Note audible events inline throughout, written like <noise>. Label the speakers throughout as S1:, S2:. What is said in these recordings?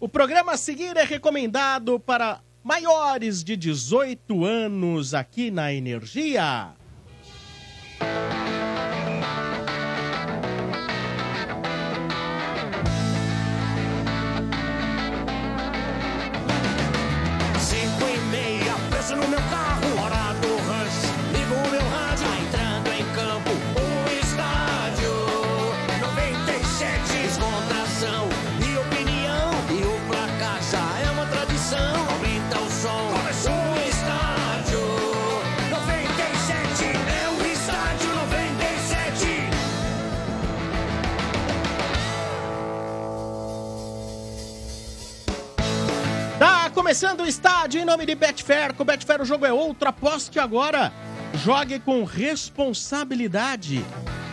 S1: O programa a seguir é recomendado para maiores de 18 anos aqui na Energia.
S2: Cinco e meia, preso no meu carro, hora do rush. Ligo o meu rádio, tá entrando em campo o estádio. 97, descontração e opinião. E o placar já é uma tradição. Aumenta o som, começou o estádio. 97, é o estádio 97.
S1: Tá começando o estádio em nome de Betfair. Com Betfair o jogo é outro. Aposte agora. Jogue com responsabilidade.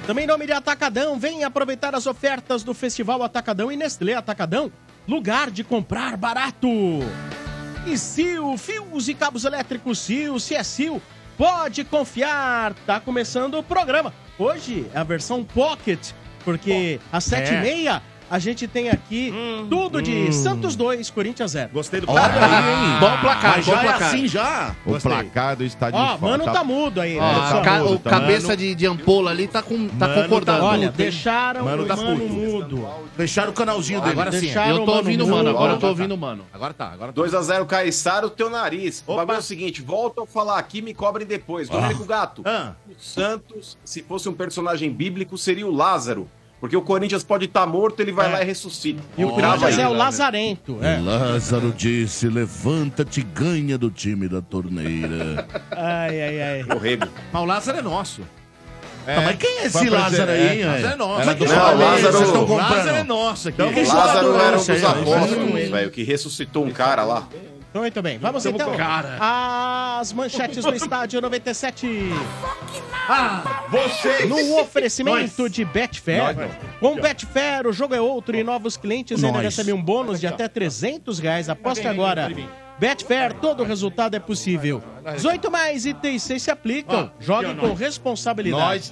S1: Também em nome de Atacadão. Venha aproveitar as ofertas do Festival Atacadão e Nestlé Atacadão. Lugar de comprar barato. E Sil, fios e cabos elétricos Sil, se é Sil, pode confiar. Tá começando o programa. Hoje é a versão Pocket, porque às sete e meia a gente tem aqui tudo de Santos 2, Corinthians 0.
S3: Gostei do
S1: Olha
S3: placar aí, hein?
S4: Bom placar,
S3: Mas
S4: bom
S3: já é
S4: placar.
S3: assim já?
S5: O
S3: Gostei.
S5: placar do estádio
S1: Ó,
S5: de
S1: mano
S5: fora
S1: tá, mudo aí.
S6: Ah,
S4: Ó,
S1: né?
S4: a
S5: tá
S4: ca-
S5: mudo,
S4: o
S5: tá
S4: cabeça de, de ampola ali tá, com, tá
S3: Mano,
S4: concordando.
S3: tá-
S1: Olha,
S3: puto, hein?
S1: deixaram
S3: Mano
S1: o
S3: tá
S1: mano
S3: puto.
S1: mudo.
S3: Deixaram o canalzinho dele.
S4: agora sim,
S1: deixaram
S4: eu tô
S1: o mano
S4: ouvindo o
S1: mudo.
S4: mano, agora
S1: Ó,
S4: eu
S1: tá,
S4: tô ouvindo o mano. Agora tá, agora tá.
S7: 2x0 Caissara, o teu nariz.
S3: Opa.
S7: O bagulho é o seguinte, volta a falar aqui me cobrem depois. Domênico Gato,
S3: Ah,
S7: o Santos, se fosse um personagem bíblico, seria o Lázaro. Porque o Corinthians pode estar morto, ele
S3: É.
S7: vai lá e ressuscita.
S1: E o
S7: Grava
S1: Corinthians
S7: aí.
S1: é o Lazarento.
S6: Hum.
S1: É.
S6: Lázaro disse: levanta-te, ganha do time da <laughs> torneira.
S1: Ai, ai, ai.
S7: Corrego.
S4: Mas o Lázaro é nosso.
S3: tá, mas quem é esse Lázaro aí?
S4: Lázaro é
S3: velho?
S4: nosso.
S3: Mas que
S7: Não,
S3: jogador
S7: Lázaro-
S3: vocês estão comprando?
S4: Lázaro é nosso aqui.
S3: Então, que
S7: Lázaro
S3: jogador
S7: era um
S3: esse aí,
S7: dos
S3: ó?
S7: apóstolos, velho, que ressuscitou um cara lá.
S1: Então, Muito bem, vamos então as manchetes do estádio 97.
S3: Você!
S1: No oferecimento de Betfair. Com Betfair, o jogo é outro e novos clientes ainda
S3: Nós.
S1: recebem um bônus de até 300 reais. Aposte agora. Betfair, todo resultado é possível. 18 mais e 36 se aplicam.
S5: Ah,
S1: Jogue com responsabilidade.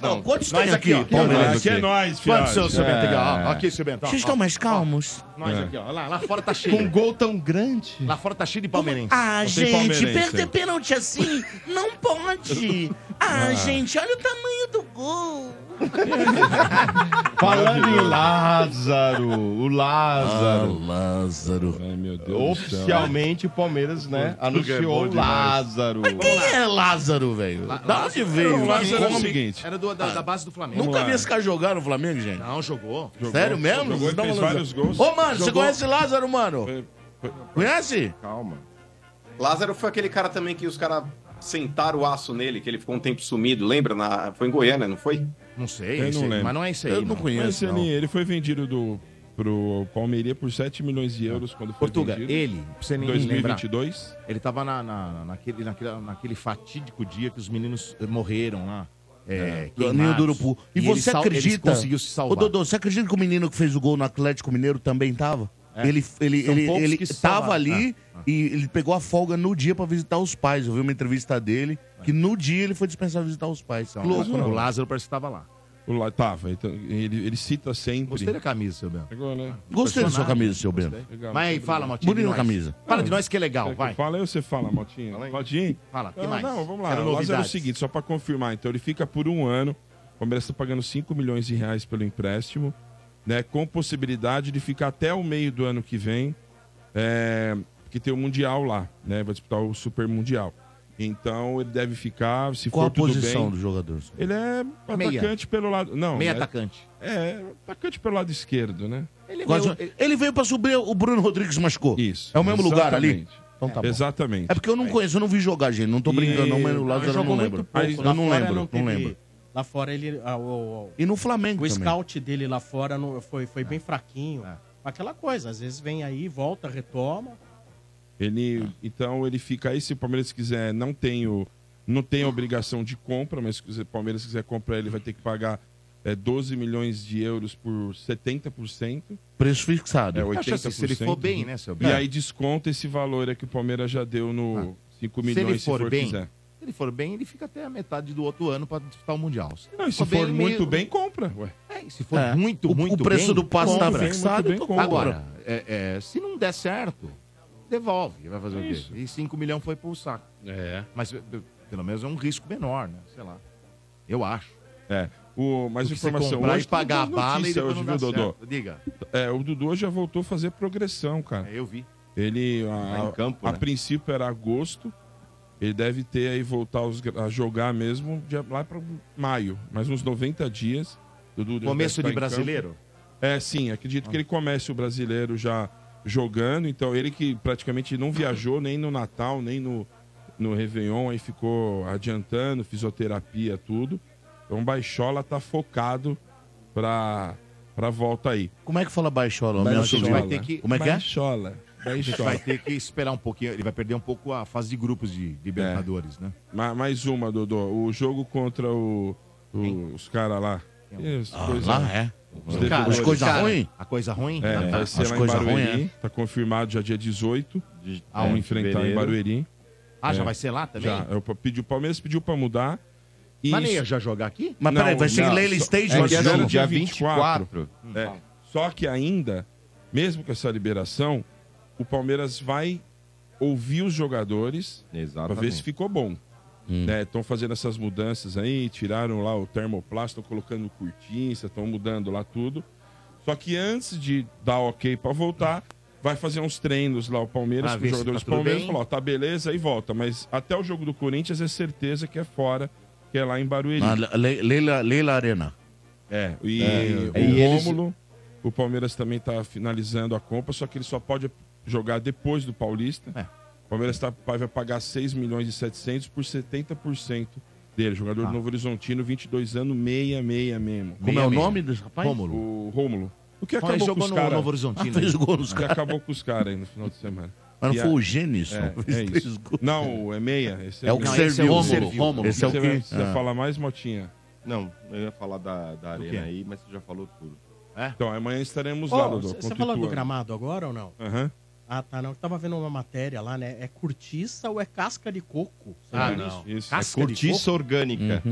S5: Nós não.
S3: Quantos
S5: Nós
S3: tem aqui, ó?
S5: Palmeiras
S6: Aqui é nóis,
S4: Quanto,
S6: filho.
S4: seu, seu Bento? Ó, Aqui, seu Bento. ó,
S8: Vocês
S4: ó.
S8: estão mais calmos?
S4: Nós aqui, É. ó. Lá, lá fora tá
S6: Com um
S4: cheio.
S6: gol tão grande.
S4: Lá fora tá cheio de palmeirense.
S8: Ah,
S6: Não tem
S8: gente,
S6: palmeirense
S8: perder
S6: aí.
S8: pênalti assim não
S6: <laughs>
S8: pode. Ah, gente, olha o tamanho do gol.
S5: Falando em Lázaro, o
S6: Ah,
S5: Lázaro.
S6: Lázaro.
S9: Ai, meu Deus
S5: Oficialmente o Palmeiras, né?
S6: é bom
S5: Anunciou o
S6: demais.
S5: Lázaro.
S8: Quem é?
S6: É Lázaro, velho. Da onde veio?
S9: O Lázaro é o
S6: Como-
S9: seguinte.
S4: Era do- da, da base do Flamengo.
S6: Nunca vi esse cara jogar no Flamengo, gente.
S4: Não, jogou.
S6: Sério mesmo?
S9: jogou e
S6: Não,
S9: fez
S6: não-
S9: vários gols.
S6: Ô, mano, você
S9: Jogou.
S6: conhece Lázaro, mano?
S9: Foi- foi-
S6: Conhece?
S9: Calma.
S7: Lázaro foi aquele cara também que os caras sentaram o aço nele, que ele ficou um tempo sumido, lembra? Na... Foi em Goiânia, não foi?
S6: Não sei,
S9: Eu
S6: esse
S9: não
S6: aí,
S9: lembro.
S6: mas não é isso aí.
S4: Eu não
S9: Mas
S6: conheço.
S9: ele, ele foi vendido do, pro Palmeiras por 7 milhões de euros quando foi
S4: Portuga,
S9: vendido.
S4: ele, pra você
S9: Em
S4: nem lembrar,
S9: 2022.
S4: ele tava na, na- naquele, naquele, naquele fatídico dia que os meninos eh, morreram lá. É,
S6: Do
S4: queimados.
S6: Ninho do Urupu. E,
S4: ele
S6: você
S4: sal- ele
S6: acredita?
S4: conseguiu se salvar.
S6: Ô, Dodô, você acredita que o menino que fez o gol no Atlético Mineiro também tava?
S4: É.
S6: Ele, ele,
S4: São
S6: ele,
S4: poucos
S6: ele
S4: que se
S6: tava
S4: salvaram.
S6: ali
S4: Ah, ah.
S6: e ele pegou a folga no dia pra visitar os pais. Eu vi uma entrevista dele que no dia ele foi dispensado a visitar os pais.
S10: Então, é um
S6: Que louco,
S4: o
S6: né?
S4: Lázaro parece que tava lá.
S9: O lá tava. Então, ele, ele cita sempre.
S4: Gostei da camisa, seu Bento.
S9: Agora, né?
S6: Gostei da sua camisa, seu Bento.
S9: Legal.
S4: Mas aí, fala, Motinho.
S6: Bonita
S4: de nós.
S6: camisa.
S4: Fala de nós que é legal,
S9: Quer que eu
S4: vai.
S9: fale aí ou você fala, Motinho? Motinho?
S4: Fala, que
S9: Não,
S4: mais?
S9: Ah, Não, vamos lá.
S4: Quero
S9: O Lázaro é o
S4: novidades.
S9: seguinte, só para confirmar. Então, ele fica por um ano. O Palmeiras está pagando 5 milhões de reais pelo empréstimo, né? Com possibilidade de ficar até o meio do ano que vem, é, que tem o Mundial lá, né? Vai disputar o Super Mundial. Então, ele deve ficar, se
S6: Qual a
S9: for tudo
S6: posição
S9: bem...
S6: do jogador?
S9: Ele é
S4: Meia.
S9: atacante pelo lado... Não,
S4: Meia
S9: é,
S4: atacante.
S9: é, atacante pelo lado esquerdo, né?
S4: Ele é
S6: Quase-
S4: meio- ele-
S6: Ele veio pra subir, o Bruno Rodrigues machucou.
S9: Isso.
S6: É o mesmo lugar ali?
S9: Exatamente.
S6: Então tá bom.
S9: Exatamente.
S6: É porque eu não conheço, eu não vi jogar, gente. Não tô brincando, não, mas o
S9: E-
S6: Lázaro eu
S1: Jogou
S6: não
S1: muito
S6: lembro.
S1: pouco.
S9: Aí,
S6: Eu
S1: Lá
S6: não
S1: fora
S6: lembro, não
S1: teve-
S6: lembro.
S1: Lá fora ele. ah, o- o-
S6: E no Flamengo
S1: o
S6: também. É.
S1: scout dele lá fora não- foi, foi bem fraquinho. Aquela coisa, às vezes vem aí, volta, retoma.
S4: Ah.
S9: Ele, então ele fica aí se o Palmeiras quiser, não tem o, não tem
S4: Ah.
S9: a obrigação de compra, mas se o Palmeiras quiser comprar, ele vai ter que pagar é, 12 milhões de euros por 70%,
S6: Preço fixado.
S9: é
S4: Eu
S9: 80%.
S4: acho assim, se ele for bem, né, seu
S9: E
S4: Bento?
S9: aí desconta esse valor é que o Palmeiras já deu no 5
S4: Ah. Se
S9: milhões
S4: ele for bem,
S9: quiser.
S4: Se ele for bem, ele fica até a metade do outro ano pra disputar o Mundial.
S9: Não, e se for muito bem, compra. Ué.
S4: É, se for
S9: É.
S4: muito,
S9: O- o
S4: muito bem...
S9: preço do passe tá
S4: compra. Muito
S9: fixado,
S4: bem,
S9: então compra.
S4: Agora, é, é, se não der certo, devolve. Vai fazer o
S9: Isso.
S4: quê? E 5 milhões foi pro saco.
S9: É.
S4: Mas eh, pelo menos é um risco menor, né? Sei lá. Eu acho.
S9: É. O, mas
S4: Do que você
S9: informação
S4: comprar e
S9: hoje. tem
S4: pagar a
S9: duas
S4: bala e
S9: notícias
S4: depois
S9: hoje,
S4: não
S9: viu,
S4: dá
S9: Dodô?
S4: certo. Diga. É,
S9: É, o Dudu já voltou a fazer progressão, cara.
S4: eu vi.
S9: Ele, a,
S4: Tá em campo,
S9: a
S4: né?
S9: princípio era agosto. Ele deve ter aí voltar os gra- a jogar mesmo de- lá para maio, mais uns 90 dias. Dudu deve
S4: Começo
S9: estar
S4: de
S9: em campo.
S4: brasileiro?
S9: É, sim. Acredito que ele comece o brasileiro já jogando. Então, ele que praticamente não viajou nem no Natal, nem no, no Réveillon, aí ficou adiantando, fisioterapia, tudo. Então, o Baixola tá focado pra, pra volta aí.
S6: Como é que fala baixola? Meu
S4: a gente
S6: sobrinho.
S4: vai ter que...
S6: Como é que é?
S9: Baixola.
S4: A gente <laughs>
S9: Baixola.
S4: vai ter que esperar um pouquinho. Ele vai perder um pouco a fase de grupos
S9: É.
S4: de Libertadores, né?
S9: Ma- Mais uma, Dodô. O jogo contra o, o- os caras lá. As
S4: Ah,
S9: coisas-
S4: lá é?
S9: Os
S4: Cara,
S9: devedores.
S4: as coisas Cara, ruim? a coisa ruim?
S9: É,
S4: Ah, tá.
S9: vai ser
S4: As
S9: lá em
S4: coisas
S9: Barueri.
S4: ruim,
S9: Tá confirmado já dia 18.
S4: Ah,
S9: vão
S4: é,
S9: enfrentar em
S4: fevereiro.
S9: Barueri.
S4: Ah, já vai ser lá também?
S9: Já. Eu pedi, o Palmeiras pediu pra mudar. E
S4: Mas nem
S9: isso-
S4: ia já jogar aqui?
S9: Não, não, só- é,
S4: mas
S9: que
S4: não.
S9: era dia 24. É.
S4: Hum.
S9: Só que ainda, mesmo com essa liberação, o Palmeiras vai ouvir os jogadores para ver se ficou bom.
S4: Hum.
S9: Estão fazendo essas mudanças aí, tiraram lá o termoplasto, estão colocando cortiça, estão mudando lá tudo. Só que antes de dar ok para voltar, vai fazer uns treinos lá o Palmeiras
S4: Pra
S9: com
S4: ver
S9: os
S4: se
S9: jogadores
S4: tá
S9: do
S4: tudo
S9: Palmeiras
S4: bem.
S9: e falar, ó, tá beleza, aí volta. Mas até o jogo do Corinthians é certeza que é fora, que é lá em Barueri.
S6: Na Ah, Le- Leila, Leila Arena.
S9: É, E o Rômulo, o Palmeiras também está finalizando a compra, só que ele só pode jogar depois do Paulista.
S6: É.
S9: O Palmeiras tá, vai pagar 6 milhões e 700 por 70% dele. Jogador do Novo Horizontino, 22 anos, meia, meia mesmo.
S6: Ah. Como é o nome desse rapaz?
S9: Rômulo. O Rômulo. O que
S6: Ah, ele
S9: acabou com
S6: jogou
S9: os
S6: no
S9: caras.
S6: Novo Horizontino. Ah, fez gol nos
S9: Que
S6: caras.
S9: Acabou com os caras aí no final
S6: <laughs>
S9: de semana.
S6: Mas não
S9: E
S6: foi o Gênison?
S9: É,
S6: Fez
S9: é
S6: três
S9: isso. Não, é meia. Esse
S6: É o que
S9: meia.
S6: serviu,
S9: Esse é o
S6: Rômulo,
S9: serviu.
S6: Rômulo. Esse é o
S9: Você
S6: que-
S9: vai- Você
S6: Ah.
S9: vai falar mais, Motinha?
S5: Não, eu ia falar da, da
S9: quê?
S5: arena aí, mas você já falou tudo.
S6: É.
S9: Então, amanhã estaremos lá,
S1: Ô,
S9: Dodô.
S1: Você
S9: contra
S1: tá
S9: o
S1: falando do
S9: Ituano.
S1: gramado agora ou não?
S9: Aham.
S1: Ah, tá, não. Eu tava vendo uma matéria lá, né? É cortiça ou é casca de coco?
S5: Ah,
S1: Sabe
S5: não.
S1: isso?
S5: Isso. é
S1: Casca de
S5: cortiça
S1: coco?
S5: orgânica.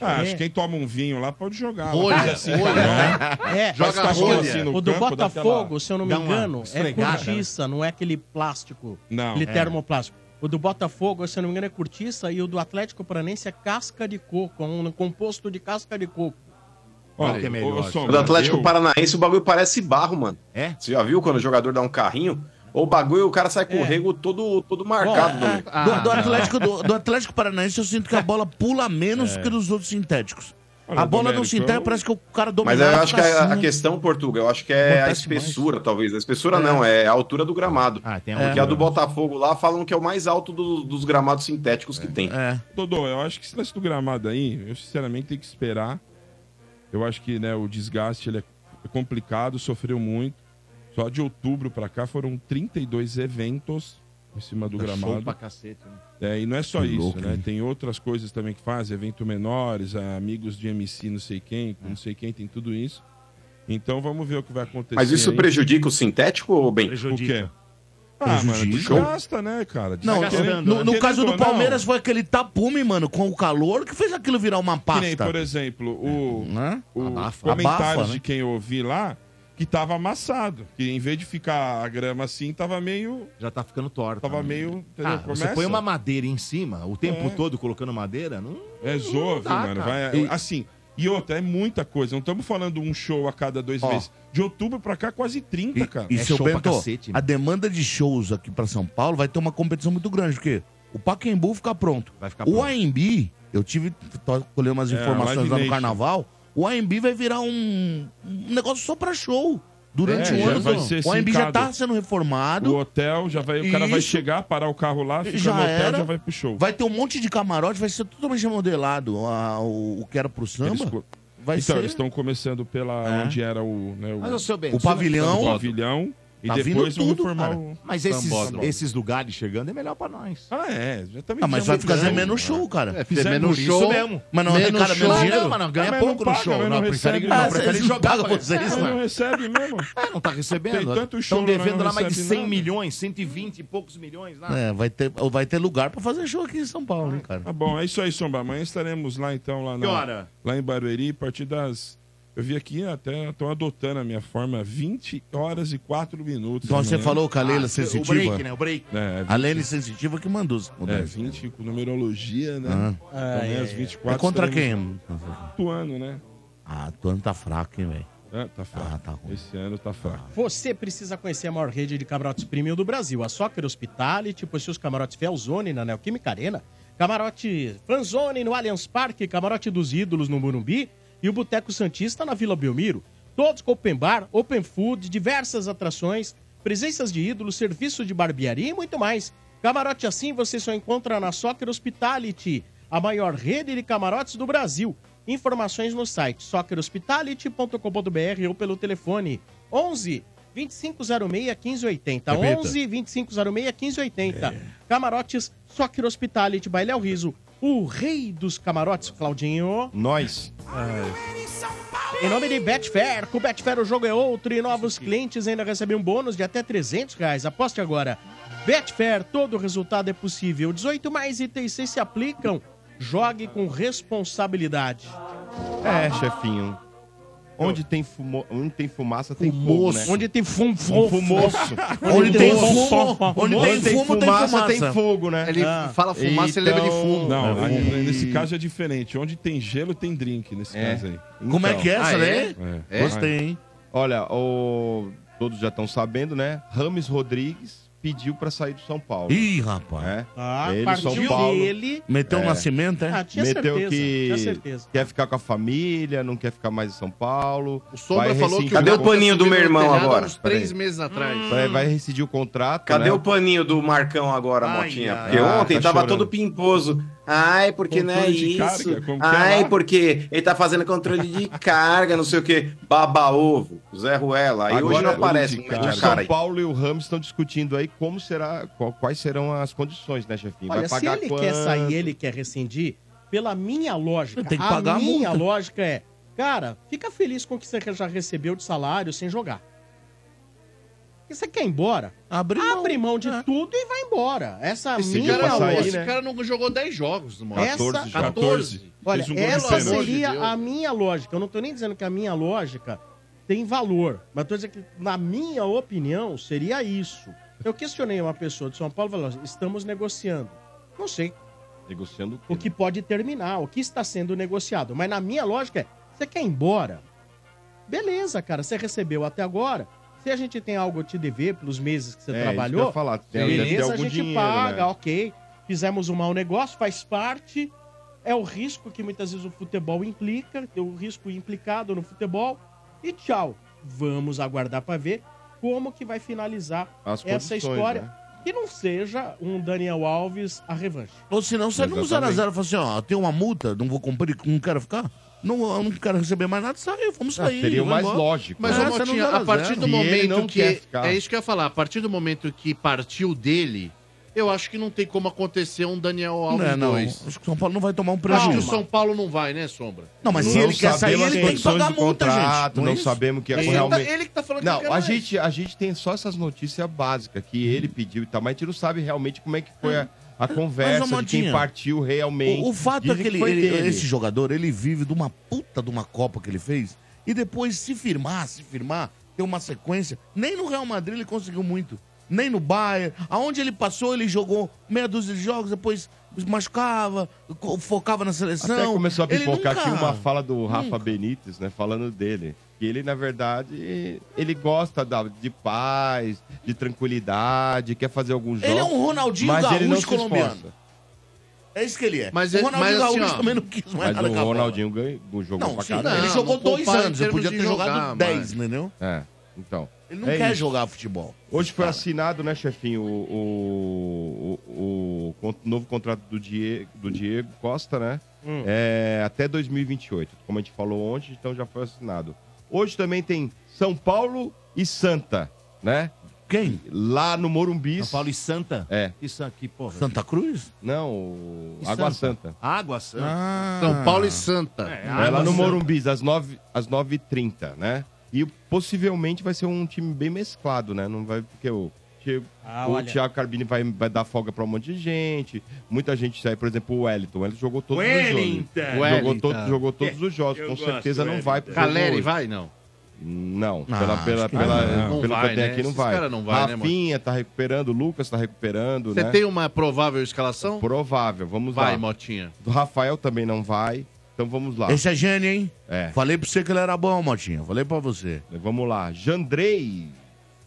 S9: Ah, acho
S1: É.
S9: que quem toma um vinho lá pode jogar.
S1: Rolha,
S9: Lá, assim,
S1: rolha,
S9: tá bom.
S1: né? É.
S9: Joga
S1: Mas
S9: rolha.
S1: olha,
S9: assim no
S1: o do
S9: campo, dá
S1: Botafogo,
S9: aquela-
S1: se eu não me
S9: dá uma
S1: engano, é
S9: esfregada, né?
S1: cortiça, não é aquele plástico.
S9: Não.
S1: Aquele
S9: É.
S1: termoplástico. O do Botafogo, se eu não me engano, é cortiça e o do Atlético Paranense é casca de coco, é um composto de casca de coco.
S7: Olha,
S1: aí.
S7: ô, Sombra,
S9: né?
S7: do Atlético
S1: eu-
S7: Paranaense, o bagulho parece barro, mano.
S4: É?
S7: Você já viu quando o jogador dá um carrinho? Ou o bagulho, o cara sai com o rego todo, todo marcado. né? Domingo.
S6: do, do Atlético, do, do Atlético Paranaense, eu sinto que a bola pula menos que dos outros sintéticos.
S7: Olha,
S6: a bola do
S7: Domérico,
S6: sintético
S7: eu-
S6: parece que o cara dominou
S7: Mas eu
S6: ela
S7: acho que é
S6: pra
S7: a, a
S6: cima.
S7: questão, Portuga, eu acho que é a
S6: tá assim, né? Acontece
S7: espessura, talvez. A espessura não, é a altura do gramado.
S4: tem
S9: a
S7: Porque
S9: altura.
S7: a do Botafogo lá falam que é o mais alto do- dos gramados sintéticos que tem.
S6: É.
S9: Dodô, eu acho que esse lance do gramado aí, eu sinceramente tenho que esperar. Eu acho que né, o desgaste ele é complicado, sofreu muito. Só de outubro pra cá foram 32 eventos em cima do
S4: Tá show
S9: gramado.
S4: pra cacete, né?
S9: É, e não é só
S4: Que
S9: isso,
S4: louco,
S9: né?
S4: hein?
S9: Tem outras coisas também que fazem, evento menores, ah, amigos de MC não sei quem, com não sei quem, tem tudo isso. Então vamos ver o que vai acontecer.
S7: Mas isso
S9: aí.
S7: prejudica o sintético ou bem?
S9: Prejudica. O quê? Ah, mano, desgasta, né, cara?
S4: Tá
S6: Não,
S9: Desgasta.
S6: no,
S4: né?
S6: no caso do
S9: Querendo ou não,
S6: Palmeiras foi aquele tapume, mano, com o calor que fez aquilo virar uma
S9: Que
S6: pasta.
S9: nem, por exemplo, o, o
S6: É, né? Abafa.
S9: comentários
S6: Abafa, né?
S9: de quem eu ouvi lá que tava amassado. Que em vez de ficar a grama assim, tava meio.
S4: Já tá ficando torta.
S9: Tava meio. Entendeu?
S4: Ah, você põe uma madeira em cima, o tempo
S9: É.
S4: todo colocando madeira, não...
S9: É zoa,
S4: Não dá,
S9: viu, mano?
S4: cara.
S9: Vai,
S4: E-
S9: Assim. E outra, é muita coisa. Não estamos falando um show a cada dois meses. De outubro pra cá, quase 30, cara.
S4: é
S6: E seu Bento, a demanda de shows aqui pra São Paulo vai ter uma competição muito grande, porque o Pacaembu fica pronto.
S4: ficar
S6: o
S4: pronto.
S6: AMB, eu tive tô colhendo umas
S4: É,
S6: informações
S4: Live
S6: lá no
S4: Nation.
S6: carnaval, o AMB vai virar um, um negócio só pra show. Durante
S9: É,
S6: um
S9: já
S6: ano,
S9: vai
S6: não.
S9: ser
S6: o AMB já
S9: sincado.
S6: tá sendo reformado.
S9: O hotel já vai. O cara vai
S6: Isso.
S9: chegar, parar o carro lá, fica
S6: Já
S9: no hotel,
S6: era.
S9: já vai pro show.
S6: Vai ter um monte de camarote, vai ser totalmente remodelado a- o, o que era pro samba.
S9: Eles co-
S6: Vai
S9: então,
S6: ser...
S9: eles estão começando pela
S6: É.
S9: onde era o, né,
S6: Mas, ô, seu Bento, O pavilhão.
S9: O pavilhão. E depois vamos formar
S4: cara.
S9: o.
S4: Mas esses,
S9: Sambódromo.
S4: esses lugares chegando é melhor pra nós.
S9: Ah, é. Já tá me
S4: Ah, mas
S9: dizendo
S4: vai
S6: ficar
S9: isso,
S6: fazendo
S9: né?
S6: menos show, cara.
S9: É,
S6: Fizer
S9: fizer
S6: menos
S9: menos
S6: show,
S9: show mesmo.
S6: mas não é
S9: Menos
S6: arrecada menos
S9: show.
S6: dinheiro.
S9: Ah, mas não, ganha
S6: Mas
S9: pouco no
S6: paga,
S9: show.
S6: mas
S9: Não,
S6: recebe
S9: prefere-
S6: nada.
S9: não, prefere
S6: Vocês
S9: jogar
S6: pagam
S9: pra-
S6: vocês, né?
S9: Mas
S6: mano.
S9: não recebe mesmo.
S4: É, não tá recebendo.
S9: Tem tanto
S4: Estão
S9: show, mas
S4: devendo
S9: não
S4: lá mais de
S9: recebe
S4: 100
S9: nada.
S4: milhões, 120 e poucos milhões. Nada.
S6: É, vai ter, vai ter lugar pra fazer show aqui em São Paulo, hein, cara.
S9: Tá bom, é isso aí, Sombra. Amanhã estaremos lá, então, lá,
S4: Que
S9: na-
S4: hora?
S9: lá em Barueri, a partir das... Eu vi aqui, até estão adotando a minha forma, 20 horas e 4 minutos.
S6: Então você
S9: amanhã.
S6: falou com a Leila
S4: Ah,
S6: Sensitiva.
S4: O break, né? O break.
S9: É,
S6: A Leila Sensitiva que mandou. se puder.
S9: é, 20 com numerologia, né?
S4: Ah.
S9: Amanhã
S4: Ah, é,
S9: às
S4: é.
S9: 24
S6: É contra
S9: estaremos
S6: quem?
S9: Atuando, né?
S6: Ah, tu ano tá fraco, hein, velho.
S9: Ah, tá fraco. Esse ano tá fraco.
S5: Ah.
S1: Você precisa conhecer a maior rede de camarotes premium do Brasil. A Soccer Hospitality possui os camarotes Felzone na Neoquímica Arena, camarote Fanzone no Allianz Parque, camarote dos Ídolos no Morumbi e o Boteco Santista na Vila Belmiro. Todos com open bar, open food, diversas atrações, presenças de ídolos, serviço de barbearia e muito mais. Camarote assim você só encontra na Soccer Hospitality, a maior rede de camarotes do Brasil. Informações no site soccerhospitality.com.br ou pelo telefone 11 2506 1580.
S4: Repita.
S1: 11 2506 1580. Camarotes Soccer Hospitality by Léo Riso. O rei dos camarotes, Claudinho.
S9: Nós.
S1: Em nome de Betfair, com Betfair o jogo é outro e novos clientes ainda recebem um bônus de até 300 reais. Aposte agora. Betfair, todo resultado é possível. 18 mais itens 6 se aplicam. Jogue com responsabilidade.
S5: É, chefinho. Onde tem, fumo... Onde tem fumaça, tem fogo, né?
S1: Moço. Onde tem fum, fum,
S5: Fumoço.
S1: <laughs> Onde tem fumo,
S5: Onde tem, fumo, fumaça, tem fogo, né?
S11: Ele fala fumaça, ele lembra de fumo.
S9: Não,
S5: É,
S9: aí,
S5: fumo.
S9: nesse caso é diferente. Onde tem gelo, tem drink, nesse
S5: É.
S9: caso aí.
S6: Como é que é essa,
S11: Ah, é?
S6: né?
S5: É.
S6: Gostei, hein?
S5: Olha, o... todos já estão sabendo, né? Rames Rodrigues pediu pra sair do São Paulo.
S6: Ih, rapaz.
S5: né?
S1: Ah,
S5: Ele,
S1: partiu
S5: São Paulo.
S1: dele.
S6: Meteu o
S5: É.
S6: nascimento,
S1: Ah,
S6: É. é?
S1: tinha
S5: meteu
S1: certeza. Tinha
S5: que
S1: certeza.
S5: quer ficar com a família, não quer ficar mais em São Paulo.
S11: O Sombra
S5: Vai
S11: falou
S5: rescindir
S11: que
S5: o
S7: Cadê o
S11: Lucas
S7: paninho do
S11: subiu
S7: meu
S11: no
S7: irmão
S11: telhado
S7: agora?
S11: Há uns três
S7: Peraí.
S11: meses atrás.
S5: Vai, vai rescindir o contrato.
S7: Cadê
S5: né?
S7: o paninho do Marcão agora, Motinha? Porque
S5: ai.
S7: ontem
S5: Ah, tá
S7: tava
S5: chorando.
S7: todo pimposo. Ai, porque não é
S9: Controle de
S7: isso.
S9: carga, como que é
S7: Ai,
S9: lá?
S7: porque ele tá fazendo controle
S1: <laughs>
S7: de carga, não sei o quê. Baba ovo, Zé Ruela. Aí hoje
S1: é
S7: não
S5: Agora,
S7: aparece,
S5: o
S7: não mete a cara
S5: São
S7: aí.
S5: Paulo e o Rams estão discutindo aí como será, qual- quais serão as condições, né, chefinho?
S1: Olha, se ele
S5: quanto?
S1: quer sair, ele quer rescindir, pela minha lógica,
S6: Tem que
S1: a
S6: pagar a
S1: minha
S6: multa.
S1: lógica é, cara, fica feliz com o que você já recebeu de salário sem jogar. Porque você quer ir embora,
S6: Abre mão.
S1: abre mão de
S6: É.
S1: tudo e vai embora. Essa é a
S5: Decidiu
S1: minha
S5: pra sair,
S1: lógica.
S11: Esse cara não jogou 10 jogos, mano.
S1: Essa-
S5: 14 já.
S11: 14.
S1: Olha,
S9: Fez um gol de
S1: essa
S9: pênalti.
S11: Pelo
S1: seria
S11: amor de Deus.
S1: a minha lógica. Eu não tô nem dizendo que a minha lógica tem valor, mas tô dizendo que, na minha opinião, seria isso. Eu questionei uma pessoa de São Paulo e falei, "Ó, estamos negociando. Não sei
S5: Negociando
S1: o que pode terminar, o que está sendo negociado. Mas na minha lógica é, você quer ir embora? Beleza, cara, você recebeu até agora. Se a gente tem algo a te dever pelos meses que você
S5: É, isso que eu
S1: trabalhou,
S5: ia falar, tem- deve ter
S1: beleza, a
S5: algum
S1: gente
S5: dinheiro,
S1: paga,
S5: né?
S1: ok. Fizemos um mau negócio, faz parte. É o risco que muitas vezes o futebol implica, tem o risco implicado no futebol. E tchau. Vamos aguardar para ver como que vai finalizar
S5: As
S1: essa
S5: condições,
S1: história.
S5: né?
S1: Que não seja um Daniel Alves a revanche.
S6: Ou senão você assim, não
S5: Exatamente.
S6: 0 a 0 fala assim, ó, tem uma multa, não vou cumprir, não quero ficar. Não, eu não quero receber mais nada, sai, vamos sair.
S5: Ah, Seria o
S6: vamos
S5: mais
S6: embora.
S5: lógico.
S11: Mas,
S5: né?
S6: Ah,
S11: ô,
S6: você não
S11: Motinha,
S6: dá
S11: a partir do
S5: E ele
S11: momento
S5: não quer
S11: que.
S5: ficar.
S11: É isso que eu ia falar. A partir do momento que partiu dele, eu acho que não tem como acontecer um Daniel Alves
S6: Não, não,
S11: 2.
S6: acho que o São Paulo não vai tomar um
S11: Acho que o
S6: prejuízo.
S11: São Paulo não vai, né, Sombra?
S6: Não, mas se
S5: Não
S6: ele quer sair,
S5: sabemos
S6: ele
S5: as
S6: tem que pagar a
S5: condições do
S6: multa,
S5: contrato,
S6: gente.
S5: Não,
S6: isso?
S5: sabemos o que é
S11: Ele,
S5: realmente.
S11: tá, ele que tá falando que
S5: Não,
S11: quer
S5: a
S11: mais.
S5: gente, a gente tem só essas notícias básicas que ele pediu e tal, mas a gente não sabe realmente como é que foi a, a conversa de quem
S6: Motinha,
S5: partiu realmente.
S6: O, o fato
S5: Dizem
S6: é que, ele-
S5: foi
S6: ele-
S5: dele.
S6: esse jogador, ele vive de uma puta de uma Copa que ele fez. E depois, se firmar, se firmar, ter uma sequência. Nem no Real Madrid ele conseguiu muito. Nem no Bayern. Aonde ele passou, ele jogou meia dúzia de jogos, depois se machucava, co- focava na seleção.
S5: Até começou a
S6: Ele
S5: pipocar
S6: nunca- Hum.
S5: aqui uma fala do Rafa Benítez, né? Falando dele. Que ele, na verdade, ele gosta da, de paz, de tranquilidade, quer fazer alguns jogos.
S6: Ele é um Ronaldinho
S5: mas ele não
S6: Gaúcho
S5: se
S6: colombiano.
S5: esforça.
S6: É isso que ele é.
S11: Mas
S6: o
S11: ele-
S6: Ronaldinho
S11: mas assim,
S6: Gaúcho
S11: ó,
S6: também não quis mais
S5: Mas
S6: nada com a
S5: o
S6: bola.
S5: Ronaldinho ganhou, jogou
S6: Não,
S5: pra
S6: sim, né?
S5: caralho.
S11: caralho.
S6: ele
S11: Não,
S6: jogou
S11: não
S6: dois
S11: compara em
S6: anos. Ele
S11: termos
S6: podia
S11: de
S6: ter
S11: jogar,
S6: jogado
S11: mas-
S6: 10, entendeu?
S5: É, então.
S6: Ele não
S5: É
S6: quer
S5: isso.
S6: jogar futebol.
S5: Hoje foi
S6: Cara.
S5: assinado, né, chefinho, o, o, o, con- novo contrato do Diego, do Diego Costa, né? É, até 2028, como a gente falou ontem, então já foi assinado. Hoje também tem São Paulo e Santa, né?
S6: Quem?
S5: Lá no Morumbi.
S4: São Paulo e Santa?
S5: É.
S4: Isso aqui, porra.
S6: Santa Cruz?
S5: Não, o
S4: E
S5: Água
S4: Santa?
S5: Santa.
S4: Água Santa. Ah.
S5: São
S11: Paulo e Santa.
S5: É,
S11: Água
S5: lá no
S11: Santa.
S5: Morumbi, às 9h30, às 9h30, né? E possivelmente vai ser um time bem mesclado, né? Não vai, porque o, Thi-
S1: Ah,
S5: o
S1: olha.
S5: Thiago Carbini vai, vai dar folga pra um monte de gente. Muita gente sai, por exemplo, o Wellington. Ele jogou todos os
S11: Wellington! É,
S5: jogos. Jogou, todo- jogou todos os jogos.
S11: Eu
S5: Com
S11: gosto do
S5: certeza não
S11: Wellington.
S5: vai. pro jogo
S11: Caleri
S5: hoje.
S11: vai, não?
S5: Não,
S11: Ah,
S5: pela, pela,
S11: acho que
S5: pela-
S11: não. Não
S5: pelo
S11: vai,
S5: que eu tenho
S11: né?
S5: aqui não
S11: Esses
S5: vai.
S11: cara não vai, né,
S5: Rafinha tá recuperando, o Lucas tá recuperando,
S11: Você
S5: né?
S11: tem uma provável escalação?
S5: Provável, vamos lá.
S11: Vai, Motinha.
S5: O Rafael também não vai, então vamos
S11: Ah.
S5: lá.
S6: Esse é gênio, hein?
S5: É.
S6: Falei pra você que ele era bom, Motinha. Falei pra você.
S5: Vamos lá. Jandrei,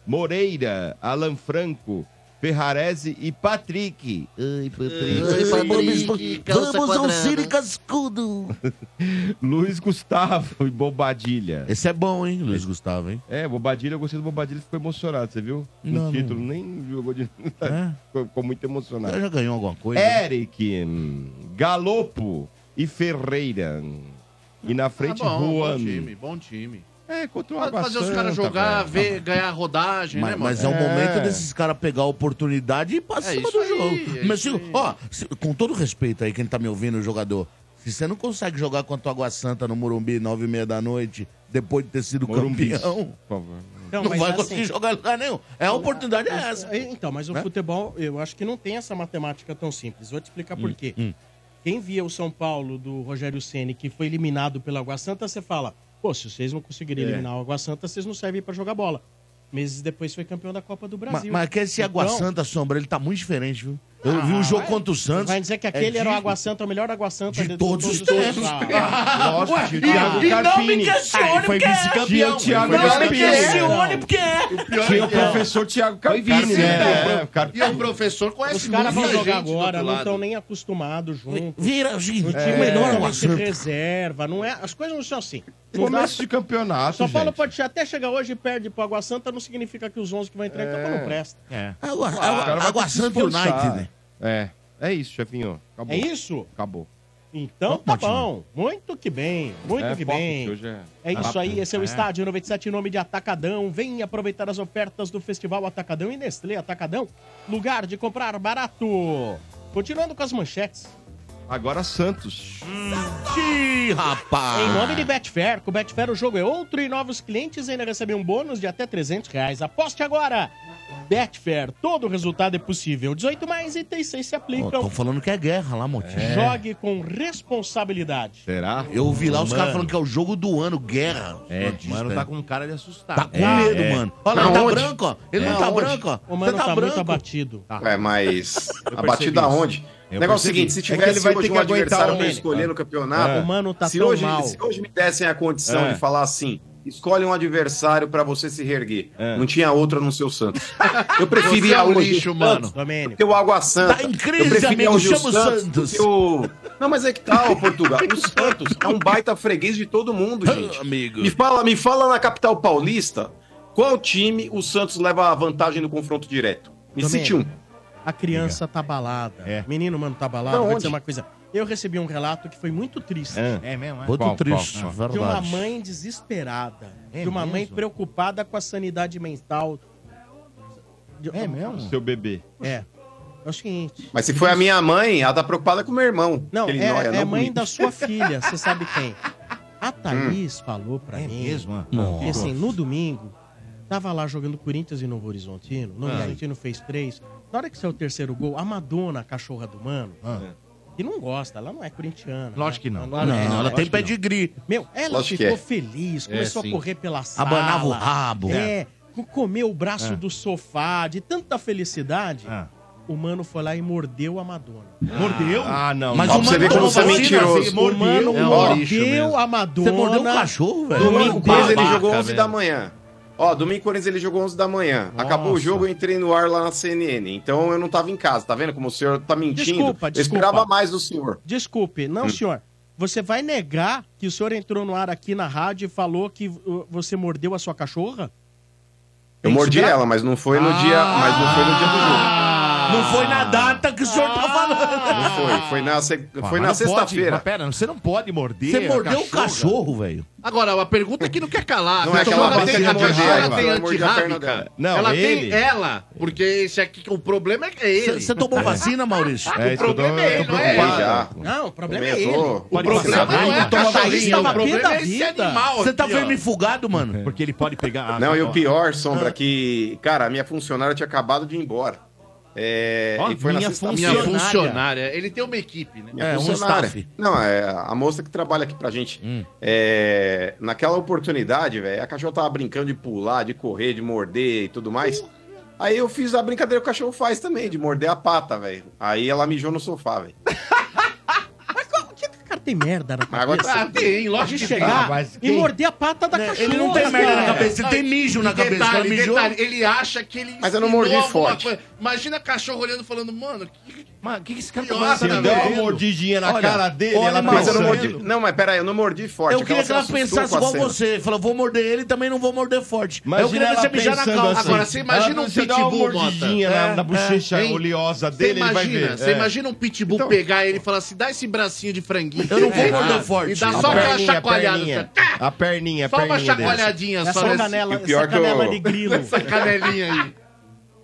S5: Moreira, Alan Franco, Ferrarese e Patrick. Ai,
S8: Patrick, calça quadrada.
S6: Cascudo.
S5: Luiz Gustavo e Bobadilha.
S6: Esse é bom, hein, Luiz Gustavo, hein?
S5: É, Bobadilha, eu gostei do Bobadilha, ficou emocionado, você viu? No
S6: Não,
S5: título, nem jogou de.
S1: É?
S5: ficou, ficou muito emocionado.
S6: Já ganhou alguma coisa?
S5: É. Eric, hum, Galopo e Ferreira. E na frente,
S11: Ah, Tá bom,
S5: Juan.
S11: Bom time, bom time.
S5: É, contra o
S11: Pode
S5: Água
S11: fazer os
S5: Santa,
S11: caras jogar,
S5: velho.
S11: ver, ganhar rodagem, né,
S6: Mas,
S11: mano?
S6: mas é um momento desses caras pegar a oportunidade e ir pra
S11: É
S6: cima
S11: isso
S6: do
S11: aí,
S6: jogo.
S11: é
S6: Mas,
S11: isso
S6: se- ó, se- com todo respeito aí, quem tá me ouvindo, jogador, se você não consegue jogar contra o Água Santa no Morumbi, nove e meia da noite, depois de ter sido
S5: Morumbi,
S6: campeão,
S5: por favor.
S6: não, assim, vai
S1: assim,
S6: conseguir jogar em lugar nenhum. É a oportunidade é essa.
S1: Então, mas o futebol, eu acho que não tem essa matemática tão simples. Vou te explicar por quê. Quem via o São Paulo do Rogério Ceni que foi eliminado pela Água Santa, você fala: pô, se vocês não conseguirem
S6: É.
S1: eliminar o Água Santa, vocês não servem para jogar bola. Meses depois foi campeão da Copa do
S6: Mas,
S1: Brasil.
S6: mas que esse Água
S1: Então,
S6: Santa, Sombra, ele tá muito diferente, viu? Eu vi o jogo contra o Santos.
S1: Ah, Vai dizer que aquele
S6: é
S1: era o
S6: de-
S1: Água Santa, o melhor Água Santa
S6: de todos os tempos.
S1: Ah,
S6: Ué,
S1: lógico,
S6: e-
S1: Thiago
S6: e não
S1: Carpini.
S6: me questione,
S1: Foi
S6: porque é.
S1: vice-campeão.
S6: Não é
S1: Thiago
S6: me
S1: Carpini.
S6: questione, porque é.
S5: Tinha o professor Thiago Carpini,
S6: vice,
S5: né?
S6: né?
S5: É, o cara-
S11: E o professor conhece
S1: Os caras vão
S11: muita
S1: jogar
S11: gente do
S1: agora,
S11: outro
S1: não
S11: lado.
S1: estão nem acostumados junto.
S6: Vira, gente,
S1: O time
S5: é.
S1: melhor
S5: Água
S1: normalmente
S5: Santa.
S1: reserva, não é? As coisas não são assim. Não dá-
S5: é um Começo de campeonato,
S1: São Paulo
S5: gente.
S1: pode até chegar hoje e perde pro Água Santa, não significa que os 11 que vai entrar em campo não presta.
S5: É.
S1: Água-
S5: O
S1: Água-
S5: cara vai
S1: Água
S5: ter que se
S1: Santa
S5: esforçar.
S1: United, né?
S5: É. É isso, chefinho. Acabou.
S1: É isso?
S5: Acabou.
S1: Então tá bom, muito que bem, muito
S5: É,
S1: que
S5: pocket,
S1: bem.
S5: hoje é-
S1: É isso aí, esse é o
S5: É.
S1: Estádio 97 em nome de Atacadão. Vem aproveitar as ofertas do Festival Atacadão e Nestlé Atacadão, lugar de comprar barato. Continuando com as manchetes.
S5: Agora Santos.
S6: Ih, rapaz!
S5: Ah.
S1: Em nome de Betfair, com Betfair o jogo é outro e novos clientes ainda recebem um bônus de até 300 reais. Aposte agora! Betfair, todo resultado é possível. 18 mais e 36 se aplicam.
S6: Estão falando que é guerra lá, Motinho.
S1: Jogue com responsabilidade.
S5: Será?
S6: Eu vi lá os
S1: Mano.
S6: caras falando que é o jogo do ano, guerra.
S4: É,
S6: Santista,
S4: mano,
S6: né?
S4: tá com cara de assustado.
S6: Tá com medo, mano. Olha lá, ele tá branco, ó. Ele não tá branco, ó.
S1: O mano
S6: Você
S1: tá,
S6: tá
S1: muito
S6: branco.
S1: abatido.
S7: É, mas.
S1: Eu percebi
S7: Abatido aonde?
S1: isso.
S7: O
S1: Eu
S7: negócio é o
S1: percebi.
S7: seguinte: se
S1: É que
S7: tivesse
S1: ele vai
S7: hoje
S1: ter que
S7: um
S1: aguentar
S7: adversário
S1: o
S7: pra eu
S1: Lênin.
S7: escolher no campeonato.
S1: É. O Mano tá
S7: se
S1: tão
S7: hoje,
S1: mal.
S7: Se hoje me dessem a condição
S1: É.
S7: de falar assim: escolhe um adversário pra você se reerguer. Não tinha outro a não ser o
S1: <laughs>
S7: Santos. Eu
S1: É. Você é
S6: tá
S7: preferia
S1: um
S7: hoje
S1: lixo,
S7: o
S1: mano.
S7: Santos do que o Água Santa.
S1: Tá em crise,
S7: eu preferia
S1: amigo,
S7: hoje o
S1: chama o Santos.
S7: Santos. do que o- Não, mas é que tal, Portugal. O Santos é um baita freguês de todo mundo, gente.
S6: Amigo.
S7: Me fala, me fala na capital paulista qual time o Santos leva a vantagem no confronto direto. Me cite um.
S1: A criança tá balada. Menino, mano, tá balado.
S7: Não,
S1: Vou
S7: onde?
S1: dizer uma coisa. Eu recebi um relato que foi muito triste.
S4: É. É mesmo, é?
S1: Muito
S4: Muito Qual, triste,
S1: triste,
S4: qual, qual?
S1: De uma
S4: verdade.
S1: mãe desesperada.
S4: É
S1: de uma mãe
S4: mesmo?
S1: preocupada com a sanidade mental. É
S4: mesmo?
S5: Seu bebê.
S1: É. É o seguinte.
S7: Mas se foi a minha mãe, ela tá preocupada com o meu irmão.
S1: Não,
S7: Aquele
S1: é,
S7: nóia
S1: é
S7: não
S1: mãe
S7: bonito.
S1: da sua filha, você sabe quem. A Thaís falou pra
S10: É
S1: mim.
S4: mesmo?
S1: Que, assim, no domingo, tava lá jogando Corinthians e Novo Horizontino. Novo
S4: Ah.
S1: Horizontino fez três. Na hora que saiu o terceiro gol, a Madonna, a cachorra do mano, que não gosta, ela não é corintiana.
S4: Ah. Lógico que não.
S1: Ela- ela-
S4: Não,
S1: ela
S4: ela tem
S1: lógico que não. é.
S6: pedigree.
S1: Meu, ela
S4: Lógico que
S1: ficou
S4: é.
S1: feliz,
S4: É,
S1: começou
S4: sim.
S1: a correr pela sala.
S4: Abanava o rabo.
S1: É, comeu o braço
S4: É.
S1: do sofá, de tanta felicidade.
S4: É.
S1: O mano foi lá e mordeu a Madonna.
S4: Mordeu? Ah, não.
S1: Mas
S4: Ó,
S1: o
S4: pra
S1: mano tomou vacina, assim,
S4: Mordeu.
S1: O mano
S4: É um lixo
S1: mordeu
S4: mesmo.
S1: a Madonna.
S7: Você mordeu um cachorro,
S1: velho?
S11: um
S7: Domingo
S1: Babaca,
S7: Corinthians ele jogou 11
S1: velho.
S7: da manhã. Ó, domingo Corinthians ele jogou 11 da manhã. Acabou o jogo, eu entrei no ar lá na CNN. Então eu não tava em casa, tá vendo como o senhor tá mentindo?
S1: Desculpa,
S7: Eu
S1: desculpa.
S7: esperava mais do senhor.
S1: Desculpe, não,
S7: Hum.
S1: senhor. Você vai negar que o senhor entrou no ar aqui na rádio e falou que uh, você mordeu a sua cachorra?
S7: Eu mordi ela, mas não foi no dia, mas não foi no dia do jogo.
S6: Não foi na data que o senhor
S11: Ah.
S6: tá falando.
S7: Não foi, foi na, se-
S6: Ah, mas
S7: foi na
S6: não
S7: sexta-feira.
S6: pode, mas pera,
S4: você não pode morder.
S6: Você mordeu
S7: o
S6: o cachorro, velho.
S11: Agora, a pergunta que não quer calar.
S6: Não é
S11: a
S6: aquela
S11: Giovana
S6: vaca
S11: tem,
S6: que
S11: a
S6: morde
S11: Giovana
S6: ela,
S11: tem
S6: ela morde a perna
S11: antirrábica.
S6: dela. Não,
S11: ela
S6: ele.
S5: É,
S11: tem é, ela, porque esse aqui, o problema é que é ele.
S6: Você tomou vacina, Maurício?
S11: É, o problema é ele, não é ele.
S5: Hum.
S1: Não, o problema
S11: Também
S1: é ele.
S11: tô.
S1: O
S11: Pode
S1: problema
S11: passar
S1: não é
S11: bem,
S1: a
S11: toma
S1: cachaça,
S11: varinha,
S1: o
S11: o
S1: problema
S11: problema
S1: é
S11: é
S1: esse
S11: esse
S1: animal.
S11: animal.
S6: Você tá
S11: aqui, ó.
S6: vermifugado, mano?
S4: Porque ele pode pegar.
S7: Não, e o pior, Sombra, que, cara, a minha funcionária tinha acabado de ir embora. É,
S11: Ó,
S7: e foi na
S11: minha
S7: sexta-feira.
S11: funcionária. Minha funcionária. Ele tem uma equipe, né?
S6: É, um
S7: Minha funcionária. Não, é a moça que trabalha aqui pra gente.
S6: Hum.
S7: É, naquela oportunidade, velho, a cachorra tava brincando de pular, de correr, de morder e tudo mais. Aí eu fiz a brincadeira que o cachorro faz também, de morder a pata, velho. Aí ela mijou no sofá, velho.
S1: Cara, tem merda na
S6: <laughs>
S7: Agora-
S1: cabeça.
S7: Ah, tem, lógico
S1: De
S7: que
S1: chegar
S7: tem. Mas
S1: e
S7: quem-
S1: morder a pata da cachorra.
S6: Ele não tem merda na cabeça, ele tem
S11: Não,
S6: mijo na
S11: e
S6: cabeça.
S11: detalhe,
S6: ela mijou.
S11: detalhe, ele acha que ele.
S6: Mas eu não
S11: ensinou
S6: mordi
S11: alguma
S6: forte.
S11: coisa. Imagina cachorro olhando e falando, mano, que.
S4: Mano, que esse
S11: cara
S7: Você deu uma mordidinha na cara dele, ela mas eu não, mordi, não, mas pera aí, eu não mordi forte.
S6: Eu queria que ela
S7: se assustou
S6: pensasse
S7: com a
S6: igual
S7: cena.
S6: você. Falou, vou morder ele também não vou morder forte. eu
S7: Imagina
S6: queria
S7: ela
S6: você mijar na
S7: pensando
S6: calça.
S7: assim.
S6: Agora, você
S11: imagina um pitbull,
S5: mordidinha
S11: Mota.
S5: na- na bochecha
S11: Hein?
S5: oleosa
S11: Você
S5: dele, ele vai
S11: imagina,
S5: ver.
S11: Você
S5: É.
S11: imagina um pitbull
S6: Então-
S11: pegar ele e falar assim, dá esse bracinho de franguinho.
S5: Eu não vou
S11: É,
S5: morder
S11: tá?
S5: forte.
S11: E dá
S5: A
S11: só aquela
S5: perninha, a
S11: chacoalhada.
S5: perninha.
S11: tá?
S5: A perninha, a
S11: Só uma
S5: perninha dele.
S11: chacoalhadinha
S6: É
S7: Essa
S11: só.
S7: canela- E o pior essa que eu- canela de grilo.
S11: Essa canelinha aí.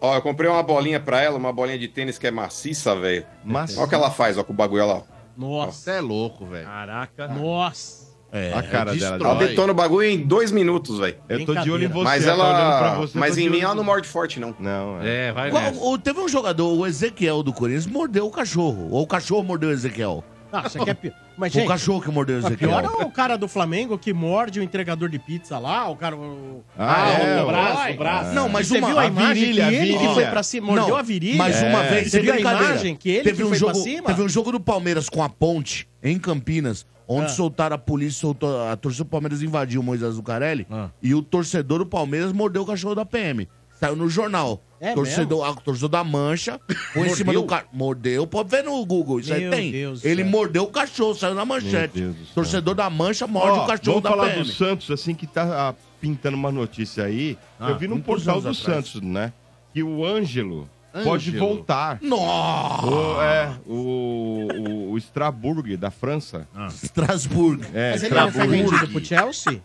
S7: Ó, eu comprei uma bolinha pra ela, uma bolinha de tênis que é maciça, velho.
S5: Maciça.
S7: Olha o que ela faz, ó, com o bagulho, olha lá. ó.
S1: Nossa.
S11: Você é louco, velho.
S1: Caraca. Nossa.
S7: É,
S5: a cara dela.
S7: Ela detona o bagulho em dois minutos, velho.
S5: Eu tô de olho em você,
S7: Mas
S5: ela tá olhando pra
S7: ela.
S5: você, eu
S7: Mas
S5: tô
S7: em
S5: de
S7: mim
S5: olho
S7: ela
S5: em
S7: não morde forte, não.
S5: Não,
S11: é. vai
S6: Qual- o- teve um jogador, o Ezequiel do Corinthians, mordeu o cachorro. Ou o cachorro mordeu o Ezequiel.
S1: Ah, isso aqui é pior. Mas,
S6: Foi
S1: gente,
S6: o cachorro que mordeu o
S1: Mas
S6: Ezequiel.
S1: pior é o cara do Flamengo que morde o entregador de pizza lá, o cara. O...
S6: Ah, é, o-
S1: braço, o braço.
S6: Não, mas
S1: Você
S6: uma-
S1: viu a,
S6: a
S1: imagem
S6: virilha,
S1: que
S6: a
S1: ele que
S6: virilha.
S1: foi pra cima, mordeu
S6: Não,
S1: a virilha?
S6: Mais uma
S1: É.
S6: vez,
S1: Você
S6: sem
S1: viu a
S6: brincadeira.
S1: imagem que ele que
S6: um
S1: foi
S6: jogo,
S1: pra cima?
S6: Teve um jogo do Palmeiras com a Ponte, em Campinas, onde
S1: Ah.
S6: soltaram a polícia, soltou, a torcida do Palmeiras invadiu o Moisés Zucarelli
S1: Ah.
S6: e o torcedor do Palmeiras mordeu o cachorro da PM. Saiu no jornal.
S1: É
S6: torcedor, a, torcedor da Mancha foi em cima
S1: Mordeu?
S6: do cara. Mordeu, pode ver no Google, isso
S1: Meu
S6: aí tem.
S1: Deus do
S6: Ele
S1: céu.
S6: mordeu o cachorro, saiu na manchete.
S5: Meu Deus do céu.
S6: Torcedor da Mancha morde
S5: Ó,
S6: o cachorro tá da
S5: vamos falar
S6: PM.
S5: do Santos, assim, que tá ah, pintando uma notícia aí.
S6: Ah,
S5: eu vi num
S6: muitos
S5: portal do
S6: anos atrás.
S5: Santos, né? Que o Ângelo,
S6: Ângelo. Ah.
S5: pode voltar.
S6: Nossa!
S5: O, é, o, o, o Strasbourg, da França.
S6: Ah.
S1: Ah.
S6: Strasbourg.
S5: É,
S1: Mas ele
S6: um
S1: não foi
S5: Strasbourg.
S1: vendido pro Chelsea?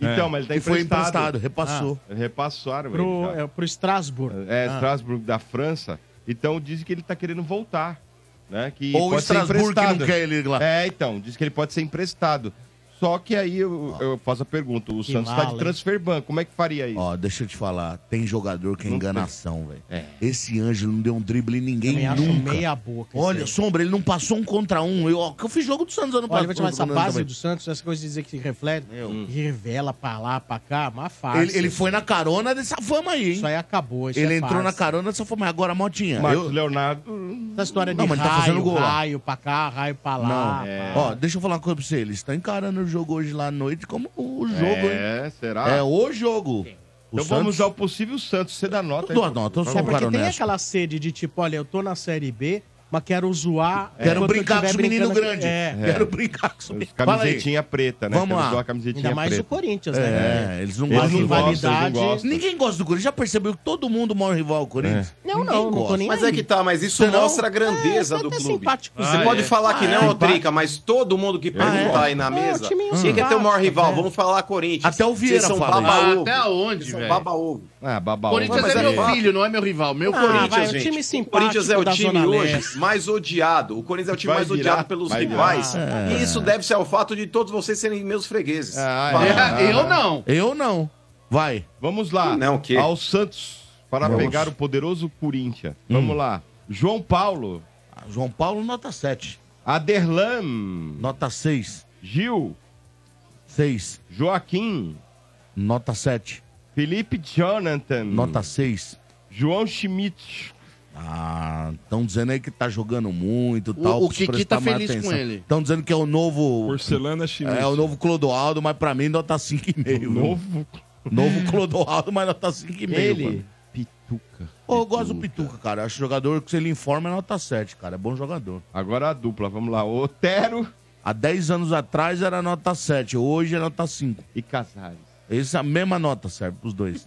S6: É.
S5: Então, mas ele tá
S1: E foi
S6: emprestado, repassou.
S5: Ah, repassaram
S1: Pro,
S5: ele. já.
S1: é, pro Strasbourg.
S5: É,
S1: Ah.
S5: Strasbourg da França. Então dizem que ele tá querendo voltar. Né? Que
S6: Ou o
S5: pode ser
S6: Strasbourg que
S5: emprestado.
S6: não quer ele lá.
S5: É, então, diz que ele pode ser emprestado. Só que aí eu, eu faço a pergunta: o
S6: Que
S5: Santos tá
S6: mala,
S5: de
S6: hein?
S5: transfer ban, como é que faria isso?
S6: Ó, deixa eu te falar, tem jogador que é
S5: Não
S6: enganação, velho. Esse Ângelo não deu um drible em ninguém
S1: É. Também acho
S6: nunca.
S1: meia boca esse
S6: Olha,
S1: aí.
S6: Sombra, ele não passou um contra um. Eu, ó, que eu fiz jogo do Santos ano passado.
S1: Olha, eu vou te falar, essa
S6: ano
S1: base
S6: também.
S1: do Santos, essa coisa de dizer que reflete, revela pra lá, pra cá, é uma farsa.
S6: ele, ele foi na carona dessa fama aí, hein? Isso
S1: aí acabou, isso
S6: Ele
S1: é
S6: entrou na
S1: farsa.
S6: carona dessa fama. Agora, Motinha,
S5: Marcos
S6: eu-
S5: Leonardo.
S1: Essa história de
S6: Não, mas ele tá
S1: raio,
S6: fazendo gol lá.
S1: raio pra cá, raio pra lá.
S6: Não. é.
S1: pá.
S6: Ó, deixa eu falar uma coisa pra você. Eles estão encarando o jogo hoje lá à noite como o jogo,
S5: É,
S6: hein?
S5: será?
S6: É o jogo. O
S5: Então vamos ao possível Santos. Você dá nota
S6: Eu dou a nota, eu sou
S1: é
S6: um
S1: porque
S6: cara
S1: tem
S6: honesto.
S1: aquela sede de tipo, olha, eu tô na Série B, mas quero zoar...
S6: Quero
S1: enquanto eu
S6: brincar com
S1: tiver
S6: os meninos
S1: brincando
S6: grandes.
S1: aqui. É.
S6: Quero brincar com os meninos. Fala aí.
S5: Camisetinha preta, né?
S6: Vamos
S5: Quero
S6: lá.
S5: zoar a camisetinha
S6: Ainda mais
S5: preta.
S6: o Corinthians,
S1: né?
S6: É, eles não
S5: Eles
S6: gostam
S5: não
S6: do
S5: gostam,
S6: Corinthians.
S5: eles não Rivalidade. gostam.
S6: Ninguém gosta do Corinthians. Já percebeu que todo mundo mora rival ao Corinthians?
S1: Não,
S6: Ninguém
S1: não, não tô
S6: gosta.
S1: nem
S7: Mas é que tá, mas isso
S1: Então,
S6: Senão-
S7: mostra a
S1: é,
S7: grandeza do clube. Você
S6: Ah,
S7: pode
S6: é?
S7: falar que
S6: Ah,
S7: não,
S6: é?
S7: ô Trica, mas todo mundo que perguntar aí na mesa,
S6: timinho
S7: quem que é teu
S6: simpático,
S7: maior rival?
S6: né?
S7: Vamos falar Corinthians.
S6: Até o Vieira
S7: Vocês são
S6: fala isso.
S7: baba
S6: Ah,
S7: ovo.
S6: até
S11: aonde,
S7: Vocês são
S11: velho?
S7: Baba ovo.
S5: Ah, babá.
S11: Corinthians
S7: Mas
S11: é meu
S7: fato.
S11: filho, não é meu rival. Meu
S7: Ah,
S11: Corinthians,
S7: vai,
S11: gente.
S7: o time simpático Corinthians é o
S1: da
S7: time
S1: Zona
S7: hoje
S1: Leste.
S7: mais odiado. O Corinthians é o time
S1: Vai
S7: mais
S1: virar,
S7: odiado pelos
S1: vai
S7: rivais.
S1: virar.
S7: E isso deve-se ao fato de todos vocês serem meus fregueses.
S5: Ah, é. Eu não.
S6: Eu não. Vai.
S5: Vamos lá.
S7: Não, o quê?
S5: Ao Santos para
S7: Vamos.
S5: pegar o poderoso Corinthians. Vamos lá. João Paulo.
S6: João Paulo, nota 7.
S5: Aderlan.
S6: Nota 6.
S5: Gil.
S6: 6.
S5: Joaquim.
S6: Nota 7.
S5: Felipe Jonathan.
S6: Nota 6.
S5: João Schmidt.
S6: Ah, estão dizendo aí que tá jogando muito
S11: O-
S6: tal.
S11: o Kiki tá feliz com ele.
S6: Estão dizendo que é o novo.
S9: Porcelana chinesa.
S6: É o novo Clodoaldo, mas pra mim nota 5,5.
S5: <laughs>
S9: Novo?
S6: Novo Clodoaldo, mas nota 5,5.
S5: Ele,
S6: mano.
S5: Pituca.
S6: Ô, eu gosto do Pituca, cara. Eu Acho jogador que se ele informa é nota 7, cara. É bom jogador.
S5: Agora a dupla, vamos lá. Otero.
S6: Há 10 anos atrás era nota 7, hoje é nota 5.
S5: E Casares.
S6: Essa é mesma nota serve pros dois.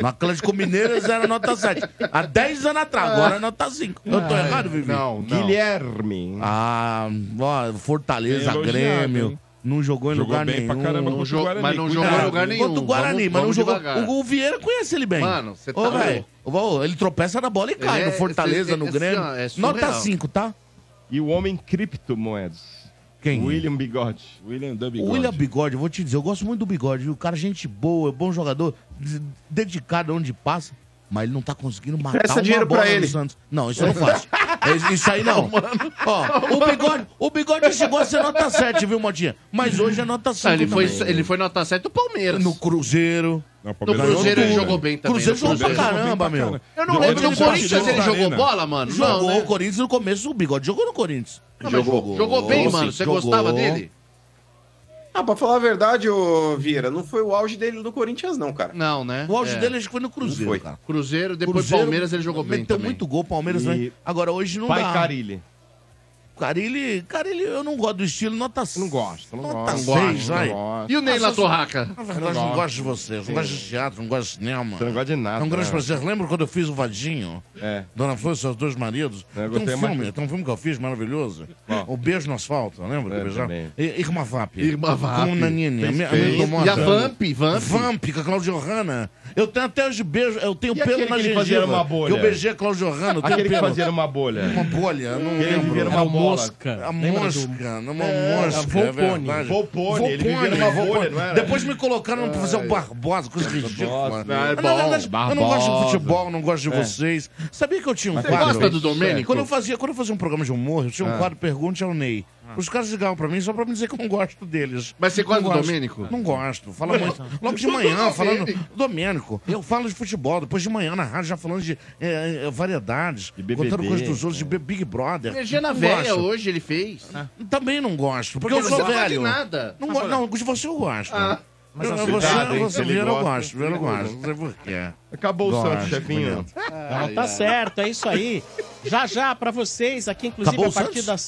S6: No Atlético Mineiro eles eram nota 7. Há 10 anos atrás, agora é nota 5. Eu tô
S5: Ai,
S6: errado, Vivi?
S5: não, não. Guilherme.
S6: Ah, ó, Fortaleza,
S5: Bem elogiado,
S6: Grêmio.
S5: hein?
S6: Não jogou em
S5: Jogou
S6: lugar
S5: bem
S6: nenhum.
S5: pra caramba contra o
S6: jo-
S5: Guarani.
S6: Cuidado.
S5: Cuidado.
S6: Contra o Guarani, mas não jogou. O, o Vieira conhece ele bem.
S11: Mano, você tá
S6: Ô,
S11: louco.
S6: velho, ô, Ele tropeça na bola e cai.
S11: Ele é-
S6: no Fortaleza,
S11: esse-
S6: no
S11: esse-
S6: Grêmio.
S11: ó, é surreal.
S6: nota 5, tá?
S5: E o homem criptomoedas.
S6: Quem?
S5: William Bigode. William da
S6: O William Bigode, eu vou te dizer, eu gosto muito do Bigode. viu? O cara, é gente boa, é bom jogador, de- dedicado onde passa, mas ele não tá conseguindo matar
S7: Presta
S6: uma
S7: dinheiro
S6: bola
S7: pra
S6: no
S7: ele.
S6: Santos. Não, isso eu não
S7: <laughs>
S6: faço. É, Isso aí não. Ó, o Bigode, o Bigode chegou a ser nota 7, viu, Motinha? Mas hoje é nota 5
S11: Ah, ele, foi,
S6: também.
S11: ele foi nota 7 do Palmeiras.
S6: No Cruzeiro.
S9: No
S6: Palmeiras
S11: Cruzeiro
S6: jogou
S11: ele
S6: bem.
S11: jogou bem também.
S6: Cruzeiro
S11: no
S6: jogou pra
S11: Cruzeiro.
S6: caramba, meu.
S11: Eu não lembro. No
S6: Ele jogou
S11: Corinthians ele
S6: na
S11: jogou
S6: arena.
S11: bola, mano?
S6: Jogou.
S11: Não, né?
S6: O Corinthians no começo, o Bigode jogou no Corinthians.
S11: Não, mas jogou. Jogou bem, mano. Você gostava dele?
S7: Ah, pra falar a verdade, ô Vieira, não foi o auge dele no Corinthians, não, cara.
S11: Não, né?
S6: O auge dele acho que foi no Cruzeiro,
S7: foi.
S6: cara.
S11: Cruzeiro, depois
S6: Cruzeiro
S11: Palmeiras ele jogou bem
S6: Meteu
S11: também.
S6: muito gol, Palmeiras,
S11: E-
S6: né? Agora, hoje não dá. Carilli, Carilli, eu não gosto do estilo, nota Não
S5: gosto, não
S6: nota
S5: gosto,
S6: seis,
S5: não gosto,
S6: vai.
S5: não gosto.
S11: E o Ney
S6: Mas eu-
S11: Latorraca?
S6: Na verdade,
S11: Eu
S6: não
S11: não
S6: gosto de
S11: gosto.
S6: vocês,
S11: Sim.
S6: não gosto de teatro, não gosto de cinema.
S5: Você não gosta de nada,
S6: É um grande
S5: né?
S6: prazer. Lembra quando eu fiz o Vadinho?
S5: É.
S6: Dona Flor e seus dois maridos? tem
S5: É, eu
S6: um
S5: gostei
S6: filme,
S5: mais.
S6: tem um filme que eu fiz maravilhoso. O Beijo no Asfalto, lembra?
S5: É,
S6: que eu beijava?
S5: também.
S6: E- Irma Vap.
S5: Irma Vap.
S6: Com o Nanini. a minha- a minha
S5: Perfeito.
S6: irmã
S5: E a
S6: Mota.
S5: Vamp,
S11: Vamp?
S6: Vamp, com a Cláudio Hanna. Eu tenho até hoje beijo, eu tenho
S5: E
S6: pelo
S5: aquele
S6: na
S5: que ele fazia
S6: gengiva.
S5: uma
S6: que
S5: bolha?
S6: Eu beijei a Cláudio Hanna. eu tenho
S5: Aquele que
S6: pelo.
S5: fazia uma bolha.
S6: Uma bolha, eu não
S5: Ele
S6: lembro.
S5: vivia numa
S6: Era
S5: bola.
S6: A
S5: Lembra do-
S6: mosca, numa
S5: É,
S6: mosca.
S5: a Volpone.
S6: é verdade.
S5: Volpone, ele vivia numa
S6: Volpone.
S5: bolha, não era?
S6: Depois me colocaram pra fazer o Barbosa, coisa ridícula.
S5: não, é
S6: Mas,
S5: bom.
S6: na verdade, eu não
S5: Barbosa.
S6: gosto de futebol, não gosto de
S5: É.
S6: vocês. Sabia que eu tinha um
S5: Você
S6: quadro?
S5: gosta do Domênico?
S6: Quando eu, fazia, quando eu fazia um programa de humor, eu tinha um
S5: Ah.
S6: quadro Pergunte ao Ney. Os caras ligavam pra mim só pra me dizer que eu não gosto deles.
S11: Mas você
S6: Não
S11: gosta do
S6: gosto.
S11: Domênico?
S6: Não gosto. Fala muito.
S5: <laughs>
S6: Logo de
S11: Do
S6: manhã, falando.
S11: Domênico.
S6: Domênico, eu falo de futebol, depois de manhã na rádio já falando de eh, eh, variedades, contando coisas dos outros, de Bi- Big Brother.
S11: Energia na
S6: Não
S11: velha
S6: gosto. Ah.
S11: hoje ele fez.
S6: Também não gosto, porque,
S11: Porque
S6: eu
S11: você
S6: sou
S11: não gosta de
S6: velho.
S11: nada.
S6: Não, go- não, de você eu gosto.
S11: Ah.
S6: Mas
S11: Mas
S6: eu,
S11: a
S6: você,
S11: cidade, hein, se
S6: você
S11: ele
S6: Vieira, eu
S11: gosta,
S6: gosto, Vieira eu
S11: ele
S6: gosto,
S11: gosta.
S6: não sei porquê.
S5: Acabou o Santos,
S6: Gosto,
S5: chefinho.
S6: bonito.
S1: Ah, tá certo, é isso aí. Já já pra vocês, aqui inclusive
S6: Acabou o
S1: a partir
S6: Santos?
S1: das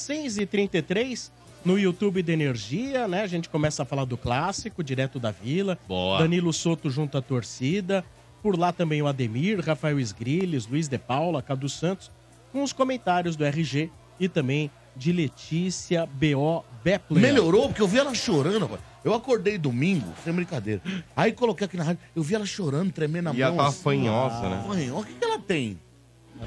S1: 6h33 no YouTube da Energia, né? A gente começa a falar do clássico, direto da Vila.
S2: Boa.
S1: Danilo Soto junto à torcida. Por lá também o Ademir, Rafael Esgrilles, Luiz de Paula, Cadu Santos, com os comentários do RG e também de Letícia B.O. Bepler.
S6: Melhorou, porque eu vi ela chorando, rapaz. Eu acordei domingo, sem brincadeira. Aí coloquei aqui na rádio, eu vi ela chorando, tremendo a
S5: E
S6: mão.
S5: ela tava
S6: assim.
S5: fanhosa, né?
S6: Fanhosa, o que, que ela tem?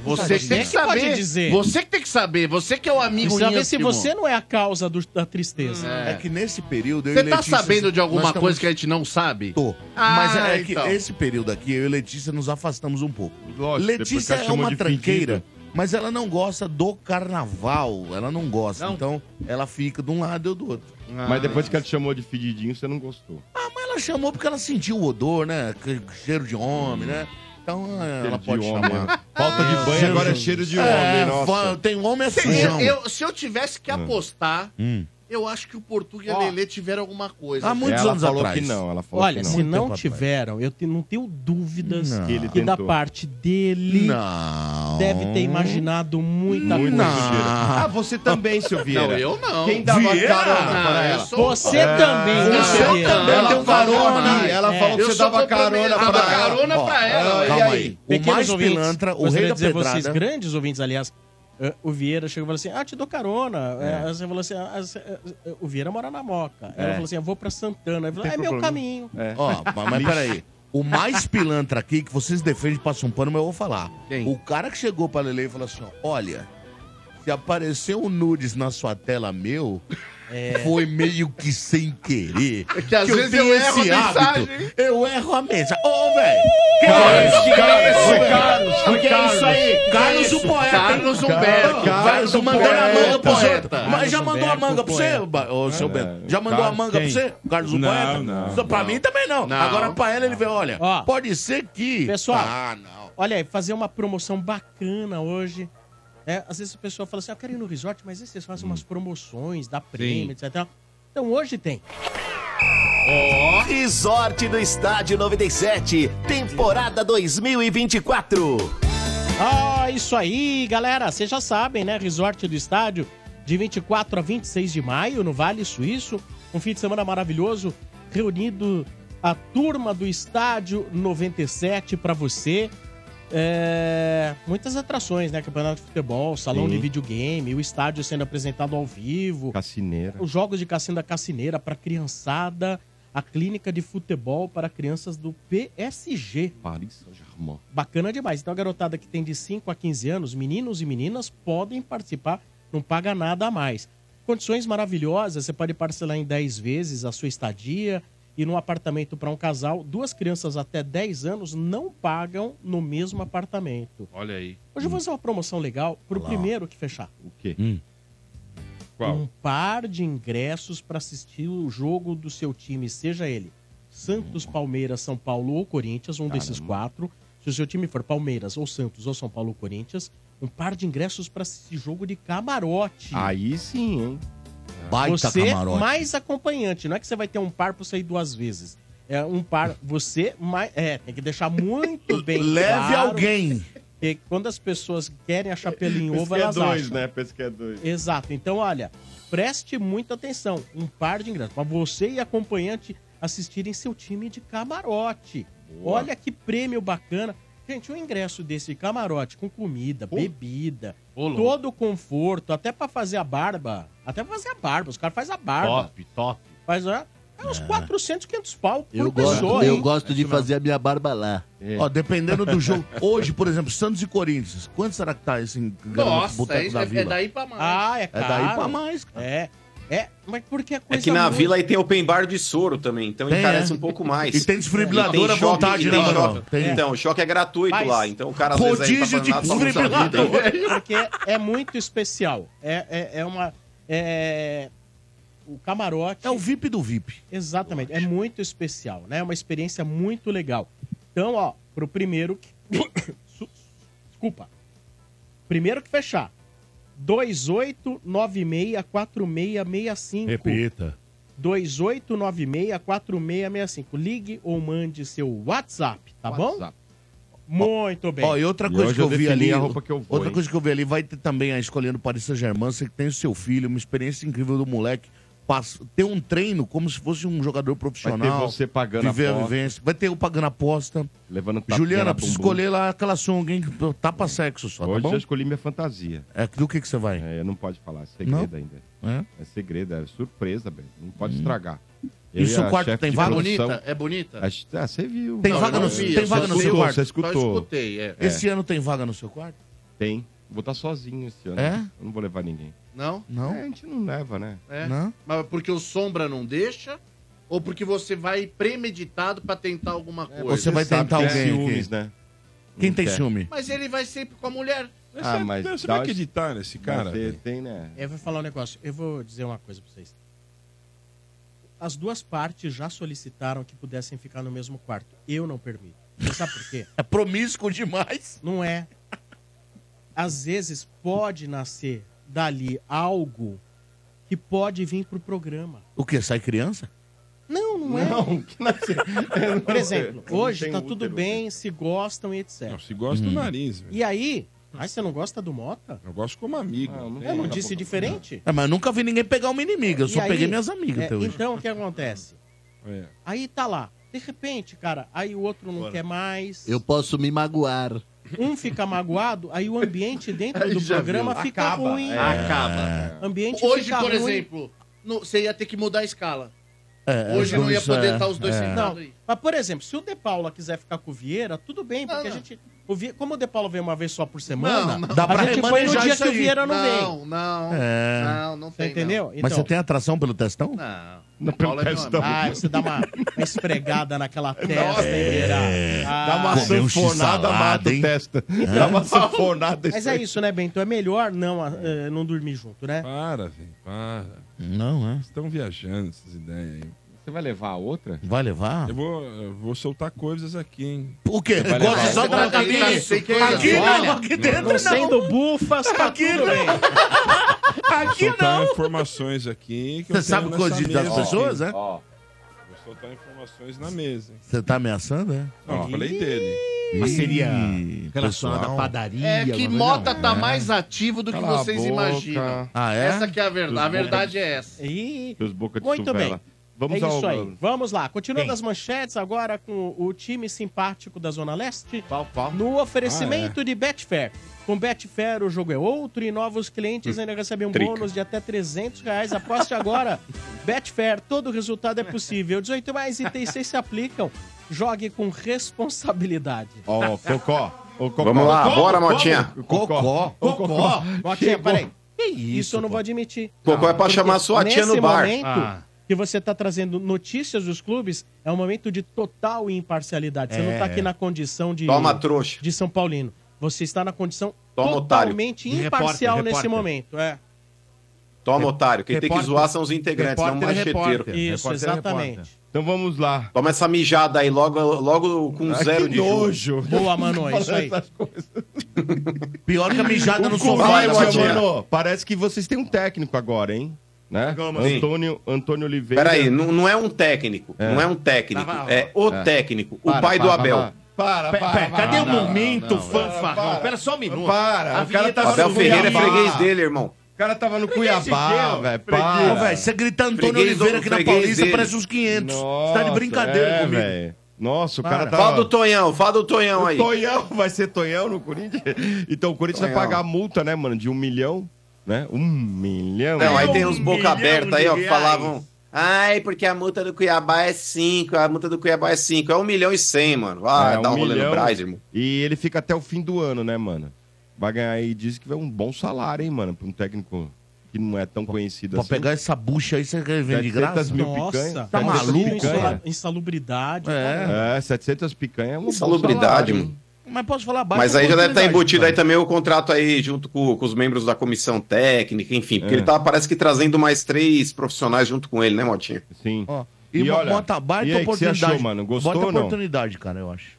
S11: Você que tem que saber. Você que tem que saber. Você que é o amigo
S1: Precisa ver se
S11: íntimo.
S1: você não é a causa do- da tristeza.
S6: É que nesse período... eu
S11: Você
S6: e
S11: tá
S6: Letícia,
S11: sabendo
S6: assim,
S11: de alguma
S6: nós estamos-
S11: coisa que a gente não sabe?
S6: Tô.
S11: Ah,
S6: Mas é
S11: então.
S6: que esse período aqui, eu e Letícia nos afastamos um pouco.
S11: Lógico, depois que
S6: Letícia
S11: ela
S6: é
S11: chamou
S6: uma
S11: de
S6: tranqueira,
S11: fedido.
S6: mas ela não gosta do carnaval. Ela não gosta. Então, ela fica de um lado e eu do outro.
S5: Mas depois que ela te chamou de fedidinho, você não gostou.
S6: Ah, mas ela chamou porque ela sentiu o odor, né? Que- Cheiro de homem, né? Então, ela
S5: de
S6: pode
S5: homem,
S6: chamar.
S5: né? Falta de banho, agora é cheiro de homem, nossa.
S6: fa- Tem homem é
S11: Se
S6: fujão.
S11: eu, se eu tivesse que apostar,
S6: Ah. Hum.
S11: eu acho que o Portuga e a Lelê tiveram alguma coisa.
S6: Há muitos
S5: Ela
S6: anos
S5: falou
S6: atrás.
S5: que não, ela falou
S1: Olha,
S5: que
S1: se
S5: Muito
S1: não
S5: tempo atrás.
S1: tiveram, eu te- não tenho dúvidas
S5: Não.
S1: que,
S5: Que ele
S1: da
S5: tentou.
S1: parte dele
S6: Não.
S1: deve ter imaginado muita
S5: Muito
S1: coisa.
S5: sujeira. Ah, você também, seu Vieira.
S1: Não, eu não.
S5: Quem dava
S1: Vieira?
S5: carona
S6: Ah,
S5: pra ela?
S1: Você também, né,
S5: É. Você
S1: Vieira?
S5: também
S1: Ela
S5: deu
S1: fala
S5: carona.
S1: demais.
S5: Ela
S1: É.
S5: falou que
S1: Eu
S5: você
S1: sou
S5: dava carona
S1: complemento-
S5: pra
S1: dava
S5: ela.
S1: carona
S5: Ó,
S1: pra ela.
S5: e
S1: Calma
S5: aí?
S1: Pequenos ouvintes, gostaria de dizer
S6: pedrada.
S1: vocês, grandes ouvintes, aliás, eh, o Vieira chegou e falou assim, ah, te dou carona. Eh, Você falou assim, ah, você- eh, o Vieira mora na Moca.
S6: É.
S1: Ela falou assim, eu vou pra Santana. Ele falou,
S6: Tem
S1: é meu
S6: problema.
S1: caminho.
S6: Ó, mas- mas peraí. O mais pilantra aqui que vocês defendem e passam um pano, mas eu vou falar. O cara que chegou pra Lele e falou assim: ó, olha, se apareceu um nudes na sua tela meu, foi meio que sem querer.
S11: É que às vezes eu erro a mensagem.
S6: Eu erro a mensagem. Ô, velho!
S11: Carlos,
S6: que é
S11: Carlos,
S6: isso, velho?
S11: Carlos,
S6: O que é
S11: Carlos.
S6: isso aí? Carlos
S11: Que
S6: o
S11: isso?
S6: poeta.
S11: Carlos Humberto.
S6: Carlos
S11: Carlos
S6: o mandando a manga pro
S11: poeta.
S6: poeta. Mas
S11: Carlos
S6: já mandou a
S11: Humberto,
S6: manga pra você,
S11: poeta.
S6: ba- ô, seu
S11: É.
S6: Bento? Já mandou a
S11: Carlos
S6: manga pra
S11: quem?
S6: você, Carlos o
S11: Não,
S6: poeta?
S11: não,
S6: Só Pra
S11: não.
S6: mim também não.
S11: Não.
S6: Agora pra ela ele vê, olha, pode ser que...
S1: Pessoal,
S6: Ah, não.
S1: olha aí, fazer uma promoção bacana hoje. É, às vezes o pessoal fala assim, eu quero ir no resort, mas aí vocês fazem umas promoções, dá prêmio, etc. Então hoje tem.
S2: Resort do Estádio 97, temporada 2024.
S1: Ah, isso aí, galera. Vocês já sabem, né? Resort do Estádio, de 24 a 26 de maio, no Vale Suíço. Um fim de semana maravilhoso, reunido a turma do Estádio 97 para você. É, muitas atrações, né? Campeonato de futebol, salão
S5: Sim.
S1: de videogame, o estádio sendo apresentado ao vivo.
S5: Cassineira.
S1: Os jogos de cassino da Cassineira para criançada, a clínica de futebol para crianças do PSG.
S5: Paris Saint-Germain.
S1: Bacana demais. Então a garotada que tem de 5 a 15 anos, meninos e meninas, podem participar, não paga nada a mais. Condições maravilhosas, você pode parcelar em 10 vezes a sua estadia e num apartamento para um casal, duas crianças até 10 anos não pagam no mesmo apartamento.
S11: Olha aí.
S1: Hoje eu vou fazer uma promoção legal pro
S11: Olha lá, ó.
S1: primeiro que fechar.
S5: O quê?
S1: Um par de ingressos para assistir o jogo do seu time, seja ele Santos,
S5: Hum.
S1: Palmeiras, São Paulo ou Corinthians, um desses quatro. Se o seu time for Palmeiras ou Santos ou São Paulo ou Corinthians, um par de ingressos para assistir jogo de camarote.
S5: Aí sim, hein? tá
S1: Baita você é mais acompanhante. Não é que você vai ter um par pra você ir duas vezes. É um par, você mais. É, tem que
S5: <laughs>
S1: deixar muito bem
S5: Leve
S1: claro
S5: alguém.
S1: que quando as pessoas querem a chapelinha em
S5: Pensa
S1: ovo,
S5: que é
S1: elas
S5: dois,
S1: acham.
S5: né? Pensa que é dois.
S1: Exato. Então, olha, preste muita atenção. Um par de ingressos para você e acompanhante assistirem seu time de camarote.
S2: Boa.
S1: Olha que prêmio bacana. Gente, um ingresso desse camarote com comida, bebida, todo o conforto, até para fazer a barba. Até pra fazer a barba. Os caras fazem a barba.
S11: Top, top.
S1: Faz ó, é uns 400, 500 pau por
S12: Eu
S1: pessoa.
S12: gosto,
S1: hein?
S12: eu gosto de fazer a minha barba lá.
S6: Ó, dependendo do jogo. <laughs> Hoje, por exemplo, Santos e Corinthians. Quanto será que tá esse
S1: Nossa,
S6: boteco
S1: isso
S6: da
S1: é- é
S6: Vila?
S1: daí pra mais. Ah, é
S6: É daí
S1: caro.
S6: pra mais.
S1: É. É, mas porque é
S7: É
S1: coisa
S7: que na
S1: muito-
S7: vila aí tem open bar de soro também, então
S1: Tem,
S7: encarece
S1: é.
S7: um pouco mais.
S6: E tem desfibrilador
S7: E tem
S6: à vontade,
S7: e tem
S6: né, Manuel?
S7: choque.
S6: Tem.
S7: Então, o choque é gratuito
S1: Mas-
S7: lá, então o cara às vezes aí tá fazendo nada, só não sabe.
S1: <laughs> Porque é muito especial. É, é, é uma. É... O camarote. É o
S6: VIP do VIP.
S1: Exatamente. É muito especial, né? É uma experiência muito legal. Então, ó, pro primeiro que. <coughs> Su- Desculpa. Primeiro que fechar. 28964665.
S4: Repita.
S1: 28964665. Ligue ou mande seu WhatsApp, tá bom? Muito bem.
S6: Ó, e outra coisa que eu, vi ali. outra
S1: hein?
S6: coisa que eu vi ali, vai ter também a escolhendo Paris Saint-Germain. Você que tem o seu filho, uma experiência incrível do moleque. passa- ter um treino como se fosse um jogador profissional.
S5: você pagando
S6: viver a
S5: aposta.
S6: vivência. Vai ter o pagando aposta.
S5: Levando tapinha
S6: Juliana,
S5: na
S6: preciso
S5: bumbum.
S6: escolher lá aquela sunga, hein? Tapa sexo só, tá
S5: Hoje
S6: bom?
S5: eu escolhi minha fantasia.
S6: É, do que, que você vai?
S5: É, não pode falar, é segredo
S6: Não?
S5: ainda.
S6: É? Hum.
S5: segredo, é surpresa, velho. Não pode estragar.
S6: E o seu quarto
S5: chefe
S6: tem
S5: de
S6: vaga?
S5: produção-
S6: Bonita? É bonita?
S5: A che- Ah, você viu.
S6: Tem vaga no, tem vaga no seu quarto?
S5: Você escutou.
S11: é,
S10: é.
S6: Esse ano tem vaga no seu quarto?
S5: Tem. Vou estar sozinho esse ano.
S6: É?
S5: Eu não vou levar ninguém.
S11: Não?
S6: Não?
S5: É, a gente não leva, né?
S11: É.
S6: Não?
S11: Mas porque o Sombra não deixa? Ou porque você vai premeditado pra tentar alguma coisa?
S6: você vai tentar
S5: que é
S6: alguém
S5: ciúmes,
S6: aqui.
S5: né?
S6: Quem
S5: Não
S6: tem
S5: quer.
S6: ciúme?
S11: Mas ele vai sempre com a mulher.
S5: Ah, mas
S9: Você
S5: dá
S9: vai
S5: um-
S9: acreditar nesse cara?
S5: Mas você
S9: velho?
S5: tem, né?
S1: Eu vou falar um negócio. Eu vou dizer uma coisa pra vocês. As duas partes já solicitaram que pudessem ficar no mesmo quarto. Eu não permito. Você sabe por quê?
S6: É promíscuo demais.
S1: Não é. Às vezes pode nascer dali algo que pode vir pro programa.
S6: O quê? Sai criança?
S1: Não, não, é.
S5: Não, assim.
S1: Por exemplo,
S9: <laughs> Não
S1: hoje
S9: tem
S1: tá
S9: útero,
S1: tudo bem, se gostam e etc.
S9: Não, se gosta
S11: Hum.
S9: do nariz, velho.
S1: E aí? Ah, você não gosta do Mota?
S9: Eu gosto como amigo.
S5: Ah,
S1: Eu não disse diferente?
S6: É, mas eu nunca vi ninguém pegar uma inimiga. Eu só
S1: E aí-
S6: peguei minhas amigas
S1: é,
S6: até hoje.
S1: Então, o que acontece?
S9: É.
S1: Aí tá lá. De repente, cara, aí o outro não quer mais.
S12: Eu posso me magoar.
S1: Um fica magoado, aí o ambiente dentro
S12: Aí
S1: do
S12: já
S1: programa
S12: viu.
S1: fica
S12: Acaba,
S1: ruim. É.
S12: é. Acaba.
S1: Ambiente
S11: Hoje,
S1: fica
S11: por
S1: ruim.
S11: exemplo, no- você ia ter que mudar a escala.
S6: É,
S11: Hoje
S6: os
S11: não ia
S6: dois,
S11: poder
S6: é,
S11: estar os dois
S6: é.
S11: sentados aí.
S1: Não, mas por exemplo, se o De Paula quiser ficar com o Vieira, tudo bem, porque a gente. o Vi- como o De Paula vem uma vez só por semana,
S6: Não, não. Dá
S1: dá
S6: pra
S1: a gente põe no
S6: remanejar
S1: dia
S6: isso
S1: que o
S6: aí.
S1: Vieira não, vem.
S11: Não, não.
S6: É.
S11: Não, não
S1: Você
S11: tem.
S1: entendeu? Então,
S6: Mas você tem atração pelo testão?
S11: Não.
S6: Não, tá
S11: Paulo é meu amigo.
S1: Ah, você dá uma, uma esfregada naquela testa, hein, Vieira?
S6: É.
S1: Ah.
S5: Dá uma
S6: Comeu
S5: sanfonada,
S6: x-salada,
S5: mata o
S6: hein?
S5: testa. Dá uma sanfonada.
S1: Mas é isso, né, Bento? É melhor não, ah, eh, não dormir junto, né?
S9: Para, velho, para.
S6: Não, é?
S9: Vocês estão viajando essas ideias aí.
S5: Você vai levar a outra?
S6: Vai levar?
S9: Eu vou, eu vou soltar coisas aqui, hein?
S6: O quê?
S9: Você vai
S6: Gosta
S9: levar
S6: só
S9: outra?
S6: da cabine?
S9: Não sei quem é.
S6: Tá Aqui não,
S9: Olha,
S6: aqui dentro não.
S1: Sendo bufas, tá tudo bem.
S9: Aqui vou soltar informações aqui. Que
S6: Você
S9: eu
S6: sabe
S9: tenho
S6: coisa
S9: nessa
S6: de- das
S9: mesa
S6: pessoas,
S5: né?
S9: aqui.
S6: é?
S9: Ó. Vou soltar informações na mesa, hein?
S6: Você tá ameaçando, é?
S9: Não, eu falei dele.
S6: Mas seria
S9: relacionada à
S6: padaria.
S11: É que Mota tá mais ativo do que
S9: Cala a
S11: vocês
S9: boca.
S11: imaginam.
S5: Ah, é?
S11: Essa que é a verdade.
S5: Dos
S11: A verdade
S5: boca
S11: é essa.
S1: Ih,
S5: Seus boca de
S11: Muito
S5: Muito
S11: bem.
S5: bem. Vamos
S1: é
S5: ao-
S1: isso aí. Vamos lá. Continuando
S5: Quem?
S1: as manchetes, agora com o time simpático da Zona Leste. No
S5: Ah, é.
S1: oferecimento de Betfair. Com Betfair o jogo é outro e novos clientes ainda recebem um
S5: Trica.
S1: bônus de até 300 reais. Aposte agora.
S5: <laughs>
S1: Betfair, todo resultado é possível. 18 mais itens 6 se aplicam. Jogue com responsabilidade.
S5: Ó, <laughs> Cocó. Ô, Cocó.
S7: Vamos lá, bora, Motinha.
S1: Cocó.
S5: Ô,
S1: Cocó. Motinha,
S5: Chegou.
S1: peraí. isso, eu não vou admitir.
S7: Cocó é pra
S1: Porque
S7: chamar sua tia
S1: nesse
S7: no bar.
S1: momento
S7: Ah.
S1: que você tá trazendo notícias dos clubes, é um momento de total imparcialidade. Você
S7: É,
S1: não tá aqui
S7: é.
S1: na condição de...
S7: Toma, trouxa.
S1: De São Paulino. Você está na condição
S7: Toma, otário.
S1: totalmente
S7: De repórter,
S1: imparcial nesse
S7: repórter.
S1: momento. É.
S7: Toma, otário. Quem tem que
S5: Repórter.
S7: zoar são os integrantes, não o
S5: Repórter é
S7: macheteiro.
S5: repórter. Isso, Repórter é exatamente. repórter. Então vamos lá.
S7: Toma essa mijada aí, logo, logo com
S5: Ah,
S7: zero
S5: que
S7: de
S5: nojo. Boa, Mano, é isso aí.
S6: Pior que a mijada no sofá,
S5: Vai,
S6: né,
S5: Motinha.
S6: Motinha?
S5: Mano, Parece que vocês têm um técnico agora, hein? Né?
S7: Motinha.
S5: Antônio, Antônio Oliveira.
S7: Peraí, não, não é um técnico.
S5: É.
S7: Não é um técnico.
S5: Tá, vai,
S7: É o
S5: é.
S7: técnico, o
S5: Para,
S7: pai do
S5: para,
S7: Abel.
S5: para. Para,
S6: Pera, pera, cadê o momento
S5: para.
S6: fanfarrão? Pera só um minuto.
S5: Para,
S6: A
S5: o cara
S6: vinheta
S5: tá
S6: só
S7: Abel
S6: no
S7: Ferreira é
S6: Cuiabá.
S7: freguês dele, irmão.
S5: O cara tava no
S6: Freguês de
S5: Cuiabá,
S6: quê?
S5: velho.
S6: Freguês. é
S5: Para.
S6: Ô, velho, você grita Antônio
S5: Freguês do-
S6: Oliveira aqui na
S5: freguês
S6: Paulista,
S5: dele.
S6: parece uns 500. Você tá
S5: Nossa,
S6: de brincadeira
S5: é,
S6: comigo.
S5: velho. Nossa, o
S6: Para.
S5: cara tá.
S7: Fala do Tonhão, fala do Tonhão
S5: O
S7: aí.
S5: Tonhão, vai ser Tonhão no Corinthians? Então o Corinthians vai
S7: Tonhão.
S5: pagar a multa, né, mano? De um milhão, né? Um milhão.
S7: Não, aí tem uns boca aberta aí, ó, que
S5: que
S7: falavam. Ai, porque a multa do Cuiabá é 5, a multa do Cuiabá é 5. É 1 milhão e 100, mano. Vai
S5: É,
S7: dar um
S5: um
S7: rolê no
S5: milhão.
S7: Braz, irmão.
S5: E ele fica até o fim do ano, né, mano? Vai ganhar aí, diz que vai um bom salário, hein, mano, pra um técnico que não é tão conhecido
S6: Pra
S5: assim.
S6: pegar essa bucha aí, você quer vender de
S5: 700
S6: graça?
S5: mil picanha.
S6: Tá
S5: 700
S6: maluco?
S5: picanha.
S7: É.
S6: cara?
S1: Insalubridade.
S5: É, é, 700 picanha é um bom
S7: Insalubridade,
S5: salário,
S7: mano.
S6: Mas posso falar baixo?
S7: Mas aí já deve estar
S6: oportunidade,
S7: embutido
S6: cara.
S7: aí também o contrato aí junto com, com os membros da comissão técnica, enfim. Porque
S5: É.
S7: ele tá, parece que trazendo mais três profissionais junto com ele, né, Motinho?
S5: Sim.
S6: E,
S7: E
S6: uma
S7: olha,
S6: bota baita
S7: e aí, que você
S6: oportunidade.
S7: achou, mano? Gostou
S6: Bota
S7: ou não?
S6: oportunidade, cara, eu acho.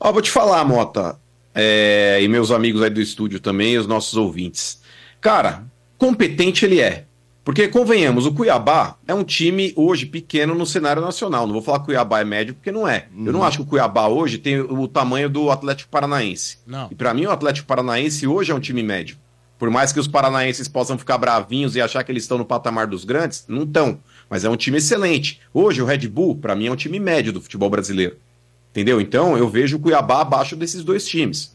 S7: Ó, vou te falar, Mota, é, e meus amigos aí do estúdio também, e os nossos ouvintes. Cara, competente ele é. Porque, convenhamos, o Cuiabá é um time hoje pequeno no cenário nacional. Não vou falar que o Cuiabá é médio, porque não é. Eu não acho que o Cuiabá hoje tem o tamanho do Atlético Paranaense.
S1: Não.
S7: E pra mim, o Atlético Paranaense hoje é um time médio. Por mais que os paranaenses possam ficar bravinhos e achar que eles estão no patamar dos grandes, não estão. Mas é um time excelente. Hoje, o Red Bull, pra mim, é um time médio do futebol brasileiro. Entendeu? Então, eu vejo o Cuiabá abaixo desses dois times.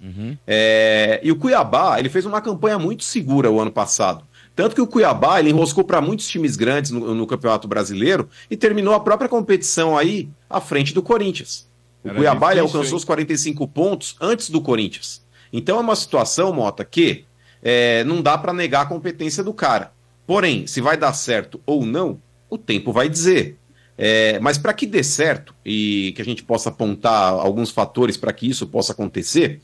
S7: É, E o Cuiabá, ele fez uma campanha muito segura o ano passado. Tanto que o Cuiabá, ele enroscou para muitos times grandes no, no Campeonato Brasileiro e terminou a própria competição aí à frente do Corinthians. O
S5: Era
S7: Cuiabá, ele
S5: difícil,
S7: alcançou
S5: hein?
S7: os 45 pontos antes do Corinthians. Então, é uma situação, Mota, que é, não dá para negar a competência do cara. Porém, se vai dar certo ou não, o tempo vai dizer. É, mas para que dê certo e que a gente possa apontar alguns fatores para que isso possa acontecer,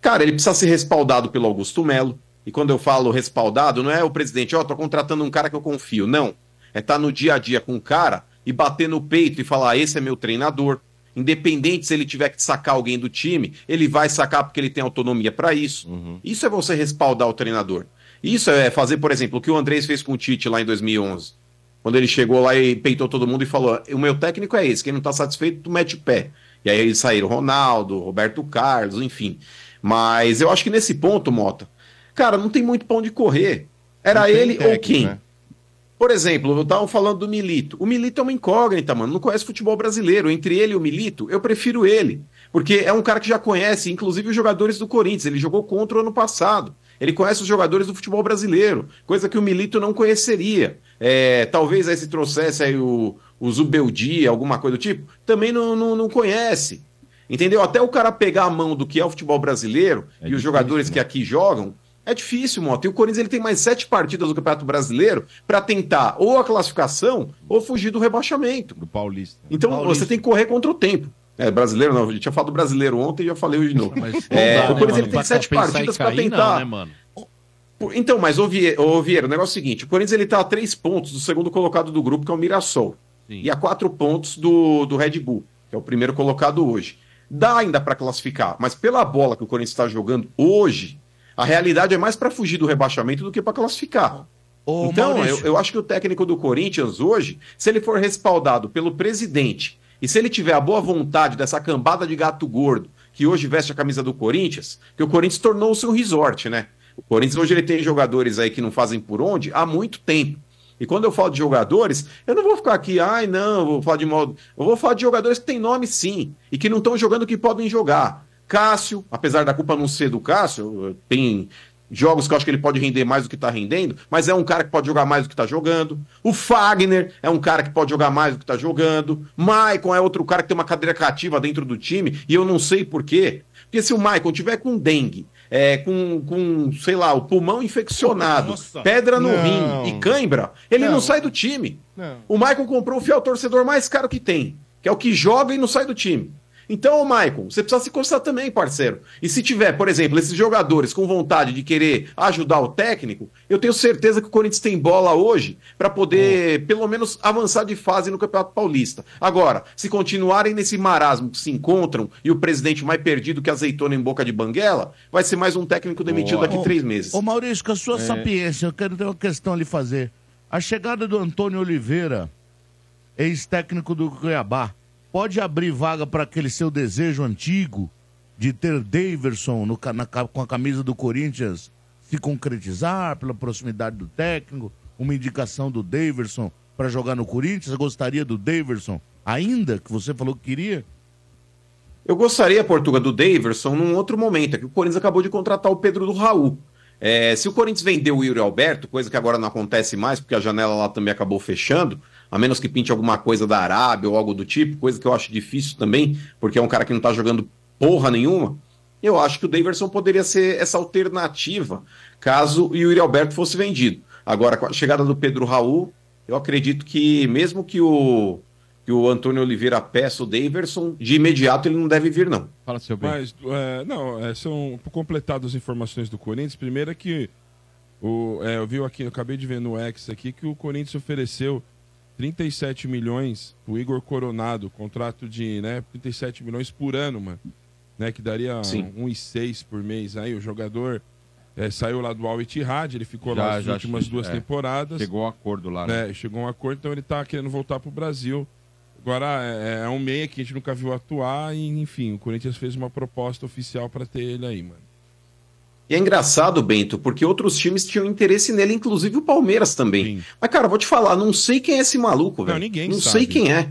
S7: Cara, ele precisa ser respaldado pelo Augusto Melo. E quando eu falo respaldado, não é o presidente, ó, tô contratando um cara que eu confio. Não. É estar no dia a dia com o cara e bater no peito e falar: esse é meu treinador. Independente se ele tiver que sacar alguém do time, ele vai sacar porque ele tem autonomia para isso. Isso é você respaldar o treinador. Isso é fazer, por exemplo, o que o Andrés fez com o Tite lá em 2011 quando ele chegou lá e peitou todo mundo e falou: o meu técnico é esse, quem não tá satisfeito, tu mete o pé. E aí eles saíram Ronaldo, Roberto Carlos, enfim. Mas eu acho que nesse ponto, Mota, cara, não tem muito pão de correr. Era
S5: Não tem
S7: ele ou
S5: técnico,
S7: quem?
S5: né?
S7: Por exemplo, eu tava falando do Milito. O Milito é uma incógnita, mano. Não conhece futebol brasileiro. Entre ele e o Milito, eu prefiro ele. Porque é um cara que já conhece, inclusive, os jogadores do Corinthians. Ele jogou contra o ano passado. Ele conhece os jogadores do futebol brasileiro, coisa que o Milito não conheceria. É, talvez aí se trouxesse aí o, o Zubeldia, alguma coisa do tipo, também não, não, não conhece. Entendeu? Até o cara pegar a mão do que é o futebol brasileiro e os jogadores que aqui jogam, é difícil, Mota. E o Corinthians ele tem mais sete partidas do Campeonato Brasileiro para tentar ou a classificação ou fugir do rebaixamento.
S5: Do Paulista.
S7: Então você tem que correr contra o tempo. É, brasileiro não. Eu tinha falado do brasileiro ontem e já falei hoje de novo. É,
S11: dá, né,
S7: o Corinthians
S11: mano?
S7: ele tem
S11: Pra
S7: sete
S11: pensar em
S7: partidas para
S11: cair, não,
S7: tentar.
S11: né, mano?
S7: Por- Então, mas, ô Vie- ô, Vieira, o negócio é o seguinte: o Corinthians ele tá a três pontos do segundo colocado do grupo, que é o Mirassol. E a quatro pontos do, do Red Bull, que é o primeiro colocado hoje. Dá ainda para classificar, mas pela bola que o Corinthians está jogando hoje, a realidade é mais para fugir do rebaixamento do que para classificar. então, eu,
S5: Maurício.
S7: eu acho que o técnico do Corinthians hoje, se ele for respaldado pelo presidente e se ele tiver a boa vontade dessa cambada de gato gordo que hoje veste a camisa do Corinthians, que o Corinthians tornou-se um resort, né? O Corinthians hoje ele tem jogadores aí que não fazem por onde há muito tempo. E quando eu falo de jogadores, eu não vou ficar aqui, ai não, eu vou falar de modo. Eu vou falar de jogadores que têm nome sim e que não estão jogando o que podem jogar. Cássio, apesar da culpa não ser do Cássio, tem jogos que eu acho que ele pode render mais do que está rendendo, mas é um cara que pode jogar mais do que está jogando. O Fagner é um cara que pode jogar mais do que está jogando. Maicon é outro cara que tem uma cadeira cativa dentro do time e eu não sei por quê. Porque se o Maicon tiver com dengue, é, com, com, sei lá, o pulmão infeccionado,
S4: Nossa.
S7: pedra no
S4: Não.
S7: rim e cãibra, ele não.
S4: Não.
S7: sai do time.
S4: Não.
S7: O Maicon comprou o fiel torcedor mais caro que tem, que é o que joga e não sai do time. Então, ô Maicon, você precisa se constar também, parceiro. E se tiver, por exemplo, esses jogadores com vontade de querer ajudar o técnico, eu tenho certeza que o Corinthians tem bola hoje para poder, pelo menos, avançar de fase no Campeonato Paulista. Agora, se continuarem nesse marasmo que se encontram e o presidente mais perdido que azeitona em boca de banguela, vai ser mais um técnico demitido daqui
S6: Ô,
S7: três meses.
S6: Ô Maurício, com a sua
S7: É.
S6: sapiência, eu quero ter uma questão a lhe fazer. A chegada do Antônio Oliveira, ex-técnico do Cuiabá, pode abrir vaga para aquele seu desejo antigo de ter Daverson no ca- na ca- com a camisa do Corinthians se concretizar pela proximidade do técnico? Uma indicação do Daverson para jogar no Corinthians? Gostaria do Daverson ainda, que você falou que queria?
S7: Eu gostaria, Portuga, do Daverson num outro momento, é que o Corinthians acabou de contratar o Pedro do Raul. É, se o Corinthians vendeu o Yuri Alberto, coisa que agora não acontece mais, porque a janela lá também acabou fechando, a menos que pinte alguma coisa da Arábia ou algo do tipo, coisa que eu acho difícil também, porque é um cara que não tá jogando porra nenhuma, eu acho que o Daverson poderia ser essa alternativa caso o Yuri Alberto fosse vendido. Agora, com a chegada do Pedro Raul, eu acredito que mesmo que o, que o Antônio Oliveira peça o Daverson, de imediato ele não deve vir, não.
S5: Fala, seu
S9: Mas, é, não, é, são completadas as informações do Corinthians. Primeiro é que o, é, eu vi aqui, eu acabei de ver no X aqui que o Corinthians ofereceu 37 milhões pro Igor Coronado, contrato de né, 37 milhões por ano, mano. Né, que daria
S5: Sim.
S9: 1,6 por mês aí. O jogador é, saiu lá do Al Ittihad, ele ficou
S5: Já-
S9: lá as
S5: já
S9: últimas
S5: che-
S9: duas
S5: é.
S9: temporadas.
S5: Chegou um acordo lá, né?
S9: É, chegou um acordo, então ele tá querendo voltar pro Brasil. Agora é, é um meia que a gente nunca viu atuar e, enfim, o Corinthians fez uma proposta oficial pra ter ele aí, mano.
S7: E é engraçado, Bento, porque outros times tinham interesse nele, inclusive o Palmeiras também. Mas, cara, eu vou te falar, não sei quem é esse maluco, velho. Não,
S9: ninguém
S7: Não
S9: sabe.
S7: sei quem é.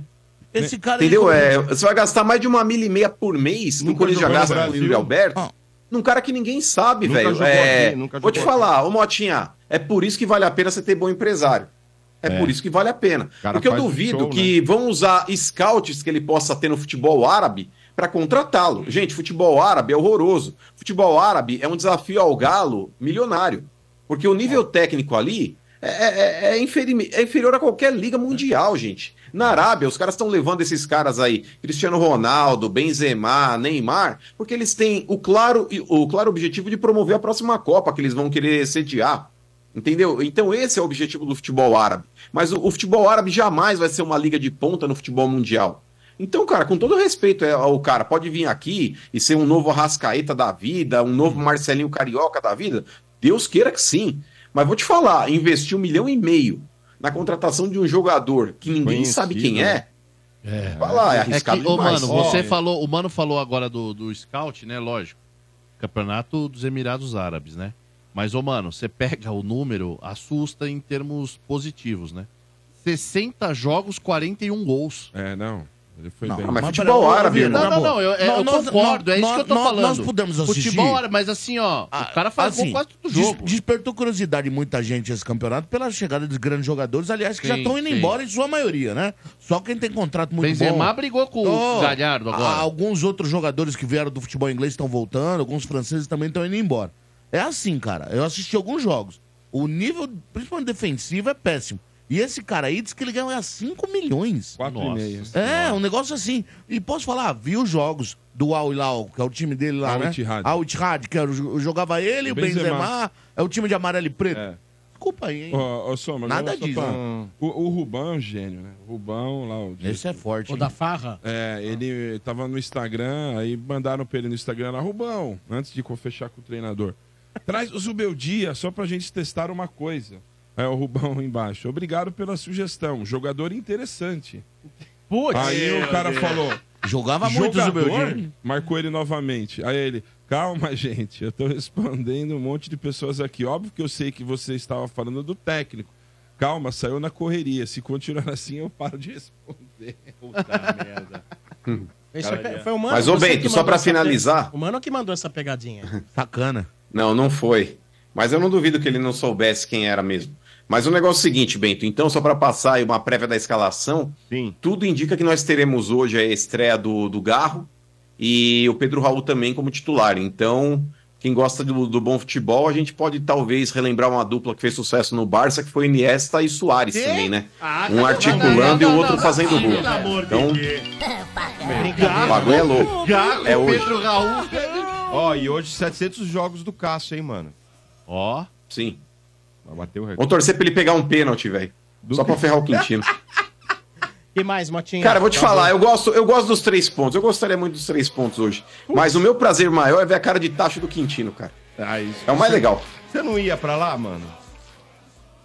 S6: Esse cara.
S7: Entendeu? É, você vai gastar mais de uma milha e meia por mês que o Corinthians já
S5: jogou no
S7: gasta com o
S5: Brasil.
S7: Yuri Alberto. Num cara que ninguém sabe,
S5: Nunca
S7: velho.
S5: jogou
S7: É,
S5: aqui, nunca
S7: vou
S5: jogou
S7: te
S5: aqui.
S7: falar, ô Motinha, é por isso que vale a pena você ter bom empresário. É,
S5: É.
S7: por isso que vale a pena.
S5: cara
S7: Porque eu
S5: faz um
S7: duvido
S5: show,
S7: que vão usar scouts que ele possa ter no futebol árabe para contratá-lo. Gente, futebol árabe é horroroso. Futebol árabe é um desafio ao galo milionário. Porque o nível técnico ali é, é- é inferi- é inferior a qualquer liga mundial, gente. Na Arábia, os caras estão levando esses caras aí, Cristiano Ronaldo, Benzema, Neymar, porque eles têm o claro, o claro objetivo de promover a próxima Copa que eles vão querer sediar. Entendeu? Então esse é o objetivo do futebol árabe. Mas o, o futebol árabe jamais vai ser uma liga de ponta no futebol mundial. Então, cara, com todo respeito é, ao cara, pode vir aqui e ser um novo Arrascaeta da vida, um
S11: Uhum.
S7: novo Marcelinho Carioca da vida. Deus queira que sim. Mas vou te falar, investir um milhão e meio na contratação de um jogador que ninguém sabe quem é,
S11: É.
S7: vai lá, é
S11: que,
S7: arriscado
S11: ô,
S7: demais.
S11: mano, você falou, o mano falou agora do, do scout, né? Lógico. Campeonato dos Emirados Árabes, né? Mas, ô, mano, você pega o número, assusta em termos positivos, né? 60 jogos, 41 gols.
S9: É, não. Ele foi
S11: não,
S9: bem.
S11: Mas,
S9: Mas
S11: futebol
S9: peraí,
S11: árabe,
S9: ô,
S11: não,
S9: Vitor,
S11: não, não, eu, é,
S9: não,
S11: eu
S9: nós-
S11: concordo, é isso
S6: nós-
S11: que eu tô
S6: nós-
S11: falando.
S6: nós pudemos assistir.
S11: Futebol árabe, mas assim, ó, o cara faz gol quase todo
S6: Ah, assim, des-
S11: jogo.
S6: despertou curiosidade em muita gente esse campeonato pela chegada de grandes jogadores, aliás, que já
S11: Sim,
S6: estão indo
S11: sim.
S6: embora em sua maioria, né? Só quem tem contrato muito bom.
S11: Benzema brigou com o
S6: Oh,
S11: Galhardo agora.
S6: a- Alguns outros jogadores que vieram do futebol inglês estão voltando, alguns franceses também estão indo embora. É assim, cara. Eu assisti alguns jogos. O nível, principalmente defensivo, é péssimo. E esse cara aí diz que ele ganha 5 milhões.
S9: 4,5. meia.
S6: É, um negócio assim. E posso falar, vi os jogos do Al Hilal, que é o time dele lá,
S9: Al
S6: né?
S9: Ittihad.
S6: Al Ittihad, que era, o- jogava ele,
S9: O
S6: o Benzema.
S9: Benzema.
S6: é o time de amarelo e preto.
S10: É.
S6: Desculpa aí, hein?
S9: Ô, ô, Soma,
S6: Nada
S9: agora só
S6: disso.
S9: pra- O, o Rubão é um gênio, né? O Rubão lá. O
S6: Esse é forte.
S10: O da farra?
S9: É, ele tava no Instagram, aí mandaram pra ele no Instagram lá, Rubão, antes de co- fechar com o treinador. Traz o Zubeldia só pra gente testar uma coisa. É o Rubão <laughs> embaixo. Obrigado pela sugestão. Jogador interessante.
S6: Putz,
S9: aí
S6: meu
S9: o cara
S6: Deus.
S9: falou.
S6: Jogava muito o
S9: "Jogador?"
S6: Zubeldia.
S9: Marcou ele novamente. Aí ele, calma, <laughs> gente, eu tô respondendo um monte de pessoas aqui. Óbvio que eu sei que você estava falando do técnico. Calma, saiu na correria. Se continuar <laughs> assim, eu paro de responder. Puta merda.
S1: Esse é
S9: Cara,
S7: é.
S1: foi-
S9: já-
S1: foi o Mano
S7: Mas, ô,
S1: você
S7: Bento,
S1: que
S7: só
S1: mandou
S7: pra
S1: essa pe-
S7: finalizar.
S1: O Mano que mandou essa
S7: <laughs>
S1: pegadinha.
S6: Sacana.
S7: Não, não foi. Mas eu não duvido que ele não soubesse quem era mesmo. Mas o negócio é o seguinte, Bento. Então, só para passar aí uma prévia da escalação, tudo indica que nós teremos hoje a estreia do, do Garro e o Pedro Raul também como titular. Então, quem gosta do, do bom futebol, a gente pode talvez relembrar uma dupla que fez sucesso no Barça, que foi Iniesta e Soares também, né?
S12: Ah, tá
S7: um articulando e o outro fazendo gol.
S12: Pelo amor
S7: Então,
S12: de Deus.
S7: o bagulho é louco.
S12: Gago,
S7: É hoje.
S12: Pedro Raul.
S5: Ó, e hoje 700 jogos do Cássio, hein, mano?
S11: Ó.
S7: Sim.
S5: Vai bater o
S7: Vou torcer pra ele pegar um pênalti, velho. Só pra ferrar
S12: <laughs>
S7: o Quintino.
S1: que mais, Motinha?
S7: Cara, eu vou te
S1: Tá
S7: falar,
S1: bom.
S7: eu gosto, eu gosto dos três pontos. Eu gostaria muito dos três pontos hoje. Mas o meu prazer maior é ver a cara de tacho do Quintino, cara.
S5: Ah,
S7: é o mais legal.
S5: Você não ia pra lá, mano?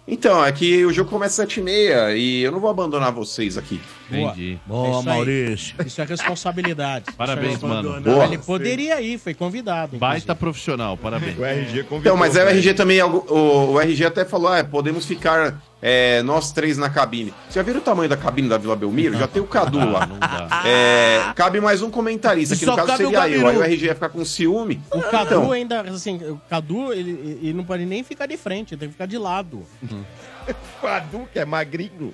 S7: Então, é que o jogo começa às 7h30 e eu não vou abandonar vocês aqui.
S1: Boa.
S6: Boa,
S1: Isso aí.
S6: Maurício.
S1: Isso é responsabilidade.
S11: Parabéns,
S1: Isso é responsabilidade.
S11: mano.
S7: Boa.
S1: Ele poderia ir, foi convidado.
S11: Baita profissional, parabéns.
S5: O RG
S7: Então, mas é o RG também, algo- o, o RG até falou, ah, podemos ficar é, nós três na cabine. Vocês já viram o tamanho da cabine da Vila Belmiro? Já tem o Cadu
S1: Ah,
S7: lá. É, cabe mais um comentarista, que
S1: Só
S7: no caso
S1: cabe o
S7: seria eu.
S1: Gabiru.
S7: Aí o RG ia ficar com ciúme. Então,
S1: O Cadu ainda, assim, o Cadu, ele, ele não pode nem ficar de frente, ele tem que ficar de lado.
S5: Cadu, que é magrinho.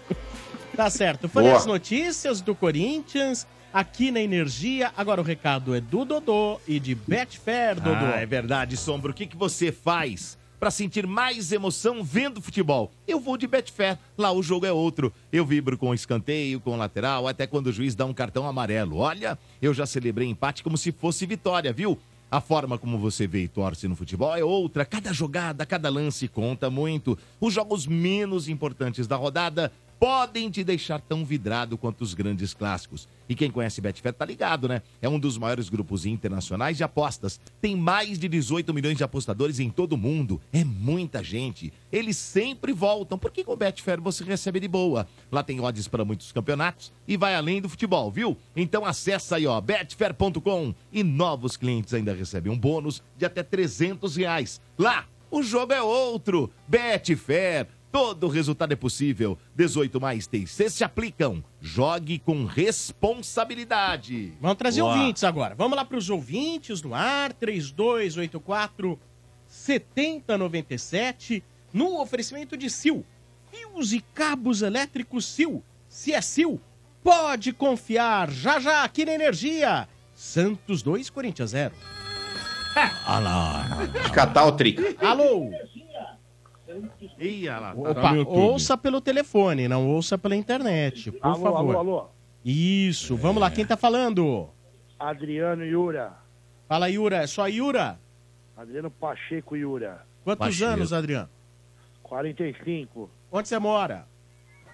S1: Tá certo. Foram
S7: Boa.
S1: as notícias do Corinthians, aqui na Energia. Agora o recado é do Dodô e de Betfair, Dodô.
S10: Ah, é verdade, Sombra. O que, que você faz para sentir mais emoção vendo futebol? Eu vou de Betfair, lá o jogo é outro. Eu vibro com escanteio, com lateral, até quando o juiz dá um cartão amarelo. Olha, eu já celebrei empate como se fosse vitória, viu? A forma como você vê e torce no futebol é outra. Cada jogada, cada lance conta muito. Os jogos menos importantes da rodada podem te deixar tão vidrado quanto os grandes clássicos. E quem conhece Betfair tá ligado, né? É um dos maiores grupos internacionais de apostas. Tem mais de 18 milhões de apostadores em todo o mundo. É muita gente. Eles sempre voltam, porque com Betfair você recebe de boa. Lá tem odds para muitos campeonatos e vai além do futebol, viu? Então acessa aí, ó, betfair.com e novos clientes ainda recebem um bônus de até 300 reais. Lá, o jogo é outro. Betfair. Todo resultado é possível. 18 mais TIC se aplicam. Jogue com responsabilidade.
S1: Vamos trazer
S10: Boa.
S1: ouvintes agora. Vamos lá para os ouvintes no ar, 3284 7097, no oferecimento de Sil. Fios e cabos elétricos Sil. Se é Sil, pode confiar já já aqui na Energia. Santos 2, Corinthians 0. é-
S7: Catar o trico.
S1: Alô?
S13: Tá
S11: Ih, olha lá.
S1: Opa, ouça pelo telefone, não ouça pela internet, por
S13: Alô,
S1: favor.
S13: alô, alô.
S1: Isso, vamos lá, quem tá falando?
S13: Adriano Yura.
S1: Fala, Yura, é só Yura?
S13: Adriano Pacheco Yura.
S1: Quantos
S13: Pacheco.
S1: anos, Adriano?
S13: 45.
S1: Onde você mora?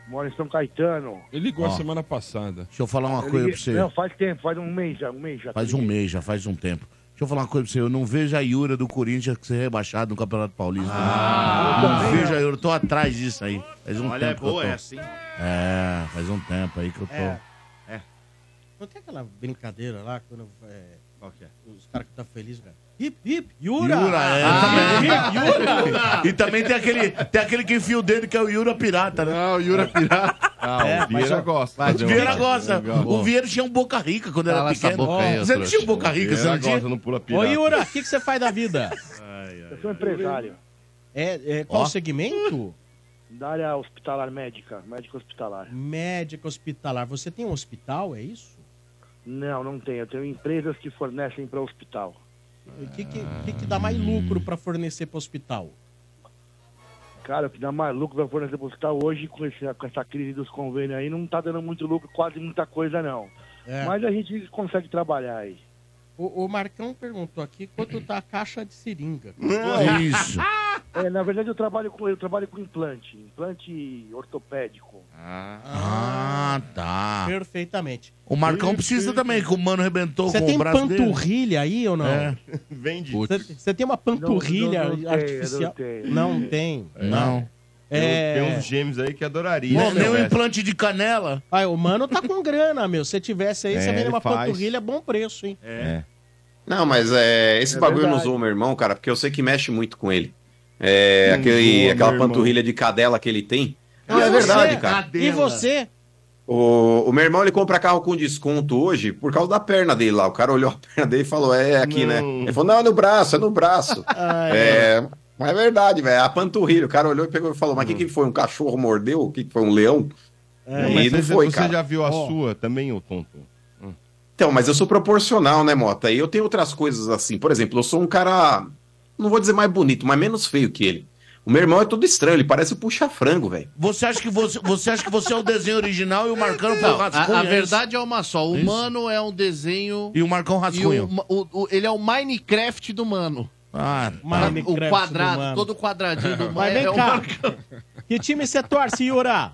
S13: Moro em São Caetano.
S9: Ele ligou a
S6: Ó.
S9: semana passada.
S6: Deixa eu falar uma
S13: Eu
S6: coisa
S13: liguei-
S6: pra você.
S10: é
S13: Não, faz tempo, faz um mês já, um mês já.
S6: Faz
S13: que eu
S6: um
S13: liguei.
S6: mês já, faz um tempo. Deixa eu falar uma coisa pra você. Eu não vejo a Yura do Corinthians ser rebaixado no Campeonato Paulista. não vejo a Yura. Eu tô atrás disso aí. Faz um
S11: Ah, né? Olha, é
S6: tempo. que eu
S11: boa
S6: tô.
S11: essa, hein?
S6: É, faz um tempo aí que eu tô.
S1: É. Não tem aquela brincadeira lá quando. É,
S11: Qual que é?
S1: Os caras que tá feliz, cara. Hip, hip, Yura!
S6: Yura, é.
S1: Ah, hip, hip, Yura!
S6: E também tem aquele, tem aquele que enfia o dedo que é o Yura Pirata, né? Ah, o Yura Pirata.
S11: Ah,
S1: é,
S5: o Vieira gosta.
S6: O
S5: Fazer um-
S6: Vieira gosta.
S5: Legal.
S6: O Vieira tinha um boca rica quando
S5: Cala
S6: era
S5: essa
S6: pequeno.
S5: boca aí, ô
S6: você não tinha um
S5: trouxa.
S6: boca rica, você
S5: Vieira
S6: não tinha?
S5: gosta, não pula
S1: Ô, Yura, o que, que você faz da
S6: <laughs>
S1: vida?
S13: Eu sou um empresário.
S1: É, é, qual
S13: Ó.
S1: segmento?
S13: Da área hospitalar médica, médico hospitalar.
S1: Médica hospitalar. Você tem um hospital, é isso?
S13: Não, não tenho. Eu tenho empresas que fornecem para hospital.
S1: O que, que, o que que dá mais lucro pra fornecer pro hospital?
S13: Cara, o que dá mais lucro para fornecer para hospital hoje, com, esse- com essa crise dos convênios aí, não tá dando muito lucro, quase muita coisa não.
S1: É.
S13: Mas a gente consegue trabalhar aí.
S1: O, o Marcão perguntou aqui quanto tá a caixa de seringa.
S13: Isso. É, na verdade, eu trabalho com eu trabalho com implante, implante ortopédico.
S6: Ah, tá.
S1: Perfeitamente.
S6: O Marcão precisa também, que o mano arrebentou
S1: Você
S6: com
S1: tem
S6: o braço dele.
S1: panturrilha aí ou não?
S6: É.
S5: Vende.
S1: Você você tem uma
S5: Não,
S1: panturrilha
S5: não, não tenho,
S1: artificial?
S5: não
S1: Não tem.
S5: Não.
S1: É.
S5: Tem uns gêmeos aí que adoraria.
S1: Bom, nem um
S6: implante de canela.
S1: Ah, o mano tá com grana, meu. Se tivesse aí,
S7: É,
S1: você vende
S7: ele
S1: uma
S7: faz.
S1: panturrilha, bom preço, hein?
S7: É. Não, mas é, esse
S1: É
S7: bagulho eu não
S1: verdade.
S7: zoou meu irmão, cara, porque eu sei que mexe muito com ele. É, aquele,
S1: zoa,
S7: aquela
S1: meu irmão. Ah,
S7: panturrilha de cadela que ele tem. Não, é verdade, cara.
S1: E você?
S7: O, o meu irmão ele compra carro com desconto hoje por causa da perna dele lá. O cara olhou a <laughs> perna dele e falou: É aqui, né? Ele falou: Não, é no braço, é no braço.
S1: Ai,
S7: é, mas é verdade, velho. É a panturrilha. O cara olhou e pegou e falou: Mas o que, que foi? Um cachorro mordeu? O que, que foi? Um leão?
S6: É,
S5: Não,
S7: e
S5: É, mas
S7: não
S5: você,
S7: foi,
S5: você
S7: cara.
S5: já viu a sua também, ô tonto?
S7: Então, mas eu sou proporcional, né, Mota? E eu tenho outras coisas assim. Por exemplo, eu sou um cara. Não vou dizer mais bonito, mas menos feio que ele. O meu irmão é todo estranho, ele parece o puxa-frango, velho.
S6: Você acha que você, você acha que você é o desenho original e o Marcão foi o
S11: Não, um a,
S6: rascunho?
S11: a
S6: é isso?
S11: verdade é uma só. O
S6: Isso.
S11: humano é um desenho.
S6: E o Marcão
S11: E o
S6: rascunho.
S11: ma- o- o- ele é o Minecraft do mano.
S6: Ah,
S1: Minecraft
S11: o quadrado,
S1: do mano.
S11: todo quadradinho do mano.
S1: Mas
S11: é
S1: vem
S11: o
S1: cá.
S11: Marcão.
S1: Que time você torce, Yura?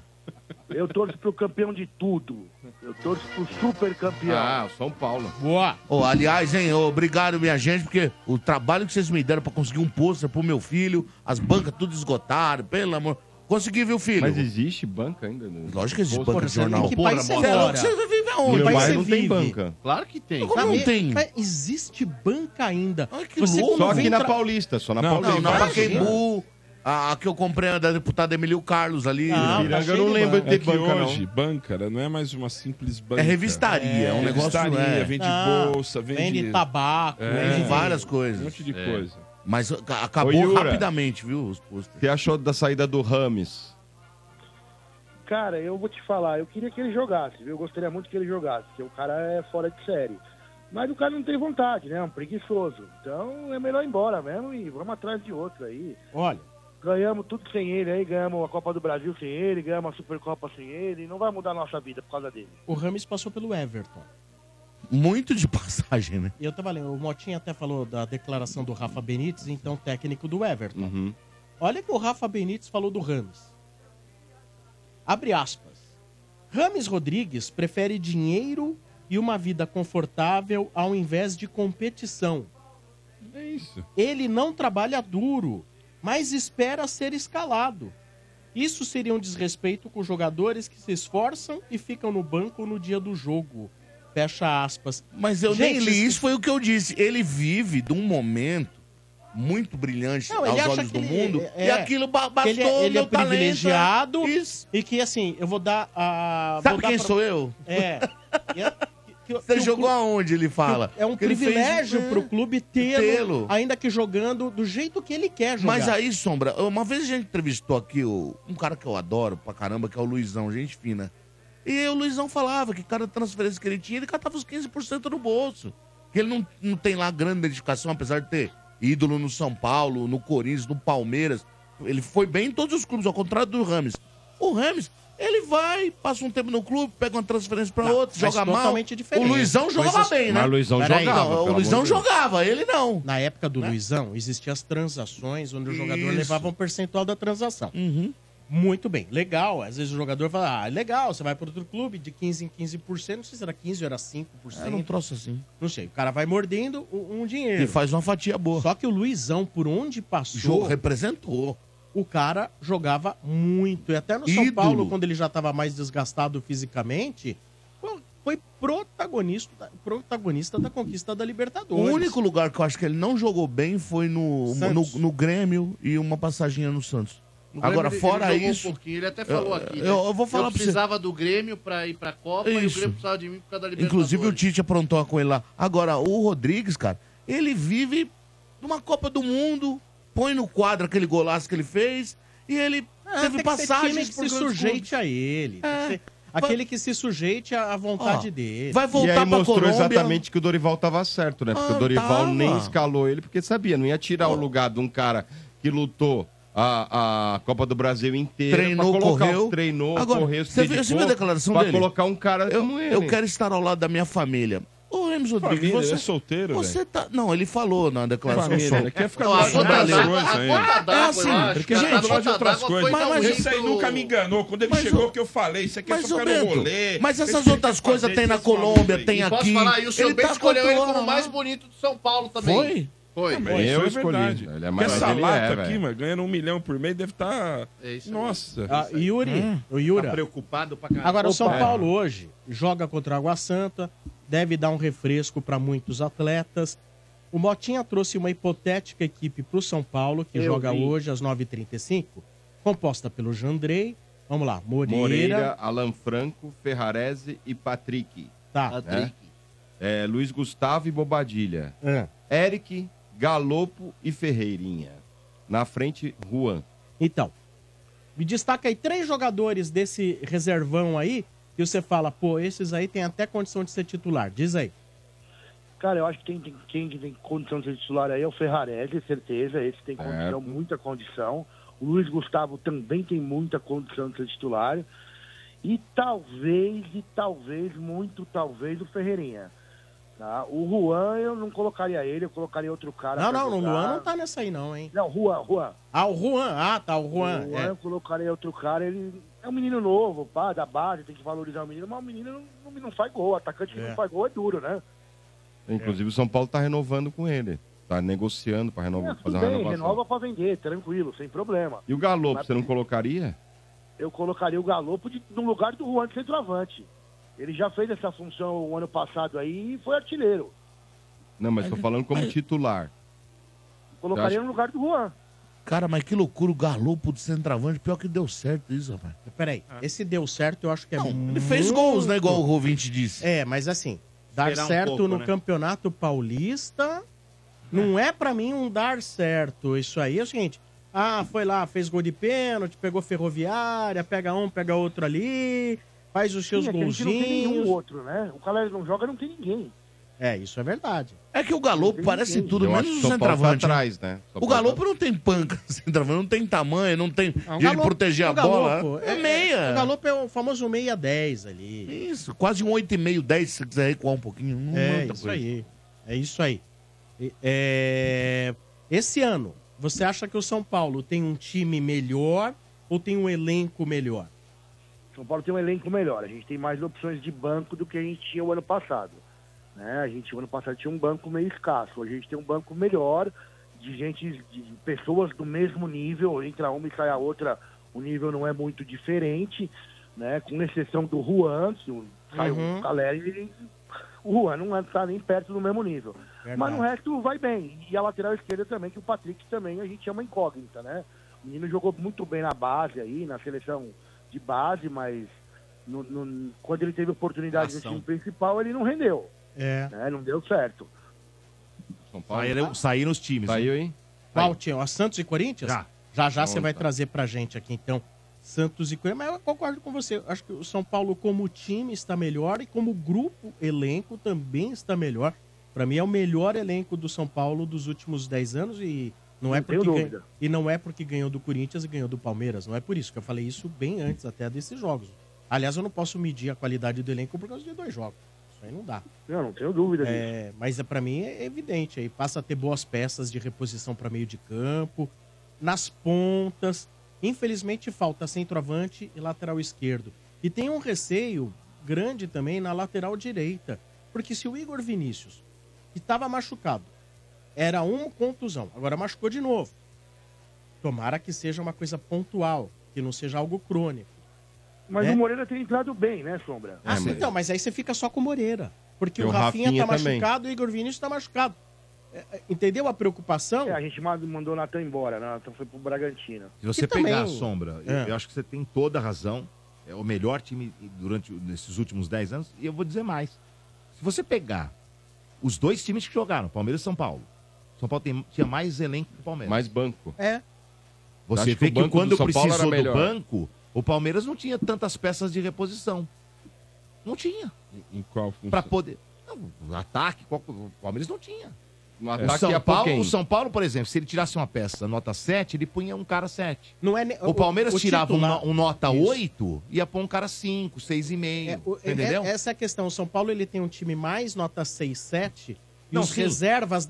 S13: Eu torço pro campeão de tudo. Eu torço pro super campeão.
S6: Ah,
S13: São Paulo.
S1: Boa.
S6: Ô, aliás, hein, ô, obrigado, minha gente, porque o trabalho que vocês me deram pra conseguir um pôster pro meu filho, as bancas tudo esgotaram, pelo amor. Consegui, viu, filho?
S5: Mas existe banca ainda? né?
S6: Lógico que existe
S5: Porra,
S6: banca de
S5: você não-
S6: jornal.
S5: que país você
S6: Porra,
S5: mora?
S6: Você você vive
S5: Meu
S6: aonde?
S5: pai não tem banca.
S11: Claro que tem.
S6: Como não tem?
S1: Mas existe banca ainda.
S6: que louco.
S5: Só aqui
S6: Vem
S5: na
S6: tra-
S5: Paulista, só na
S6: Não,
S5: Paulista.
S6: não, na Pacaembu, a, a que eu comprei a da deputada Emílio Carlos ali.
S9: Ah,
S6: Ipiranga,
S9: tá cheio de banca. é que hoje, banca né, não é mais uma simples banca.
S6: É revistaria, é um negócio,
S9: Revistaria,
S6: é.
S9: vende
S6: Não,
S9: bolsa, vende...
S6: vende É. tabaco,
S1: é.
S6: vende várias coisas.
S9: Um monte de
S6: É.
S9: coisa.
S6: Mas a- acabou
S5: Ô, Yura.
S6: rapidamente, viu, os posters.
S5: Você achou da saída do Rames?
S13: Cara, eu vou te falar, eu queria que ele jogasse, viu? Eu gostaria muito que ele jogasse, porque o cara é fora de série. Mas o cara não tem vontade, né? É um preguiçoso. Então é melhor ir embora mesmo e vamos atrás de outro aí.
S1: Olha.
S13: Ganhamos tudo sem ele aí, ganhamos a Copa do Brasil sem ele, ganhamos a Supercopa sem ele. Não vai mudar a nossa vida por causa dele.
S1: O Rames passou pelo Everton.
S6: Muito de <laughs> passagem, né?
S1: E eu tava lendo, o Motinha até falou da declaração do Rafa Benítez, então técnico do Everton.
S9: Uhum.
S1: Olha que o Rafa Benítez falou do Rames. Abre aspas. Rames Rodrigues prefere dinheiro e uma vida confortável ao invés de competição.
S9: É isso.
S1: Ele não trabalha duro, mas espera ser escalado. Isso seria um desrespeito com jogadores que se esforçam e ficam no banco no dia do jogo. Fecha aspas.
S6: Mas eu nem
S1: Gente,
S6: li, isso foi o que eu disse. Ele vive de um momento muito brilhante
S1: Não,
S6: aos
S1: ele acha
S6: olhos
S1: que
S6: do
S1: ele-
S6: mundo.
S1: é-
S6: e aquilo ba-
S1: que
S6: bastou
S1: ele, é- ele
S6: meu
S1: é
S6: talento, né?
S1: privilegiado e que assim, eu vou dar a
S6: Sabe
S1: vou dar
S6: quem
S1: pra-
S6: sou eu? <laughs>
S1: É.
S6: Você jogou aonde, ele fala?
S1: É um
S6: Que ele fez-
S1: privilégio pro clube tê-lo,
S6: Tê-lo.
S1: ainda que jogando do jeito que ele quer jogar.
S6: Mas aí, Sombra, uma vez a gente entrevistou aqui o- um cara que eu adoro pra caramba, que é o Luizão, gente fina. E o Luizão falava que cada transferência que ele tinha, ele catava os 15% no bolso. Que ele não, não tem lá grande dedicação, apesar de ter ídolo no São Paulo, no Corinthians, no Palmeiras. Ele foi bem em todos os clubes, ao contrário do Rames. O Rames, ele vai, passa um tempo no clube, pega uma transferência pra outro,
S1: mas
S6: joga mal.
S1: totalmente diferente.
S6: O Luizão jogava
S1: Coisas-
S6: bem, né?
S1: Mas o Luizão
S6: Peraí,
S1: jogava,
S6: não,
S1: pelo
S6: O Luizão
S1: amor de Deus.
S6: jogava, ele não.
S1: Na época do Luizão, existiam as transações onde o jogador
S6: Né? Isso. Uhum.
S1: levava um percentual da transação. Muito bem, legal. Às vezes o jogador fala, ah, legal, você vai para outro clube de 15% em 15%, não sei se era 15% ou era 5%.
S6: Era um troço assim.
S1: Não sei, o cara vai mordendo um um dinheiro.
S6: E faz uma fatia boa.
S1: Só que o Luizão, por onde passou...
S6: Jogo representou.
S1: O cara jogava muito. E até no São
S6: Ídolo.
S1: Paulo, quando ele já estava mais desgastado fisicamente, foi- foi protagonista, protagonista da conquista da
S6: O
S1: Libertadores.
S6: único lugar que eu acho que ele não jogou bem foi no,
S1: Santos.
S6: no, no Grêmio e uma passadinha no Santos.
S11: No Grêmio
S6: Agora,
S11: ele- ele
S6: fora
S11: jogou um
S6: isso.
S11: pouquinho, ele até falou
S6: eu,
S11: aqui. né?
S6: Eu, eu vou falar pra você.
S11: precisava do Grêmio pra ir pra Copa e o
S6: Isso.
S11: Grêmio precisava de mim por causa
S6: Ah,
S11: da Libertadores.
S6: Inclusive o Tite aprontou uma com ele lá. Agora, o Rodrigues, cara, ele vive numa Copa do Mundo, põe no quadro aquele golaço que ele fez e ele teve passagens
S1: É, Ah, que
S6: por
S1: se
S6: grandes É,
S1: sujeite a ele. Tem que ser Aquele que se sujeite à à vontade
S5: Ó,
S1: dele.
S5: e aí mostrou exatamente que o Dorival tava certo, né? Porque
S1: Ah,
S5: o Dorival
S1: tava.
S5: nem escalou ele, porque sabia, não ia tirar o lugar de um cara que lutou a, a Copa do Brasil inteira.
S6: Treinou,
S5: pra colocar,
S6: correu.
S5: Treinou,
S6: Agora,
S5: correu,
S6: você viu- você viu a declaração
S5: pra
S6: dele?
S5: colocar um cara
S6: eu,
S5: como ele.
S6: eu quero estar ao lado da minha família. Ô, Ramos Rodrigues,
S9: Família,
S6: você
S9: ele é solteiro,
S6: Você tá. Não, ele falou na declaração.
S9: Família, né?
S6: sol-
S9: ele quer ficar
S6: Eu
S9: com a
S6: acho
S9: gota
S6: que valeu.
S9: d'água, a gota d'água,
S6: É
S9: eu
S6: assim,
S9: acho,
S6: porque,
S9: cara,
S6: gente,
S9: falar de outras coisas.
S6: Mas, mas
S9: isso aí nunca me enganou. Quando ele
S6: Mas,
S9: chegou,
S6: ô-
S9: que eu falei, isso aqui é
S6: mas,
S9: só
S6: ô,
S9: ficar no
S6: Bento,
S9: rolê.
S6: mas essas
S9: Esse
S6: outras
S9: tem que
S6: coisas
S9: fazer,
S6: tem na
S9: esse maluco
S6: Colômbia,
S9: aí.
S6: tem
S11: E
S6: aqui.
S11: posso falar, e o seu
S6: Ele
S11: Bento
S6: tá
S11: escolheu ele
S6: controlando
S11: como o
S6: lá.
S11: mais bonito do São Paulo também.
S6: Foi?
S11: Foi.
S9: Também,
S5: Eu
S9: isso é
S5: escolhi.
S9: verdade.
S5: Ele é
S9: Porque
S5: mais-
S9: essa
S5: ele é,
S9: lata
S5: velho.
S9: aqui, mano, ganhando um milhão por mês deve estar. Nossa.
S1: Ah, Yuri, o Yura.
S11: Tá preocupado pra caramba.
S1: Agora, o São
S9: Opa.
S1: Paulo hoje joga contra a Água Santa, deve dar um refresco para muitos atletas. O Motinha trouxe uma hipotética equipe para o São Paulo, que
S14: Eu
S1: joga
S14: vi.
S1: hoje às 9h35, composta pelo Jandrei, Vamos lá. Moreira.
S5: Moreira, Alan Franco, Ferrarese e Patrick.
S1: Tá.
S5: Né? É, Luiz Gustavo e Bobadilha.
S1: É.
S5: Eric, Galopo e Ferreirinha. Na frente, Juan.
S1: Então, me destaca aí três jogadores desse reservão aí que você fala, pô, esses aí tem até condição de ser titular. Diz aí.
S13: Cara, eu acho que tem, tem- quem que tem condição de ser titular aí é o Ferrarese, certeza. Esse tem condição, muita condição. O Luiz Gustavo também tem muita condição de ser titular. E talvez, e talvez, muito talvez, o Ferreirinha. Tá? O Juan, eu não colocaria ele, eu colocaria outro cara.
S1: Não,
S13: pra
S1: não, o
S13: jogar.
S1: Luan não tá nessa aí não, hein?
S13: Não, Juan, Juan.
S1: Ah, o Juan. Ah, tá, o Juan.
S13: O Juan,
S1: é.
S13: eu colocaria outro cara. Ele é um menino novo, pá, da base, tem que valorizar o menino, mas o menino não, não, não faz gol. Atacante que
S5: É.
S13: não faz gol é duro, né?
S5: Inclusive, o São Paulo tá renovando com ele. Tá negociando pra renovar,
S13: Ah, Tudo
S5: fazer uma
S13: bem,
S5: renovação.
S13: renova pra vender, tranquilo, sem problema.
S5: E o Galopo,
S13: Mas
S5: você não colocaria?
S13: Eu colocaria o Galopo de- no lugar do Juan de centroavante. Ele já fez essa função o ano passado aí e foi artilheiro.
S5: Não, mas tô falando como titular.
S13: Colocaria
S5: Eu acho-
S13: no lugar do Juan.
S6: Cara, mas que loucura o galopo do centroavante. Pior que deu certo isso, rapaz.
S1: Peraí,
S6: Ah.
S1: esse deu certo eu acho que é muito...
S6: ele fez gols, né, igual o ouvinte disse.
S1: É, mas assim, dar
S6: Esperar um
S1: certo
S6: pouco,
S1: no
S6: né?
S1: Campeonato Paulista não é pra mim um dar certo. Isso aí é o seguinte, ah, foi lá, fez gol de pênalti, pegou ferroviária, pega um, pega outro ali, faz os seus
S13: Sim, é que a gente não tem nenhum
S1: golzinhos.
S13: outro, né? O Calé não joga, não tem ninguém.
S1: É, isso é verdade.
S6: É que o Galopo parece tudo,
S5: Eu acho
S6: menos
S5: que
S6: o
S5: São Paulo tá
S6: centroavante.
S5: atrás, né? São
S6: O
S5: Paulo tá-
S6: Galopo não tem panca, <laughs> centroavante, não tem tamanho, não tem
S13: É um
S1: Não, o
S6: de ele
S1: Galopo-
S6: proteger a
S1: o Galopo
S6: bola. É, meia.
S1: O Galopo um é o famoso meia 10 ali.
S6: Isso, quase um 8,5, 10, se você quiser recuar um pouquinho. Não
S1: É
S6: muita
S1: isso
S6: coisa.
S1: aí. É isso aí. E- é, Esse ano, você acha que o São Paulo tem um time melhor ou tem um elenco melhor?
S13: São Paulo tem um elenco melhor. A gente tem mais opções de banco do que a gente tinha o ano passado. Né? A gente, o ano passado, tinha um banco meio escasso. A gente tem um banco melhor de gente, de pessoas do mesmo nível. Entra uma e sai a outra. O nível não é muito diferente, né? Com exceção do Juan, que o- saiu
S2: Uhum.
S13: o Caleri, ele- o Juan não está nem perto do mesmo nível.
S2: Verdade.
S13: Mas no resto vai bem. E a lateral esquerda também, que o Patrick também a gente é uma incógnita, né? O menino jogou muito bem na base aí, na seleção de base, mas no- no- quando ele teve oportunidade
S1: Ação.
S13: no time principal, ele não rendeu.
S1: É.
S13: Né? Não deu certo.
S5: São Paulo.
S10: Saíram, saíram os times.
S5: Saiu, hein?
S1: Qual time? Ó, Santos e Corinthians?
S10: Já.
S1: Já já você
S10: Então
S1: vai
S10: tá.
S1: trazer pra gente aqui, então. Santos e Corinthians. Mas eu concordo com você. Acho que o São Paulo, como time, está melhor e como grupo, elenco, também está melhor. Pra mim, é o melhor elenco do São Paulo dos últimos 10 anos e não, é
S13: Não tenho
S1: porque ganha-
S13: dúvida.
S1: e não é porque ganhou do Corinthians e ganhou do Palmeiras. Não é por isso que eu falei isso bem antes até desses jogos. Aliás, eu não posso medir a qualidade do elenco por causa de dois jogos. Isso aí não dá.
S13: Eu não tenho dúvida
S1: É, mas é, para mim é evidente. Aí passa a ter boas peças de reposição para meio de campo, nas pontas. Infelizmente falta centroavante e lateral esquerdo. E tem um receio grande também na lateral direita. Porque se o Igor Vinícius, que estava machucado, era uma contusão, agora machucou de novo. Tomara que seja uma coisa pontual, que não seja algo crônico.
S13: Mas
S1: né?
S13: o Moreira tem entrado bem, né, Sombra?
S1: Ah, sim, Então, mas aí você fica só com o Moreira. Porque
S13: E
S1: o
S13: o
S1: Rafinha,
S13: Rafinha
S1: tá
S13: também.
S1: machucado, o Igor Vinícius tá machucado. É, é, Entendeu a preocupação?
S13: É, a gente ma- mandou o Natan embora, né? O Natan foi pro Bragantino.
S10: Se você
S13: Que também-
S10: pegar a sombra, eu-
S13: É.
S10: eu acho que você tem toda a razão. É o melhor time durante o- nesses últimos 10 anos. E eu vou dizer mais. Se você pegar os dois times que jogaram, Palmeiras e São Paulo. São Paulo tem- tinha mais elenco que o Palmeiras.
S5: Mais banco.
S1: É.
S10: Você
S5: Acho que
S10: vê
S5: o
S10: que,
S5: banco
S10: quando
S5: do São Paulo era
S10: precisou do
S5: melhor.
S10: banco, o Palmeiras não tinha tantas peças de reposição. Não tinha.
S9: Em qual função?
S10: Pra poder. Não, ataque, qual- o Palmeiras não tinha.
S5: No
S10: O
S5: ataque
S10: São,
S5: ia pôr quem?
S10: Paulo, o São Paulo, por exemplo, se ele tirasse uma peça nota 7, ele punha um cara 7.
S1: Não é
S10: o, Palmeiras
S1: o- o
S10: tirava um
S1: titular-
S10: no- um, nota
S1: Isso.
S10: 8, ia pôr um cara 5, 6,5.
S1: É, o- é-
S10: entendeu?
S1: é- essa é a questão. O São Paulo ele tem um time mais nota 6, 7 e
S10: Não,
S1: os
S10: sim.
S1: reservas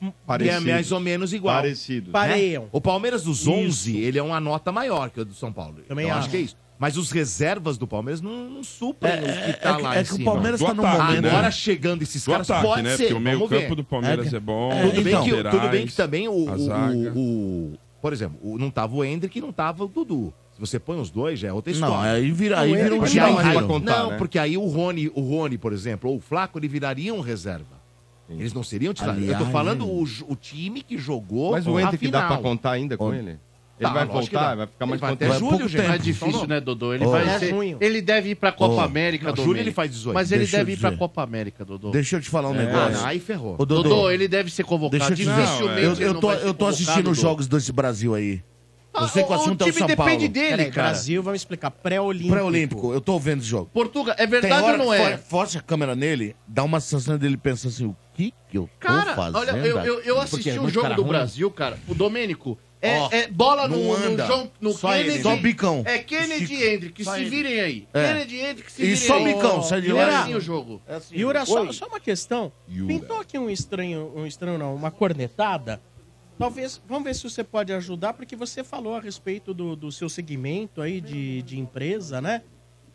S10: E é mais ou menos igual.
S5: Parecido.
S10: né?
S1: Pareiam.
S10: O Palmeiras dos
S1: Isso.
S10: 11, ele é uma nota maior que o do São Paulo.
S1: Também
S10: eu acho.
S1: acho.
S10: que é isso. Mas os reservas do Palmeiras não, não suprem
S6: É,
S10: o
S6: é,
S10: que tá
S6: é que-
S10: lá
S6: é
S10: em
S6: que o
S10: cima.
S6: Palmeiras
S10: Do
S6: tá num
S10: ataque,
S6: momento-
S10: Agora chegando esses
S9: Do
S10: caras,
S9: ataque,
S10: pode
S9: né?
S10: ser.
S9: Porque o
S10: vamos
S9: meio-campo
S10: ver.
S9: do Palmeiras é bom,
S10: tudo, bem
S9: os
S10: que,
S9: laterais,
S10: tudo bem que também o,
S9: a
S10: o-
S9: zaga.
S10: o- Por exemplo, o- não tava o Hendrick e não tava o Dudu. Se você põe os dois, já é outra
S6: Não,
S10: história.
S6: aí vira- aí
S10: Não, é
S6: vira um
S10: porque
S6: time
S10: aí-
S6: mais pra
S10: aí-
S6: contar,
S10: Não,
S6: né?
S10: porque aí o Rony, o Rony, por exemplo, ou o Flaco, ele
S11: um
S10: virariam reserva. Eles não seriam titulares. Eu tô
S5: Aliás,
S10: falando
S5: né?
S10: o, jo- o time que jogou
S5: Mas o
S10: a
S5: Hendrick dá
S10: final.
S5: pra contar ainda com
S10: Olha,
S5: ele? Ele
S11: Tá,
S5: vai
S11: lógico que
S5: voltar,
S11: dá.
S5: vai ficar mais
S11: Ele vai
S5: quanto
S11: até
S5: tempo?
S11: julho, gente.
S5: Tá
S11: É
S6: Então
S11: difícil, né, Dodô? Ele
S5: Ô.
S11: vai
S5: É
S11: ser-
S5: junho.
S11: Ele deve ir pra Copa
S6: Ô.
S11: América,
S6: Não,
S11: Dodô.
S6: julho ele faz 18.
S11: Mas ele
S6: Deixa eu
S11: deve ir pra
S6: dizer.
S11: Copa América, Dodô.
S6: Deixa eu te falar um
S10: É. Ah,
S6: negócio.
S11: não, aí ferrou.
S6: Ô,
S11: Dodô,
S6: Dodô.
S11: ele deve ser
S10: tá
S11: convocado.
S6: Deixa eu te dizer. um
S11: Dificilmente
S6: eu,
S11: ele
S6: eu
S11: não
S6: tô,
S11: vai ser
S6: eu tô
S11: convocado,
S6: assistindo os
S11: Dodô.
S6: jogos desse Brasil aí. Eu
S11: Ah,
S6: sei que o
S11: o- o
S6: assunto é o
S11: time
S6: São Paulo.
S11: depende dele, Peraí, cara.
S1: Brasil, vamos explicar. Pré-olímpico.
S6: Pré-olímpico. Eu tô vendo o jogo.
S11: Portugal, é verdade
S6: Tem hora
S11: ou não
S6: que
S11: é?
S6: for- Força a câmera nele, dá uma sensação dele pensando assim, o que que eu tô
S11: Cara,
S6: fazendo?
S11: olha, eu, eu, eu
S6: aqui? Porque
S11: assisti
S6: é
S11: o
S6: muito
S11: jogo
S6: cara
S11: do
S6: ruim.
S11: Brasil, cara. O Domênico. É,
S6: Ó,
S11: é bola
S6: não
S11: no, no,
S6: anda.
S11: John- no
S6: Só
S11: Kennedy.
S6: ele. Só bicão.
S11: É Kennedy e Hendrick, que
S6: Só
S11: se
S6: ele.
S11: virem aí.
S6: É.
S11: Kennedy e Hendrick, que se
S6: E
S11: virem
S6: só
S11: aí.
S6: bicão, sai de
S11: E
S6: lá.
S11: É assim o jogo.
S1: Yura,
S11: Oi.
S1: só, só uma questão. Pintou aqui um estranho, um estranho não, uma cornetada. Talvez, vamos ver se você pode ajudar, porque você falou a respeito do, do seu segmento aí de, de empresa, né?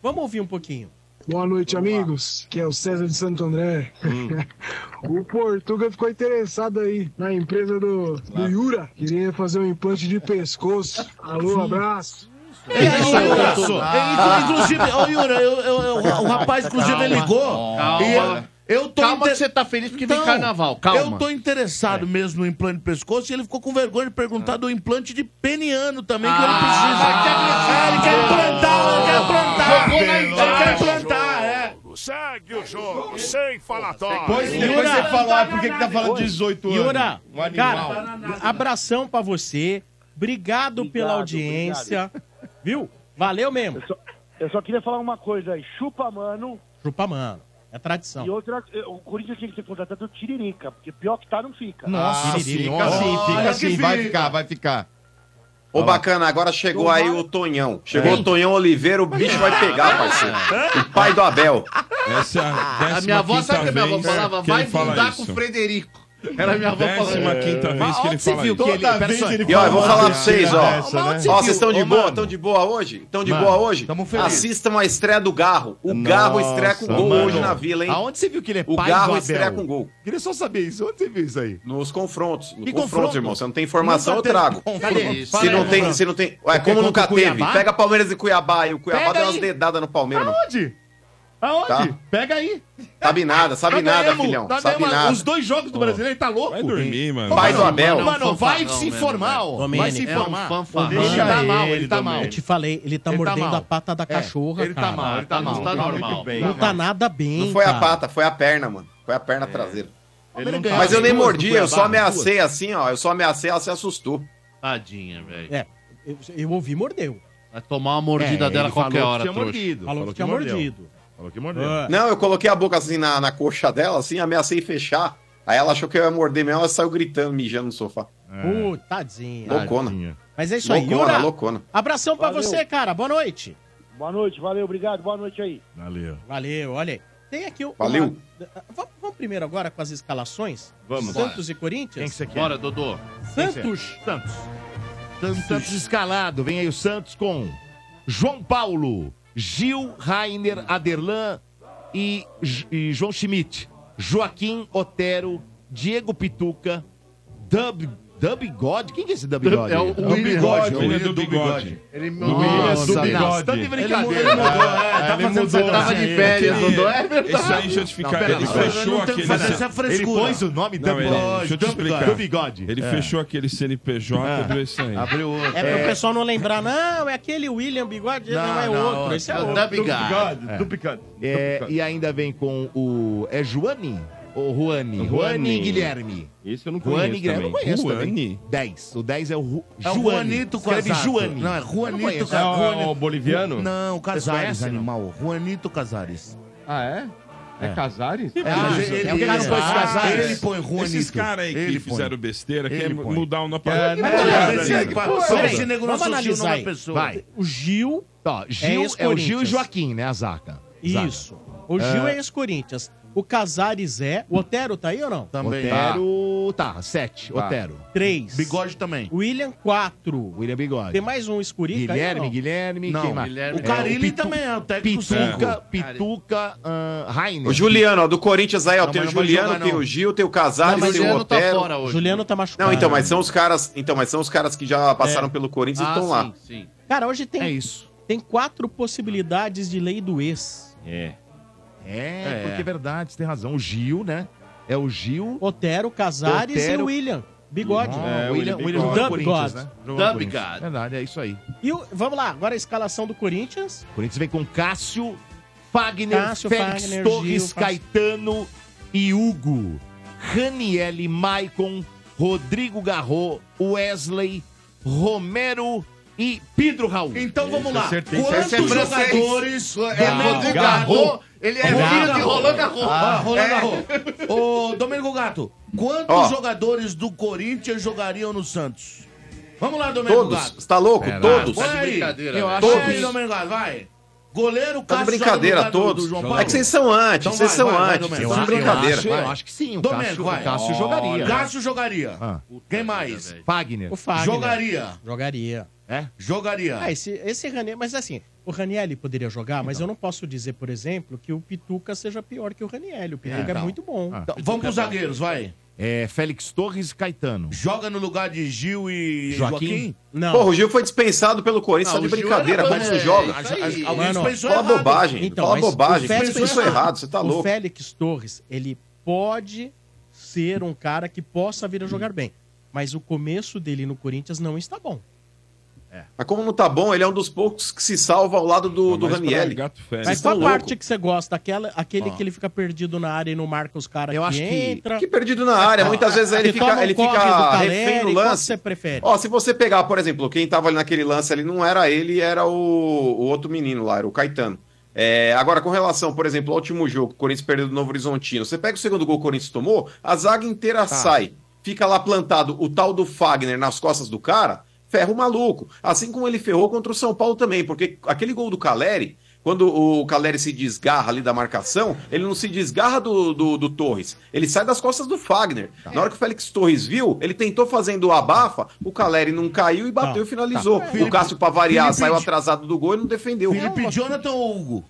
S1: Vamos ouvir um pouquinho.
S14: Boa noite, amigos. Que é o César de Santo André. <laughs> o Portuga ficou interessado aí na empresa do, do Yura. Queria fazer um implante de pescoço. Alô, abraço.
S6: É isso, Yura. É, inclu- Inclusive, ô Yura, eu- eu- eu- o rapaz, inclusive, ele
S11: Calma.
S6: ligou.
S11: Calma.
S6: E eu- eu tô Então,
S11: Calma que você tá feliz porque tem carnaval, calma. É.
S6: Eu tô interessado mesmo no implante de pescoço e ele ficou com vergonha de perguntar do implante de peniano também, que eu não preciso. Ah, ele quer plantar, ele quer
S1: Ah,
S6: plantar.
S14: Jogou na
S6: Ele quer
S14: entrada.
S11: um
S6: plantar, é.
S14: Segue o jogo, sem falatório.
S1: Pois depois você
S5: falar por que que tá falando
S1: Oi.
S5: 18 anos.
S1: Yura,
S5: Um animal.
S1: cara, abração pra você. Obrigado, pela audiência. Viu? Valeu mesmo.
S13: Eu só queria falar uma coisa aí. Chupa, mano.
S1: Chupa, mano. É tradição.
S13: E outra, eh, o Corinthians tinha que ter contratado o Tiririca, porque pior que tá, não fica.
S5: Nossa senhora.
S7: Ah, fica sim, fica
S5: Olha
S7: sim,
S5: que
S7: vai
S5: fica.
S7: ficar, vai ficar. Ô, bacana, agora chegou aí o Tonhão. Chegou
S5: É.
S7: o Tonhão Oliveira, o bicho vai pegar, parceiro. <laughs> O pai do Abel.
S9: Essa é a,
S11: A minha avó, sabe o que a minha avó
S9: vez
S11: falava?
S9: que ele
S11: Vai
S9: fala
S11: bundar
S9: isso.
S11: com o Frederico. Era a minha avó falando.
S9: Décima quinta vez que ele fala isso. Toda vez que ele
S7: E ó, eu vou
S9: fala
S7: falar
S9: uma
S7: pra vocês, ó.
S9: besteira dessa,
S7: ó,
S9: né?
S7: vocês estão de
S9: Ô,
S7: boa?
S9: mano.
S7: Estão de boa hoje? Estão de
S9: Mano,
S7: boa hoje?
S9: tamo feliz.
S7: Assistam a estreia do Garro. O Garro estreia com gol hoje na Vila, hein?
S10: Aonde você viu que ele é
S7: O
S10: pai
S7: Garro
S10: do
S7: estreia
S10: Abel?
S7: com gol.
S10: Queria só saber isso. Onde você viu isso aí?
S7: Nos confrontos. Nos
S10: Que
S7: confrontos,
S10: confronto?
S7: irmão. Se não tem informação,
S10: Nunca
S7: eu
S10: teve
S7: trago.
S10: confronto. Cadê isso?
S7: Se
S10: Fala
S7: não
S10: aí,
S7: tem,
S10: Bruno.
S7: se não tem. Ué,
S10: Porque
S7: como
S10: contra
S7: nunca
S10: o Cuiabá?
S7: teve? Pega Palmeiras e Cuiabá e o Cuiabá
S10: Pega
S7: deu umas
S10: aí.
S7: dedadas no Palmeiras. mano.
S10: Aonde? Aonde?
S7: Tá.
S10: Pega aí.
S7: Sabe nada, sabe
S10: Nós
S7: nada,
S10: ganhamos,
S7: filhão.
S10: nós
S7: Sabe
S10: ganhamos
S7: nada.
S10: Os dois jogos do brasileiro, ele tá louco? Vai
S9: dormir, mano.
S7: Pai do Abel.
S10: Mano, vai
S1: Fanfarrão
S10: se
S1: mesmo,
S10: informar.
S1: velho.
S10: ó.
S1: Domênico,
S10: Vai se
S1: é um
S10: informar.
S1: fanfarrão.
S10: Ele
S1: Deixa
S10: tá mal,
S1: ele,
S10: ele tá mal.
S1: Eu te falei, ele tá
S10: Ele tá
S1: mordendo
S10: mal.
S1: a pata da
S10: É,
S1: cachorra,
S10: ele tá
S1: cara.
S10: mal, ele tá mal,
S1: Não
S10: tá
S1: tá
S10: normal.
S1: normal.
S10: Bem,
S1: Não
S10: tá
S1: tá
S10: mal.
S1: nada bem,
S7: Não foi a
S1: cara.
S7: pata, foi a perna, mano. Foi a
S10: É.
S7: perna traseira.
S1: Ele não
S7: Mas
S1: tá-
S7: eu nem
S1: duas do
S7: mordi, eu só
S1: Cuiabá,
S7: ameacei assim, ó. Eu só ameacei, ela se assustou.
S11: Tadinha, velho.
S1: É, eu, eu ouvi mordeu.
S11: Vai tomar uma mordida
S7: É,
S11: dela
S7: ele
S11: qualquer
S7: falou que
S11: hora,
S7: tinha
S11: trouxa.
S7: mordido,
S1: Falou que tinha
S7: mordeu.
S1: mordido.
S10: Falou que
S1: Ah.
S7: Não, eu coloquei a boca assim na, na coxa dela, assim, ameacei fechar. Aí ela achou que eu ia morder mesmo, ela saiu gritando, mijando no sofá.
S1: Pô, tadinha.
S7: Loucona.
S1: Mas é isso aí,
S7: Loucona,
S1: Yura.
S7: loucona.
S1: Abração pra
S13: Valeu.
S1: você, cara. Boa noite.
S13: Boa noite, valeu, obrigado, boa noite aí.
S10: Valeu.
S1: Valeu, olha aí. Tem aqui o.
S7: Valeu.
S1: uma- Ah, Vamos, vamos primeiro agora com as escalações?
S10: Vamos.
S1: Santos
S10: Bora.
S1: e Corinthians?
S10: Quem que você quer?
S11: Bora, Dodô.
S1: Santos.
S10: Santos. Santos. Santos escalado. Vem aí o Santos com João Paulo, Gil, Rainer, Aderlan e, J- e João Schmidt. Joaquim Otero, Diego Pituca, Dub, Dub God? Quem que é esse Dub
S11: Dub-
S10: God?
S11: é o
S10: Dub
S11: William.
S10: God,
S11: William
S10: o William
S11: do
S10: Dub
S11: Bigode.
S10: God.
S11: Ele
S10: William
S11: mudou.
S10: Dub
S11: Nossa,
S10: God.
S11: Deus.
S10: Tá de
S11: Ele
S10: brincadeira.
S11: mudou, é,
S10: Tá
S11: ele
S10: fazendo
S11: mudou.
S10: sacanagem.
S11: Tava de férias,
S10: Ele-
S11: Dodô, é verdade.
S10: Isso aí, deixa eu te
S9: Não,
S10: explicar.
S9: pera
S10: Ele
S9: lá, mas eu
S10: fechou
S9: não tenho
S6: né?
S10: aquele...
S9: que fazer essa frescura.
S10: Ele pôs o nome
S9: Não,
S10: Dub
S9: ele- deixa
S10: God,
S9: eu te
S10: Dub
S9: explicar.
S10: God, do bigode.
S9: Ele
S10: É.
S9: fechou aquele CNPJ
S10: Ah.
S9: e abriu esse aí.
S10: Abriu outro.
S1: É pro pessoal não lembrar, não, é aquele William Bigode, não, é outro, esse é outro.
S10: É. É, E ainda vem com o. É Juani? Ou Juani?
S5: Juani.
S10: Juani e Guilherme.
S5: Isso eu não conheço
S10: Juani e Guilherme. Eu não
S5: também.
S10: conheço
S5: Juani?
S10: também. 10. O 10 é o Ru...
S6: É o Juanito
S10: Escreve
S6: Casato.
S10: Juani.
S6: Não, é
S10: Eu
S6: Juanito
S10: conheço.
S6: Ca-
S10: É o-
S6: Juanito-
S10: é o boliviano?
S6: Não, o
S10: Vocês conhecem,
S6: Casares, é
S10: não?
S6: animal. Juanito Casares.
S5: Ah, é? É,
S6: É.
S5: Casares?
S6: É, mas ele- ele- ele- ele-
S9: põe
S6: Casares.
S9: Ele põe Juanito. Esses caras aí que
S6: Ele põe.
S9: fizeram besteira,
S6: Ele
S9: querem
S6: põe.
S9: mudar o nome
S6: É, não, mas esse- pô, peraí, esse nego não
S1: Vamos
S6: associa o nome
S1: analisar
S6: da
S1: aí.
S6: pessoa.
S1: Vai. O Gil.
S10: Ó, Gil, é, o Gil e Joaquim, né? A Zaca.
S1: Isso. O Gil é, ex-Corinthians. O Casares é. O Otero tá aí ou não?
S10: Também. Otero. Tá, 7.
S1: Tá.
S10: Otero.
S1: Três.
S10: Bigode também.
S1: William, quatro.
S10: William Bigode.
S1: Tem mais um escurica
S10: Guilherme,
S1: aí?
S10: Guilherme,
S1: Não,
S10: quem mais?
S1: Guilherme.
S10: O Carilli
S1: É, o Pitu-
S10: também é o técnico Pituca, Pituca, ah, Rainer.
S7: O Juliano, ó, do Corinthians aí, ó. tem o
S10: mas não vai
S7: Juliano,
S10: jogar,
S7: tem
S10: não.
S7: o Gil, tem o Casares,
S1: Não, mas
S7: tem o
S1: Juliano tá
S7: Otero.
S1: fora hoje. Juliano tá machucado.
S7: Não, então, mas
S6: Ah.
S7: são os caras. Então, mas são os caras que já passaram
S1: É.
S7: pelo Corinthians e
S1: Ah,
S7: estão
S1: sim,
S7: lá.
S11: Sim.
S1: Cara, hoje tem.
S10: É isso.
S1: Tem quatro possibilidades de lei do ex.
S5: É.
S10: É,
S1: É.
S10: porque é verdade, você tem razão. O Gil, né? É o Gil.
S1: Otero, Casares e o William. Bigode.
S10: É, William, William
S1: O
S10: jogou no
S1: Dub
S10: Corinthians,
S1: God.
S10: né? Jogou no Corinthians. Verdade, é isso aí.
S1: E o- vamos lá, agora a escalação do Corinthians.
S10: O Corinthians vem com Cássio, Fagner,
S1: Cássio,
S10: Félix
S1: Fagner,
S10: Torres,
S1: Gil, Cássio.
S10: Caetano e Hugo. Raniele, Maicon, Rodrigo Garro, Wesley, Romero e Pedro Raul. Então
S6: vamos lá.
S10: Quantos jogadores...
S6: É Rodrigo Garro. Ele é filho de Rolando Garro.
S10: Ah, Rolando
S1: É.
S10: Garro.
S6: Garro. Ô, Domenico Gato, quantos
S10: Ó.
S6: jogadores do Corinthians jogariam no Santos? Vamos lá, Domenico
S7: Todos,
S6: Gato.
S7: você tá louco?
S6: Pera,
S7: todos.
S6: Põe aí. Eu acho
S7: todos.
S6: aí, Domenico Gato, vai. Goleiro,
S7: Tá de
S6: Cássio...
S7: brincadeira,
S6: joga no lugar do-
S7: todos.
S6: do João
S7: é
S6: Paulo?
S7: que vocês são antes,
S6: Então
S7: vocês
S6: vai,
S7: são
S6: vai, vai,
S7: antes.
S6: Domênico.
S7: Vocês são de
S6: Eu
S7: brincadeira.
S6: acho,
S7: vai.
S6: Eu acho que sim. O
S10: Domênico,
S6: Cássio,
S10: vai.
S6: o Cássio
S10: Olha.
S6: jogaria. Cássio jogaria.
S10: né? Ah.
S6: Quem mais?
S10: Fagner.
S1: O Fagner.
S6: Jogaria.
S1: Jogaria.
S10: É? Jogaria.
S1: Ah, esse, esse Ranieri, mas assim, o Ranieri poderia jogar, mas eu não posso dizer, por exemplo, que o Pituca seja pior que o Ranieri. O Pituca é,
S10: então.
S1: muito bom.
S10: Ah.
S1: O
S10: Então,
S1: Pituca
S6: Vamos pros
S1: é bom.
S6: zagueiros, vai.
S10: É, Félix Torres e Caetano.
S6: Joga no lugar de Gil e
S10: Joaquim?
S6: Joaquim?
S7: Porra, o Gil foi dispensado pelo Corinthians, tá
S6: Não,
S7: de
S6: o Gil
S7: brincadeira,
S6: era
S7: como
S6: bom,
S7: você
S6: é,
S7: joga.
S6: isso aí. Alguém
S1: Mano,
S6: dispensou
S7: fala
S6: errado. Então,
S7: bobagem, fala
S1: Então, mas
S7: bobagem,
S1: o Félix
S7: dispensou
S6: é
S1: Torres-
S7: errado, você tá
S1: O
S7: louco.
S1: Félix Torres, ele pode ser um cara que possa vir a jogar bem, mas o começo dele no Corinthians não está bom.
S7: Mas como não tá bom, ele é um dos poucos que se salva ao lado do, do
S1: mais pra
S7: Ranielli.
S1: gato
S7: É. Vocês
S1: Mas
S7: tão
S1: qual a
S7: louco.
S1: parte que você gosta? Aquela, aquele
S7: Ó.
S1: que ele fica perdido na área e não marca os caras
S7: Ah. Eu
S1: que
S7: acho que-
S1: entra.
S7: que perdido na área, muitas vezes aí ele
S1: Que
S7: fica-
S1: toma um
S7: ele fica
S1: corre do
S7: refém
S1: Caleri,
S7: do
S1: qual que
S7: lance.
S1: você prefere?
S7: Ó, se você pegar, por exemplo, quem tava ali naquele lance ali, não era ele, era o, o outro menino lá, era o Caetano. É, agora, com relação, por exemplo, ao último jogo, o Corinthians perdeu do Novo Horizontino, você pega o segundo gol que o Corinthians tomou, a zaga inteira sai. Fica lá plantado o tal do Fagner nas costas do cara, ferra o maluco. Assim como ele ferrou contra o São Paulo também, porque aquele gol do Caleri, quando o Caleri se desgarra ali da marcação, ele não se desgarra do, do, do Torres. Ele sai das costas do Fagner.
S6: Tá.
S7: Na hora que o Félix Torres viu, ele tentou fazendo o abafa, o Caleri não caiu e bateu e finalizou.
S6: Tá.
S7: O Cássio Pavariar
S6: Felipe-
S7: saiu atrasado do gol e não defendeu.
S6: Felipe Jonathan ou Hugo?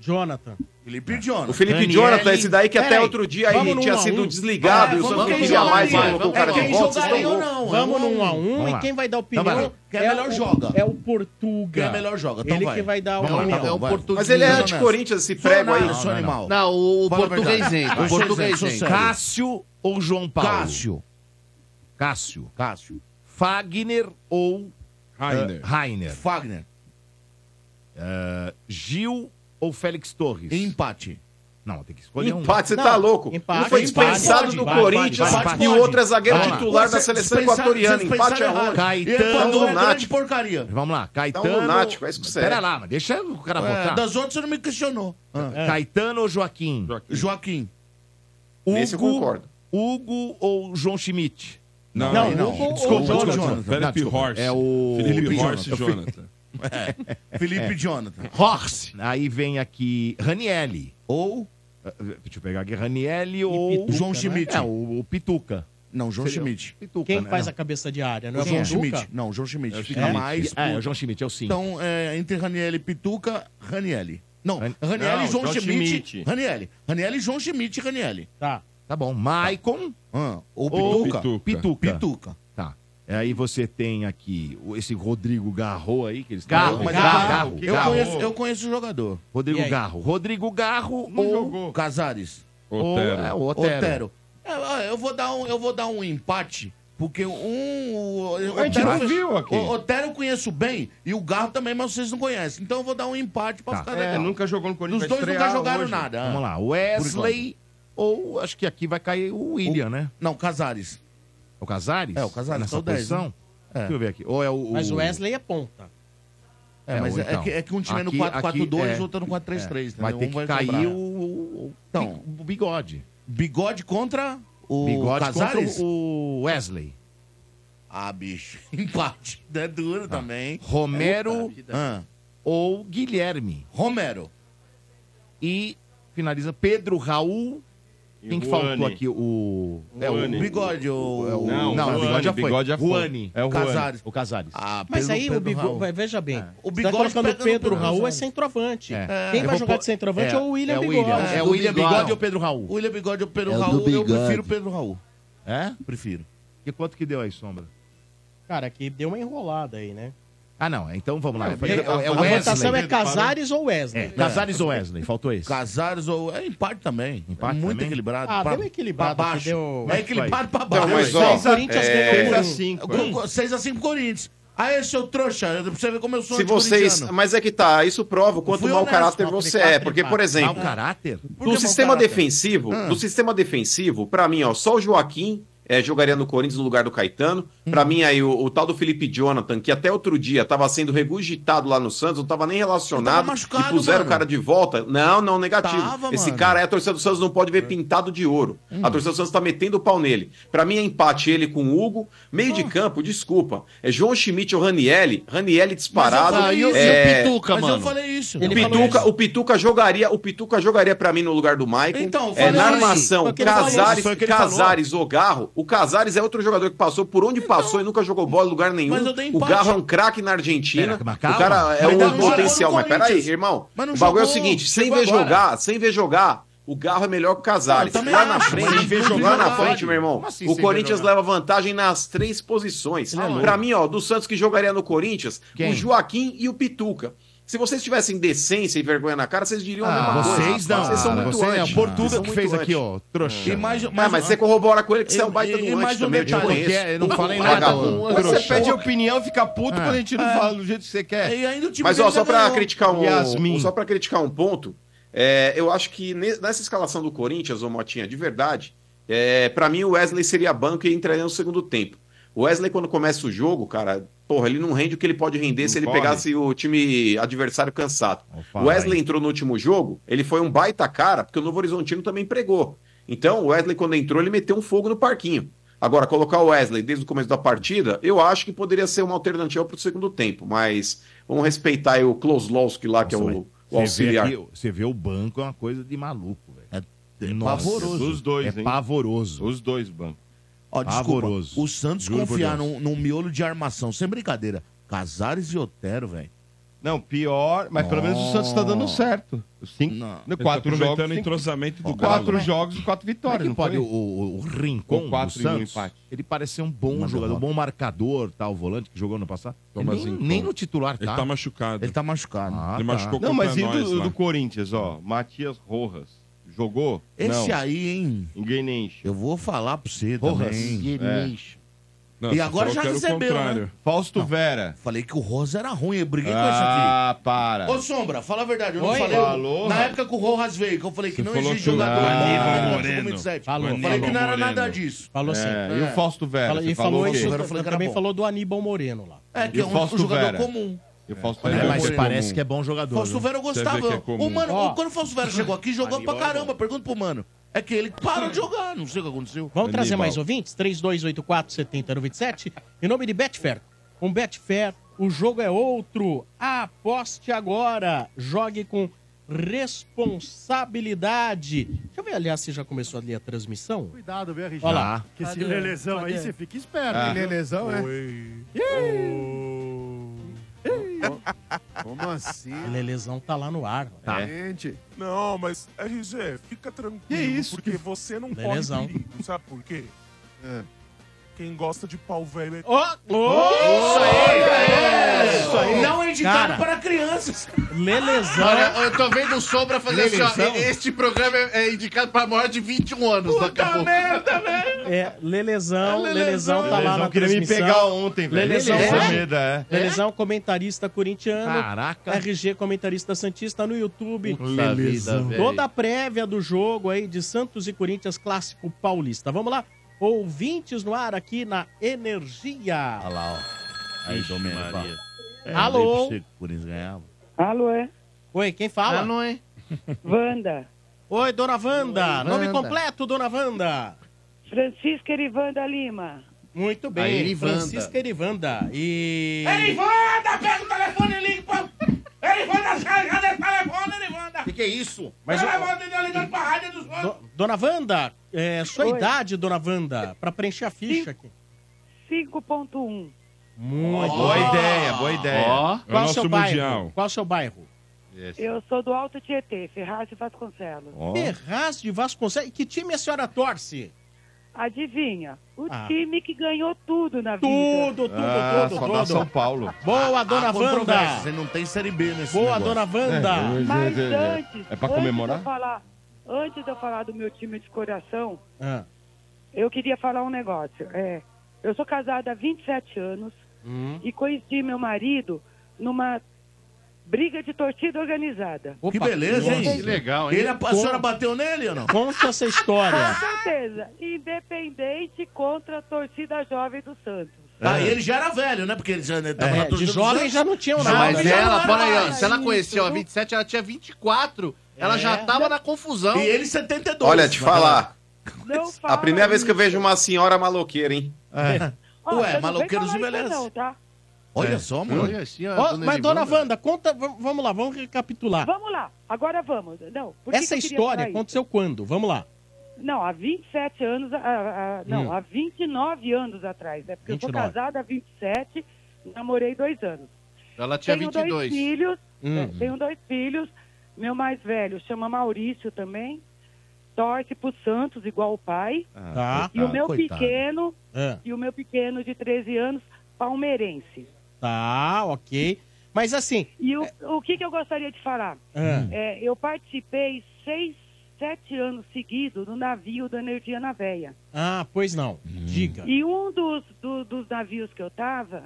S1: Jonathan.
S6: Felipe Jonathan.
S7: O Felipe Jonathan, esse daí que até outro dia aí tinha
S6: um
S7: sido desligado, e o Santos não queria mais, aí colocou o
S6: É,
S7: cara de volta, vocês estão loucos.
S1: Vamos
S6: um
S1: no 1 a 1
S7: é Vamos
S1: e
S7: lá.
S1: quem vai dar
S7: Então vai lá.
S1: opinião
S7: Quem é melhor
S1: o,
S7: joga.
S1: É o Portuga.
S7: Quem é melhor joga, então
S1: Ele
S7: vai.
S1: que vai dar
S7: Vamos
S1: a
S7: lá,
S1: opinião.
S7: tá bom, vai. Mas ele é
S1: Honesto.
S7: anticorinthians, esse prego aí.
S6: Não, não, não.
S11: Não, o
S6: Fala a
S11: português
S6: verdade.
S11: entra, o
S6: Sou
S11: português
S6: sério,
S11: entra.
S6: sou sério.
S10: Cássio ou João Paulo? Cássio. Cássio. Cássio. Fagner ou
S9: Rainer.
S10: eh, Rainer.
S6: Fagner.
S10: Eh, Gil ou Félix Torres? Empate. Não, tem que escolher um.
S7: Empate, você tá louco. um foi dispensado do Corinthians e o outro é zagueiro titular da seleção equatoriana. Empate é ruim.
S10: tá.
S6: Caetano é grande
S7: lunático.
S6: porcaria.
S10: Vamos lá, Caetano.
S7: lunático, é isso que você é.
S10: Pera lá, mas deixa o cara
S6: É,
S10: votar.
S6: das outras você não me questionou.
S10: É. Caetano ou Joaquim? Joaquim. Hugo,
S6: Nesse eu concordo.
S10: Hugo ou João Schmidt?
S9: Não,
S6: Não, não. Hugo ou Jonathan.
S9: Felipe
S10: Não, desculpa.
S9: Horst.
S10: É o...
S9: Felipe
S10: Felipe
S9: Horst
S10: Jonathan.
S9: Jonathan.
S10: É.
S6: Felipe Jonathan.
S10: Horst. Aí vem aqui Ranielli. Ou... eh, Deixa eu pegar aqui. Ranielli ou...
S6: Pituca, João né? Schmidt.
S10: É, o, o Pituca.
S6: Não, João
S10: Seria o
S6: Schmidt.
S10: Pituca,
S1: Quem
S10: né?
S1: faz a cabeça de área? Não é
S6: O
S1: o
S6: João
S1: Portuga?
S6: Schmidt. Não, o João Schmidt.
S10: É o
S6: Fica
S10: Schmidt.
S6: mais.
S10: É,
S6: por-
S10: o João Schmidt, é o sim.
S6: Então, é, entre Raniel e Pituca, Raniel. Não, Raniel e
S10: Não,
S6: João,
S10: João
S6: Schmidt.
S10: Schmidt.
S6: Raniel. Raniel e João Schmidt, Raniel.
S1: Tá.
S10: Tá bom. Maicon
S6: ou Pituca?
S10: Pituca.
S6: Pituca.
S10: Tá. Aí você tem aqui o- esse Rodrigo Garro aí, que eles
S6: Garro,
S10: mas
S6: mas
S10: Garro,
S6: Garro. Eu
S10: Garro.
S6: conheço- eu conheço o jogador. E
S10: Rodrigo
S6: aí?
S10: Garro. Rodrigo Garro ou
S6: Casares.
S10: Otero.
S6: Ou, é, o Otero. É, ó, eu, vou dar um, eu vou dar um empate, porque um. O, o
S10: A gente não
S6: fez-
S10: viu aqui.
S6: O Otero eu conheço bem e o Garro também, mas vocês não conhecem. Então eu vou dar um empate pra
S10: Tá.
S6: ficar
S10: É,
S6: legal.
S10: nunca jogou no Corinthians,
S6: Os
S10: vai
S6: dois nunca
S10: estrear
S6: jogaram
S10: hoje.
S6: nada.
S10: Então,
S6: é.
S10: Vamos lá,
S6: Ah. Por
S10: Wesley ou acho que aqui vai cair o William, né?
S6: Não, Casares.
S10: O Casares?
S6: É, o Casares,
S10: Nessa
S6: só o dez,
S10: posição?
S6: né? É.
S10: Deixa eu ver aqui. Ou é o,
S1: Mas o Wesley é ponta.
S6: É, mas é
S10: então.
S6: que- é que um time é no 4-4-2, outro é no 4-3-3,
S10: Vai
S6: entendeu?
S10: ter
S6: Um
S10: que
S6: vai
S10: cair
S6: sobrar.
S10: o, o, o-
S6: Então,
S10: o bigode.
S6: Bigode contra o
S10: Bigode
S6: Casares?
S10: contra o Wesley.
S6: Ah, bicho. <laughs> Empate. É duro também.
S10: Tá. Romero
S6: Puta É vida.
S10: ah, ou Guilherme.
S6: Romero.
S10: E finaliza Pedro Raul. Quem que
S6: Ruane.
S10: faltou aqui? O.
S6: Ruane. Bigode, o-
S10: é o-
S6: Não,
S10: Não,
S6: Ruane,
S10: o bigode já foi.
S6: Bigode já foi.
S10: Ruane.
S6: É o Ruane.
S10: Casares. O Casares. Ah,
S1: Mas aí o Bigode, vai, veja bem. O Bigode tá colocando
S10: É. pega
S1: o
S10: no
S1: Pedro
S10: Pedro
S1: Raul é
S10: Raul.
S1: centroavante.
S10: É.
S1: Quem
S10: Eu
S1: vai
S10: vou
S1: jogar
S10: pôr-
S1: de centroavante é,
S10: é,
S1: o
S10: é
S1: William
S10: o
S1: Bigode.
S10: William. É o William Bigode ou Pedro Raul?
S6: William Bigode ou Pedro
S10: É do
S6: Raul? Eu
S10: Bigode.
S6: prefiro o Pedro Raul.
S10: É?
S6: Prefiro.
S10: E quanto que deu aí, Sombra?
S1: Cara, que deu uma enrolada aí, né?
S10: Ah, não. Então vamos lá.
S1: É, a votação é Casares ou Wesley.
S10: É, Casares ou Wesley? Faltou esse.
S6: Casares ou. É empate também.
S10: Empate
S6: É muito
S10: também?
S6: equilibrado.
S1: Ah,
S6: pra-
S1: deu equilibrado,
S6: pra
S1: que
S6: baixo.
S1: deu-
S6: É equilibrado pra
S10: um
S1: Não,
S6: baixo.
S1: mas, ó, Seis a- Corinthians é, ganhou. seis a cinco, é.
S6: 6x5 Corinthians. Aí, seu trouxa, pra você ver como eu sou
S7: Se vocês.
S6: anticorintiano.
S7: Mas é que tá, isso prova o quanto
S6: Fui
S7: mau
S6: honesto,
S7: caráter
S6: mas
S7: você
S6: aplicado,
S7: é. Porque, por
S6: aplicado.
S7: exemplo.
S6: Mau um caráter? Por que
S7: Do
S6: mau
S7: sistema
S6: caráter?
S7: defensivo,
S6: Ah.
S7: do sistema defensivo, pra mim, ó, só o Joaquim eh, jogaria no Corinthians no lugar do Caetano. Pra mim, aí, o, o tal do Felipe Jonathan, que até outro dia tava sendo regurgitado lá no Santos, não tava nem relacionado. e puseram o cara de volta. Não, não, negativo.
S15: Tava,
S7: Esse
S15: mano.
S7: cara aí, a torcida do Santos não pode ver pintado de ouro. A torcida do Santos tá metendo o pau nele. Pra mim, é empate ele com o Hugo. Meio de campo, desculpa. É João Schmidt ou Ranielli. Ranielli disparado.
S10: falei isso.
S7: é,
S10: E o Pituca,
S7: mas eu
S10: mano?
S7: falei
S10: isso.
S7: o Pituca, o Pituca jogaria, o Pituca jogaria para mim no lugar do Maicon.
S10: Então, falei
S7: é, na
S10: isso. Foi
S7: armação,
S10: o que ele falou,
S7: Casares,
S10: foi o que ele
S7: Casares ou Garro. O Casares é outro jogador que passou por onde passou e nunca jogou bola em lugar nenhum.
S10: Então, Mas eu dei
S7: O
S10: empate.
S7: Garro é um craque na Argentina.
S10: Pera, mas
S7: o
S10: calma.
S7: cara
S10: Mas
S7: é
S10: não
S7: um
S10: jogou no
S7: potencial, mas
S10: Corinthians.
S7: peraí, irmão.
S10: Mas não
S7: o bagulho é o
S10: jogou,
S7: seguinte, sem
S10: chegou
S7: ver
S10: agora.
S7: jogar, sem ver jogar, o Garro é melhor que o Casares.
S10: Eu também
S7: Lá na
S10: acho, mas
S7: frente,
S10: sem ver
S7: lá
S10: jogar,
S7: na
S10: não pode.
S7: frente, meu irmão.
S10: Como assim
S7: O
S10: sem ver
S7: Corinthians
S10: jogar?
S7: leva vantagem nas três posições.
S10: é louco.
S7: Pra mim, ó, do Santos que jogaria no Corinthians,
S10: Quem?
S7: o Joaquim e o Pituca. Se vocês tivessem decência e vergonha na cara, vocês diriam a
S10: Ah,
S7: mesma coisa.
S10: vocês não.
S7: Vocês são muito
S10: Você é
S7: anti.
S10: o Portuga
S7: Vocês são
S10: que
S7: muito
S10: fez aqui,
S7: anti.
S10: ó, trouxa.
S7: É.
S10: E mais-
S7: Ah,
S10: mais-
S7: mas você corrobora com ele que você é um baita
S10: e-
S7: do
S10: e
S7: anti
S10: mais um
S7: também, eu te
S10: detalhe,
S7: conheço.
S10: que é- não fala em nada,
S7: Vagabundo.
S10: um
S5: Você
S10: trouxa.
S5: pede opinião, fica puto
S10: É.
S5: quando a gente não
S10: É.
S5: fala do jeito que você quer.
S10: E ainda o time
S7: Mas ó,
S10: dele
S7: só
S10: já
S7: pra
S10: ganhou.
S7: criticar um,
S5: Yasmin.
S7: um- só para criticar um ponto, é, eu acho que ne- nessa escalação do Corinthians, ô Motinha, de verdade, é, para mim o Wesley seria banco e entraria no segundo tempo. O Wesley quando começa o jogo, cara, porra, ele não rende o que ele pode render se ele
S5: corre.
S7: pegasse o time adversário cansado. O
S5: fala
S7: Wesley
S5: aí.
S7: entrou no último jogo, ele foi um baita cara, porque o Novo Horizontino também pregou. Então, o Wesley quando entrou, ele meteu um fogo no parquinho. Agora, colocar o Wesley desde o começo da partida, eu acho que poderia ser uma alternativa para o segundo tempo, mas vamos respeitar aí o Klozlowski lá, que é o, o
S10: Você vê
S7: auxiliar.
S10: aqui, Você vê o banco é uma coisa de maluco, velho. É,
S6: pavoroso.
S5: Os dois,
S10: é
S5: hein?
S10: pavoroso.
S5: Os dois, banco.
S6: Ó, desculpa,
S10: É Pavoroso.
S6: o Santos
S10: Ah, Juro por
S6: confiar
S10: Deus.
S6: num, num miolo de armação, sem brincadeira. Casares e Otero, velho.
S5: Não, pior, mas pelo menos o Santos tá dando certo. Os Cinco,
S9: Ele tá
S5: quatro
S9: aproveitando
S5: jogos.
S9: o entrosamento do
S5: quatro
S10: Galo, né?
S5: jogos e quatro vitórias.
S10: Mas que
S5: não
S10: pode
S5: foi?
S10: o, o, o Rincon
S5: Com
S10: do
S5: quatro e um
S10: Santos,
S5: empate.
S10: ele parece ser um bom
S5: Uma
S10: jogador, um
S5: derrota.
S10: bom marcador, tal, volante que jogou no passado. Ele
S5: Thomas
S10: Nem,
S5: Rincon.
S10: nem no titular tá.
S5: Ele tá machucado.
S10: Ele tá machucado.
S5: ele machucou
S10: tá.
S5: Não, mas e
S10: contra nós
S5: do,
S10: lá.
S5: do Corinthians, ó? Matias Rojas. Jogou?
S6: Esse
S5: Não.
S6: aí, hein?
S5: Ninguém nem enche.
S6: Eu vou falar pra você
S5: Porra,
S6: também. É.
S5: ninguém nem enche. Não, você falou que era o contrário.
S6: Fausto
S5: Vera.
S6: Falei que o Rosa era ruim, eu briguei com essa
S5: Ah, para.
S6: aqui. Ô, Sombra, fala a verdade, eu
S10: Oi?
S6: não falei.
S10: Falou,
S6: na
S10: rapaz.
S6: época que o Rojas veio, que eu falei que
S10: Você
S6: não
S10: falou
S6: existe
S10: que o-
S6: jogador.
S10: Ah,
S6: Aníbal
S10: Falou,
S6: Moreno.
S10: Moreno.
S6: Falou,
S10: Falou,
S6: falei é que não era
S10: Moreno.
S6: nada disso.
S1: Falou
S10: assim.
S1: sim.
S6: É, e o
S5: Fausto Vera,
S1: Fala-
S5: você
S1: E falou,
S5: falou o quê?
S1: isso,
S5: Eu falei que era
S1: também
S5: bom.
S1: falou do Aníbal Moreno lá.
S6: É,
S5: E o Fausto Vera? E o Fausto Vera.
S6: mas
S5: comum.
S6: parece que é
S10: bom jogador.
S6: Fausto Vera eu
S5: Você vê
S6: gostava.
S5: que é comum.
S6: o mano,
S5: Ó.
S6: o- quando o Fausto Vera chegou aqui, jogou pra
S1: Aníbal é
S6: caramba. Pergunta pro mano. É que ele parou de jogar, não sei o que aconteceu.
S1: Vamos trazer mais ouvintes? 3284-7097. Em nome de Betfair. Com Betfair, o jogo é outro. Aposte agora. Jogue com responsabilidade. Deixa eu ver, aliás, se já começou ali a transmissão.
S16: Cuidado, viu, RG?
S1: Olha lá.
S16: Que esse
S1: Cadê?
S16: Lelezão aí,
S1: Cadê?
S16: você fica esperto.
S1: Ah.
S16: hein? Lelezão, é?
S1: Como assim? Lelezão tá lá no ar.
S16: Tá.
S1: Gente.
S17: Não, mas
S10: é
S17: RG, fica tranquilo. Porque você não
S1: Belezão.
S17: corre perigo, sabe por quê? Quem gosta de pau velho é.
S1: Isso
S17: aí!
S1: Isso aí!
S17: Não
S1: é indicado Cara.
S6: para crianças.
S1: Lelezão.
S11: Olha, eu tô vendo o Sombra fazer assim, ó.
S1: Lelezão?
S11: Este programa é é indicado pra maior de 21 anos daqui a pouco.
S1: É, Lelezão,
S11: É,
S1: Lelezão, tá lá
S11: Lelezão
S1: na
S11: queria me
S1: transmissão.
S11: pegar ontem,
S5: velho.
S1: Lelezão,
S5: Lelezão
S1: é?
S5: Almeida, é.
S1: Lelezão, comentarista corintiano.
S5: Caraca.
S1: RG, comentarista santista no YouTube.
S5: Puta Lelezão. vida, velho.
S1: Toda a prévia do jogo aí de Santos e Corinthians Clássico Paulista. Vamos lá? Ouvintes no ar aqui na Energia. Olha lá, ó.
S6: Aí, Domênico. ó. É,
S1: Alô?
S6: eu dei pra você que o Corinthians ganhava.
S18: Alô, é?
S1: Oi, quem fala?
S18: Alô, é? <laughs> Wanda.
S1: Oi, dona Wanda.
S18: Oi,
S1: Nome
S18: Wanda.
S1: completo, dona Wanda.
S18: Francisca Erivanda Lima.
S1: Muito bem.
S18: Aí, Erivanda.
S1: Francisca Erivanda. E.
S18: Erivanda, pega o telefone e liga pra... Erivanda, sai, cadê o telefone, Erivanda?
S6: Que que é isso?
S1: Mas
S18: Pelo
S1: eu-
S18: amor de Deus, ligando pra rádio dos outros.
S1: Do- Dona Wanda, é, sua
S18: Oi.
S1: idade, dona Wanda, pra preencher a ficha aqui.
S18: 5.1.
S1: Muito
S5: Boa
S1: bem.
S5: ideia, boa ideia. Ó. É o
S1: Qual o
S5: nosso
S1: seu bairro?
S5: mundial.
S1: Qual é o seu bairro?
S18: Eu sou do Alto Tietê, Ferraz de Vasconcelos.
S1: Ferraz de Vasconcelos. E que time a senhora torce?
S15: Adivinha? O
S5: Ah.
S15: time que ganhou tudo na vida.
S1: Tudo, tudo,
S5: Ah,
S1: tudo,
S5: só
S1: tudo.
S5: dá São Paulo.
S1: Boa, dona
S6: Há controvérsias,
S1: Wanda.
S6: Ah, Você não tem série B nesse
S1: Boa,
S6: negócio.
S1: dona Wanda.
S5: É, eu-
S15: Mas
S5: É, é, é.
S15: antes,
S5: É pra
S15: antes
S5: comemorar?
S15: de eu falar, antes de eu falar do meu time de coração,
S1: Ah.
S15: eu queria falar um negócio. É, eu sou casada há 27 anos
S1: Hum.
S15: e conheci meu marido numa briga de torcida organizada.
S6: Que beleza, hein?
S15: Independente-
S6: Ele, é a, a senhora bateu nele ou não?
S1: Conta essa história.
S15: Com certeza. Independente contra a torcida jovem do Santos.
S1: Tá.
S6: Ah, e ele já era velho, né? Porque ele já né, tava
S1: É,
S6: na
S1: de
S6: torcida do
S1: jovem
S6: Santos.
S1: já não tinham
S6: De
S1: nada. né?
S6: jovem
S11: Mas
S6: já
S10: é,
S6: não
S11: ela,
S6: era
S11: para aí, ó,
S6: mais.
S11: se ela conheceu a 27, ela tinha 24. Ela
S6: É.
S11: já tava na confusão.
S6: E ele 72.
S7: Olha, te falar.
S15: Não
S7: A primeira vez que eu vejo uma senhora maloqueira, hein?
S15: Ó,
S6: Ué,
S15: você não vem
S6: maloqueiros
S15: falar isso
S6: envelhecem.
S15: Não, tá?
S6: Olha só, mano.
S11: Olha, assim,
S1: Ó, mas, dona
S10: é.
S1: Wanda, conta. v- Vamos lá, vamos recapitular.
S15: Vamos lá, agora vamos. Não, por que
S1: Essa
S15: que eu queria
S1: história
S15: falar isso?
S1: aconteceu quando? Vamos lá.
S15: Não, há 27 anos, a- a- a- não,
S1: Hum.
S15: há 29 anos atrás, né? Porque eu
S11: 29.
S15: sou casada há 27, namorei dois anos.
S11: Ela tinha
S15: tenho
S11: 22.
S15: dois filhos,
S11: Hum.
S15: é, tenho dois filhos, meu mais velho chama Maurício também, torce pro Santos igual o pai,
S1: Tá.
S15: e o meu
S1: Coitado.
S15: pequeno,
S1: Ah,
S15: e o meu pequeno de 13 anos, palmeirense.
S1: tá, ok. Mas assim,
S15: E o, o que, que eu gostaria de falar?
S1: Ah.
S15: É, eu participei seis, sete anos seguidos do navio da Energia na Veia.
S1: ah, pois não.
S7: Hum.
S1: Diga.
S6: Tá.
S15: E um dos, do- dos navios que eu tava,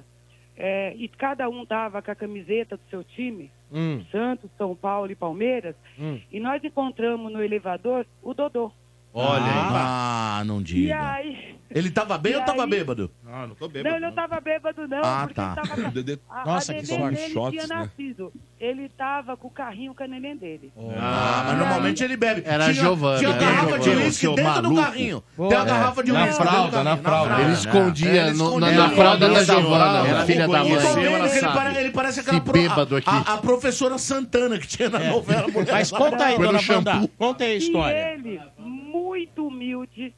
S15: é, e cada um tava com a camiseta do seu time,
S1: Hum,
S15: Santos, São Paulo e Palmeiras,
S1: hum.
S15: e nós encontramos no elevador o Dodô.
S6: Olha aí.
S1: Ah.
S6: Ah, não
S15: E
S6: diga.
S15: aí.
S6: Ele tava bem
S15: E
S6: ou tava
S15: aí-
S6: bêbado?
S9: Ah, não tô
S15: não, ele não tava bêbado, não,
S6: Ah,
S15: porque
S6: tá.
S15: ele
S6: <laughs>
S15: tava. A,
S6: Nossa,
S15: a
S6: que
S15: neném
S6: sorte.
S15: dele
S6: Shots,
S15: tinha
S6: né?
S15: nascido. Ele tava com o carrinho com a neném dele.
S6: Ah, mas normalmente ele bebe.
S11: Era
S6: tinha,
S11: Giovanna,
S6: Tinha
S11: né?
S6: garrafa de
S11: Giovanna,
S6: uísque
S11: seu
S6: dentro do
S11: maluco.
S6: carrinho.
S11: Boa.
S6: Tem uma
S11: É.
S6: garrafa de
S11: Na
S6: uísque.
S11: fralda,
S6: dentro do
S11: na
S6: carrinho,
S11: fralda. Ele
S6: né?
S11: escondia
S6: É, ele
S11: no- na-
S6: escondia.
S11: na fralda
S6: Ela
S11: da
S6: sabe,
S11: Giovanna,
S6: ela
S11: ela filha da
S6: acompanha.
S11: mãe.
S6: O tom
S11: Ela
S6: dele, Ele
S11: sabe.
S6: pare- ele parece aquela
S11: Esse bêbado
S6: a-
S11: aqui. É.
S6: A, a professora Santana que tinha na novela. Mulher
S1: Mas
S6: da
S1: conta aí,
S6: Brava.
S1: dona Wanda. Conta aí a história.
S15: E ele, muito humilde,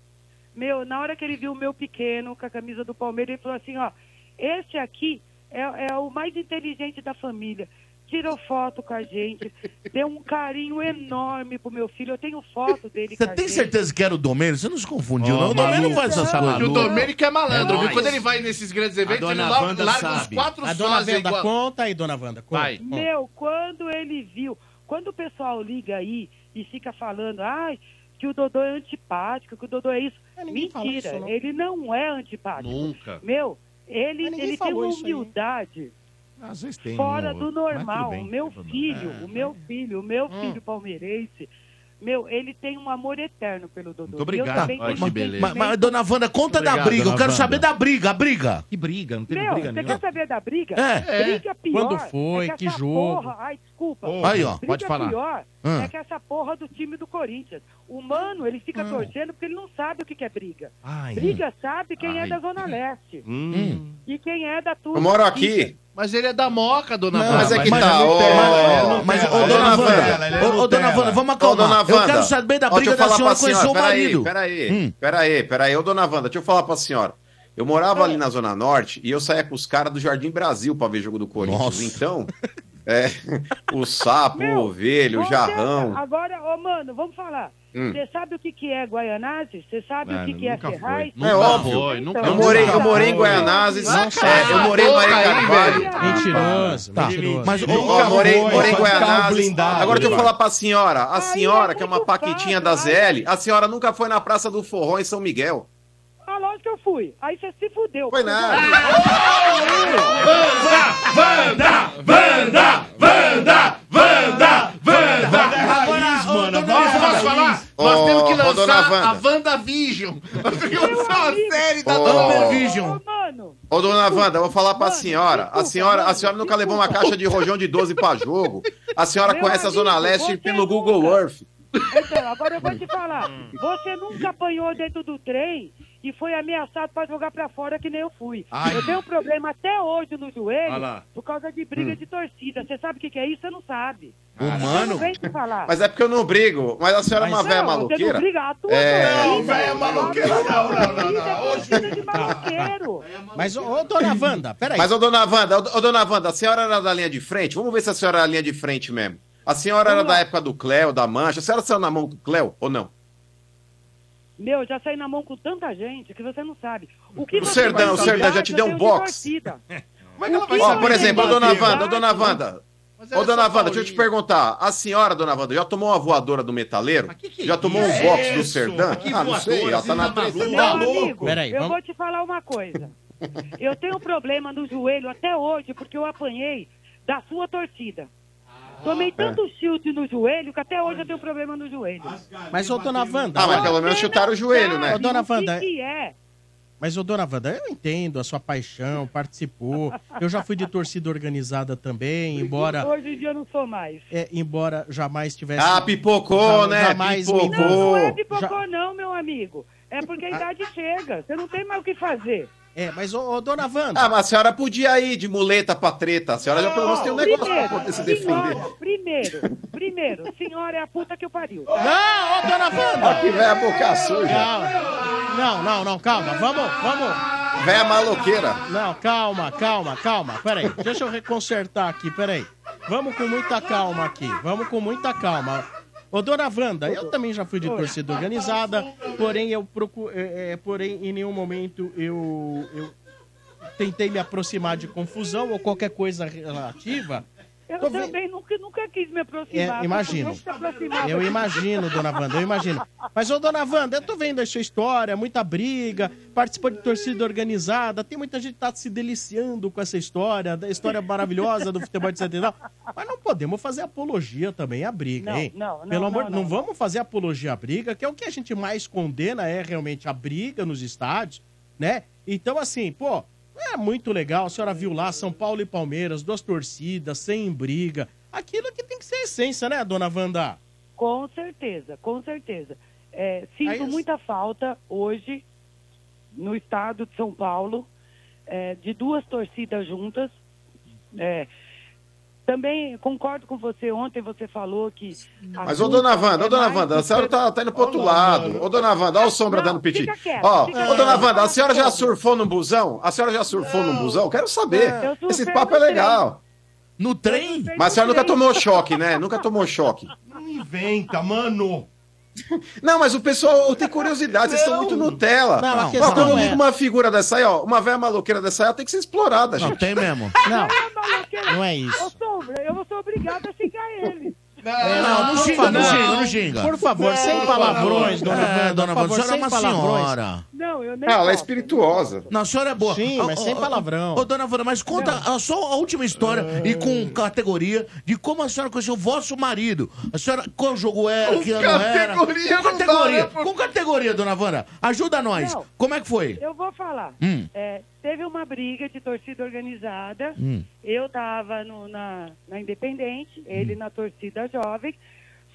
S15: meu, na hora que ele viu o meu pequeno com a camisa do Palmeiras, ele falou assim, ó, esse aqui é, é o mais inteligente da família. Tirou foto com a gente,
S6: <laughs>
S15: deu um carinho enorme pro meu filho. Eu tenho foto dele
S6: Você
S15: com a
S6: tem
S15: gente.
S6: certeza que era o Domênico? Você não se confundiu,
S11: Ó,
S6: não? O Domênico
S11: maluco.
S6: não faz essas coisas.
S11: E o Domênico é malandro,
S6: É
S11: viu?
S6: nóis.
S11: Quando ele vai nesses grandes eventos, ele
S6: dona
S11: lá-
S6: Wanda
S11: larga uns
S6: sabe.
S11: quatro
S1: A dona
S11: sósia
S1: Wanda,
S11: igual-
S1: conta aí, dona Wanda. Conta.
S11: Vai.
S1: conta.
S15: Meu, quando ele viu, quando o pessoal liga aí e fica falando, ai, que o Dodô é antipático, que o Dodô é isso.
S1: ninguém fala
S15: Mentira,
S1: isso, não.
S15: ele não é antipático.
S11: Nunca.
S15: Meu, ele,
S1: Mas ninguém
S15: ele tem
S1: falou
S15: uma
S1: isso aí.
S15: humildade
S6: Às vezes tem um ou
S15: fora do
S6: outro, mas
S15: normal.
S6: tudo bem.
S15: O meu filho,
S6: É. Hum.
S15: o meu filho, o meu filho palmeirense, meu, ele tem um amor eterno pelo Dodô.
S6: Muito obrigado.
S15: Mas,
S6: Mas-
S11: é
S6: mas, mas, dona Wanda, conta
S15: Obrigado,
S6: da briga. Eu
S15: dona
S6: quero
S15: Wanda.
S6: saber da briga, a briga.
S4: Que briga? Não
S15: meu, você quer saber da briga?
S6: É.
S15: Briga pior.
S6: Quando foi,
S15: é que
S6: que
S15: essa
S6: jogo?
S15: Porra, ai, desculpa.
S6: Porra. Aí, ó,
S15: briga
S6: pode falar.
S15: pior
S6: Ah.
S15: é que essa porra do time do Corinthians. O mano, ele fica torcendo porque ele não sabe o que que é briga.
S6: Hum. Ai.
S15: Briga sabe quem é
S11: Ai.
S15: da Zona Leste.
S11: Hum.
S15: E quem é da turma.
S7: Eu moro aqui.
S11: Mas ele é da Moca, dona
S7: Não,
S11: Wanda.
S7: mas é
S6: Ah,
S7: que tá,
S11: ele
S7: ó,
S11: tem,
S7: ó,
S11: ele não
S7: mas,
S11: tem.
S7: ô,
S11: Ele
S7: dona
S11: não tem.
S7: Wanda,
S11: Ele não
S7: ô, ô,
S11: tem.
S6: Dona Wanda, vamos
S7: Ô,
S6: acalmar.
S7: dona
S6: Eu
S7: Wanda,
S6: quero saber da
S7: ó, deixa
S6: briga
S7: eu
S6: da
S7: falar
S6: senhora
S7: pra
S6: com o seu
S7: peraí,
S6: marido.
S7: Peraí,
S6: Hum.
S7: peraí, peraí. Ô, dona Wanda, deixa eu falar pra senhora. Eu morava ali na Zona Norte e eu saía com os caras do Jardim Brasil pra ver jogo do Corinthians. Então, é, o sapo, o ovelho, o
S15: Você- é
S7: jarrão.
S15: Agora, ô mano, vamos falar.
S7: Hum.
S15: Você sabe o que, que é Guaianazes? Você sabe o que,
S7: Mano,
S15: que é
S7: nunca foi.
S15: Ferraz?
S7: É Nunca óbvio. foi, nunca Eu foi. morei- eu morei em Guaianazes,
S15: Não
S7: é,
S15: sabe.
S7: eu morei em Maria
S15: Aí,
S7: Carvalho.
S15: velho.
S1: Mentiroso,
S7: Tá.
S1: mentiroso.
S7: Mas ó, morei, morei em Guaianazes. Agora deixa eu falar pra senhora. A senhora, que é uma paquitinha da ZL, a senhora nunca foi na Praça do Forró em São Miguel.
S15: Ah, lógico que eu fui. Aí você se fudeu.
S7: Foi nada.
S2: Vanda! Vanda! Vanda! Vanda! Vanda!
S6: Agora, ô, dona
S11: Nós
S6: Wanda,
S11: vamos falar,
S7: Ô,
S11: nós temos que
S7: ô, dona
S11: lançar a
S7: Wanda.
S11: WandaVision. Virou uma série da
S7: Ô,
S11: WandaVision.
S7: Ô, dona Wanda, eu vou falar pra senhora. A senhora, a senhora nunca levou uma caixa de rojão de 12 pra jogo. A senhora
S15: Meu
S7: conhece a Zona
S15: amigo,
S7: Leste
S15: você é
S7: pelo Google Earth.
S15: Então, agora eu vou te falar.
S7: Hum.
S15: Hum. Você nunca apanhou dentro do trem e foi ameaçado pra jogar pra fora que nem eu fui.
S2: Ai.
S15: Eu tenho um problema até hoje no
S2: Olha
S15: joelho
S2: lá.
S15: por causa de
S7: Hum.
S15: briga de torcida. Você sabe o que, que é isso? Você não sabe. Você não
S7: Humano?
S15: vem te falar.
S7: Mas é porque eu não brigo. Mas a senhora é uma
S15: Mas-
S7: velha
S15: Não, você não
S7: maluqueira.
S15: briga, a tua
S7: é...
S15: não briga. é
S7: velha maluqueira não, não, não.
S1: Mas, ô, ô, dona Wanda, peraí.
S7: Mas, ô, dona Wanda, ô, ô, dona Wanda, a senhora era da linha de frente? Vamos ver se a senhora era da linha de frente mesmo. A senhora era da época do Cléo, da Mancha. A senhora saiu na mão do Cléo ou não?
S15: Meu, já saí na mão com tanta gente que você não sabe. O que
S7: O
S15: você
S7: Serdão,
S15: vai
S7: o Serdão
S15: brigar,
S7: já te
S15: eu
S7: deu um
S15: tenho
S7: box.
S15: divertida.
S7: Ó,
S15: O que você
S7: por
S15: vai
S7: exemplo, ô
S15: brigar?
S7: dona Wanda, ô dona Wanda.
S15: ela
S7: Ô,
S15: é
S7: dona
S15: né? só
S7: Wanda, deixa eu te perguntar. A senhora, dona Wanda, já tomou uma voadora do metaleiro? já tomou um
S15: é isso?
S7: box do
S15: Isso?
S7: Serdã?
S15: Que
S7: Ah, não sei,
S15: voadora,
S7: ela tá
S15: você
S7: na
S15: tá
S7: treta.
S15: Meu
S7: Tá
S15: amigo,
S7: louco?
S15: eu vou te falar uma coisa. Eu tenho um problema no joelho até hoje, porque eu apanhei da sua torcida. Tomei
S7: Ah.
S15: tanto chute no joelho que até hoje eu tenho problema no joelho.
S1: Mas, ô, dona Wanda...
S7: Ah, mas pelo menos chutaram o joelho, né?
S1: Ô, dona
S15: O que
S1: Wanda,
S15: que é?
S1: Mas, ô, dona Wanda, eu entendo a sua paixão, participou. Eu já fui de torcida organizada também, embora...
S15: Hoje em dia eu não sou mais.
S1: é, embora jamais tivesse.
S7: Ah, pipocou, né? Pipocou.
S15: Não, não é
S1: Já- Ah.
S15: pipocou não, meu amigo. É porque a idade chega. Você não tem mais o que fazer.
S1: É, mas, ô, ô, dona Wanda.
S7: Ah, mas a senhora podia ir de muleta pra treta. A senhora já pelo menos tem um negócio pra
S15: primeiro,
S7: poder se defender.
S15: Senhora, primeiro, primeiro, senhora é a puta que o pariu.
S1: Não, ô, dona Wanda!
S7: Aqui vai a boca suja.
S1: Calma. Não, não, não, calma. Vamos, vamos.
S7: Véia maloqueira.
S1: Não, calma, calma, calma. Peraí, deixa eu reconsertar aqui, peraí. Vamos com muita calma aqui. Vamos com muita calma. Ô, dona Wanda, eu também já fui de torcida organizada, porém eu procu... é, é, porém em nenhum momento eu, eu tentei me aproximar de confusão ou qualquer coisa relativa.
S15: Eu
S1: Tô vendo-
S15: também nunca, nunca quis me aproximar.
S1: É, imagino.
S15: Não se aproximava.
S1: Eu imagino, dona Wanda, eu imagino. Mas, ô, dona Wanda, eu tô vendo a sua história, muita briga, participou de torcida organizada, tem muita gente que tá se deliciando com essa história, da história maravilhosa do futebol de Centenal. Mas não podemos fazer apologia também à briga,
S15: Não,
S1: hein?
S15: não, não,
S1: Pelo amor
S15: não,
S1: não,
S15: não.
S1: vamos fazer apologia à briga, que é o que a gente mais condena é realmente a briga nos estádios, né? Então, assim, pô, é muito legal. A senhora viu lá São Paulo e Palmeiras, duas torcidas, sem briga. Aquilo que tem que ser a essência, né, dona Wanda?
S15: Com certeza, com certeza. É, sinto
S1: Aí-
S15: muita falta hoje no estado de São Paulo é, de duas torcidas juntas. É, também concordo com você, ontem você falou que. a
S7: Mas, ô dona
S15: culpa
S7: Wanda,
S15: é
S7: ô dona
S15: mais
S7: Wanda, a
S15: do
S7: senhora
S15: que-
S7: tá, tá indo pro outro lado. Ô dona Wanda, olha o sombra
S15: Não,
S7: dando piti.
S15: fica quieto,
S7: Ó,
S15: fica
S7: ô dona
S15: quieto.
S7: Wanda, a senhora já surfou num busão? A senhora já surfou num busão? Quero saber.
S15: Não. Eu surfei
S7: Esse papo é
S15: no
S7: legal.
S6: No trem?
S7: Mas a senhora nunca tomou choque, né? Nunca tomou choque.
S4: Não inventa, mano.
S7: Não, mas o pessoal tem curiosidade, vocês estão muito Nutella.
S4: Não, a
S7: Ó,
S4: questão
S7: quando
S4: é-
S7: liga uma figura dessa aí, ó, uma velha maloqueira dessa aí, ela tem que ser explorada, gente. Não,
S6: tem mesmo.
S1: Não.
S15: maloqueira.
S1: Não é isso.
S15: Ô, Sombra, eu sou obrigada a xingar ele.
S1: É,
S6: não, não
S1: por
S6: xinga, não xinga, não xinga.
S1: Por favor,
S6: Não,
S1: sem
S6: não,
S1: palavrões,
S6: não.
S1: dona
S6: É,
S1: Wanda.
S6: dona
S1: por
S6: Wanda,
S1: favor,
S6: a senhora é
S1: sem
S6: uma
S1: palavrões.
S6: senhora.
S15: Não, eu nem.
S7: Ah, ela é
S15: gosto.
S7: espirituosa.
S6: Não, a senhora é boa.
S1: Sim, mas sem palavrão.
S6: Ô, dona Vânia, mas conta a- só a última história e com categoria de como a senhora conheceu o vosso marido. A senhora, qual jogo era,
S8: Com
S6: que ano era?
S8: categoria não
S6: Com
S8: dá,
S6: categoria,
S8: né, pô?
S6: com categoria, dona Vânia. Ajuda nós.
S15: Não.
S6: Como é que foi?
S15: Eu vou falar.
S6: Hum.
S15: É, teve uma briga de torcida organizada.
S6: Hum.
S15: Eu tava no- na, na Independente, ele na torcida jovem.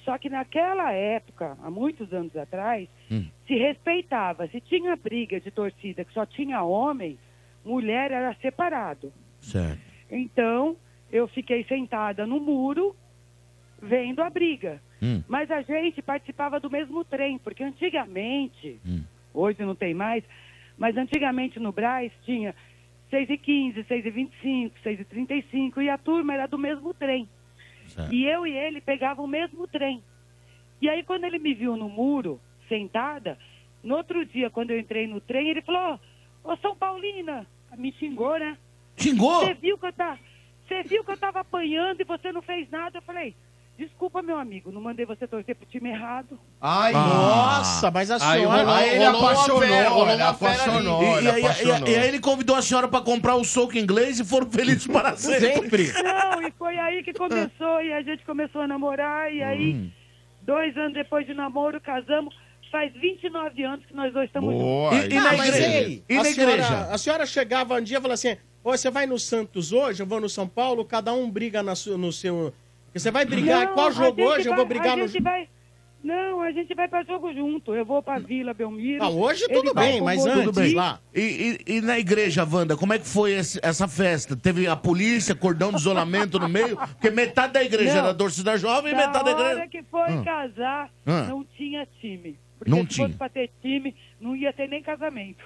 S15: Só que naquela época, há muitos anos atrás,
S6: Hum.
S15: se respeitava. Se tinha briga de torcida que só tinha homem, mulher era separado.
S6: Certo.
S15: Então, eu fiquei sentada no muro, vendo a briga.
S6: Hum.
S15: Mas a gente participava do mesmo trem, porque antigamente, hoje não tem mais, mas antigamente no Braz tinha 6 e 15, 6 e 25, 6 e 35, e a turma era do mesmo trem. E eu e ele pegavam o mesmo trem. E aí, quando ele me viu no muro, sentada, no outro dia, quando eu entrei no trem, ele falou, ô São Paulina, me xingou, né?
S6: Xingou?
S15: Você viu que eu tava... Você viu que eu tava apanhando e você não fez nada? Eu falei, desculpa, meu amigo, não mandei você torcer pro time errado.
S1: Ai,
S6: Ah.
S1: nossa, mas a
S6: Aí
S1: senhora.
S6: rolou-
S1: Aí
S6: Ah, rolou uma fera, rolou uma fera
S1: apaixonou.
S6: ali. E, e aí- e aí ele convidou a senhora pra comprar o soco inglês e foram felizes para sempre.
S15: Não, e foi aí que começou, e a gente começou a namorar, e aí,
S1: Hum.
S15: dois anos depois de namoro, casamos. Faz 29 anos que nós dois estamos juntos.
S1: Ah, mas ei, a senhora- A senhora chegava um dia e falava assim: Ô, você vai no Santos hoje, eu vou no São Paulo, cada um briga na su- no seu. Você vai brigar,
S15: Não,
S1: qual
S15: a
S1: jogo
S15: gente
S1: hoje? eu
S15: vai-
S1: vou brigar
S15: a
S1: no.
S15: gente vai- Não, a gente vai pra jogo junto. Eu vou pra Vila Belmiro.
S1: Não, Ah, hoje
S15: ele
S1: tudo
S15: vai
S1: bem,
S15: pro
S1: mas
S15: Morumbi.
S6: Tudo bem. E, e- e na igreja, Wanda, como é que foi esse- essa festa? Teve a polícia, cordão de isolamento no meio? Porque metade da igreja
S15: Não.
S6: era torcida jovem e
S15: Da
S6: metade da
S10: é
S6: igreja.
S15: hora que foi
S6: Ah.
S15: casar,
S6: Ah.
S15: não tinha time. Porque
S6: Não
S15: se
S6: tinha.
S15: fosse pra ter time, não ia ter nem casamento.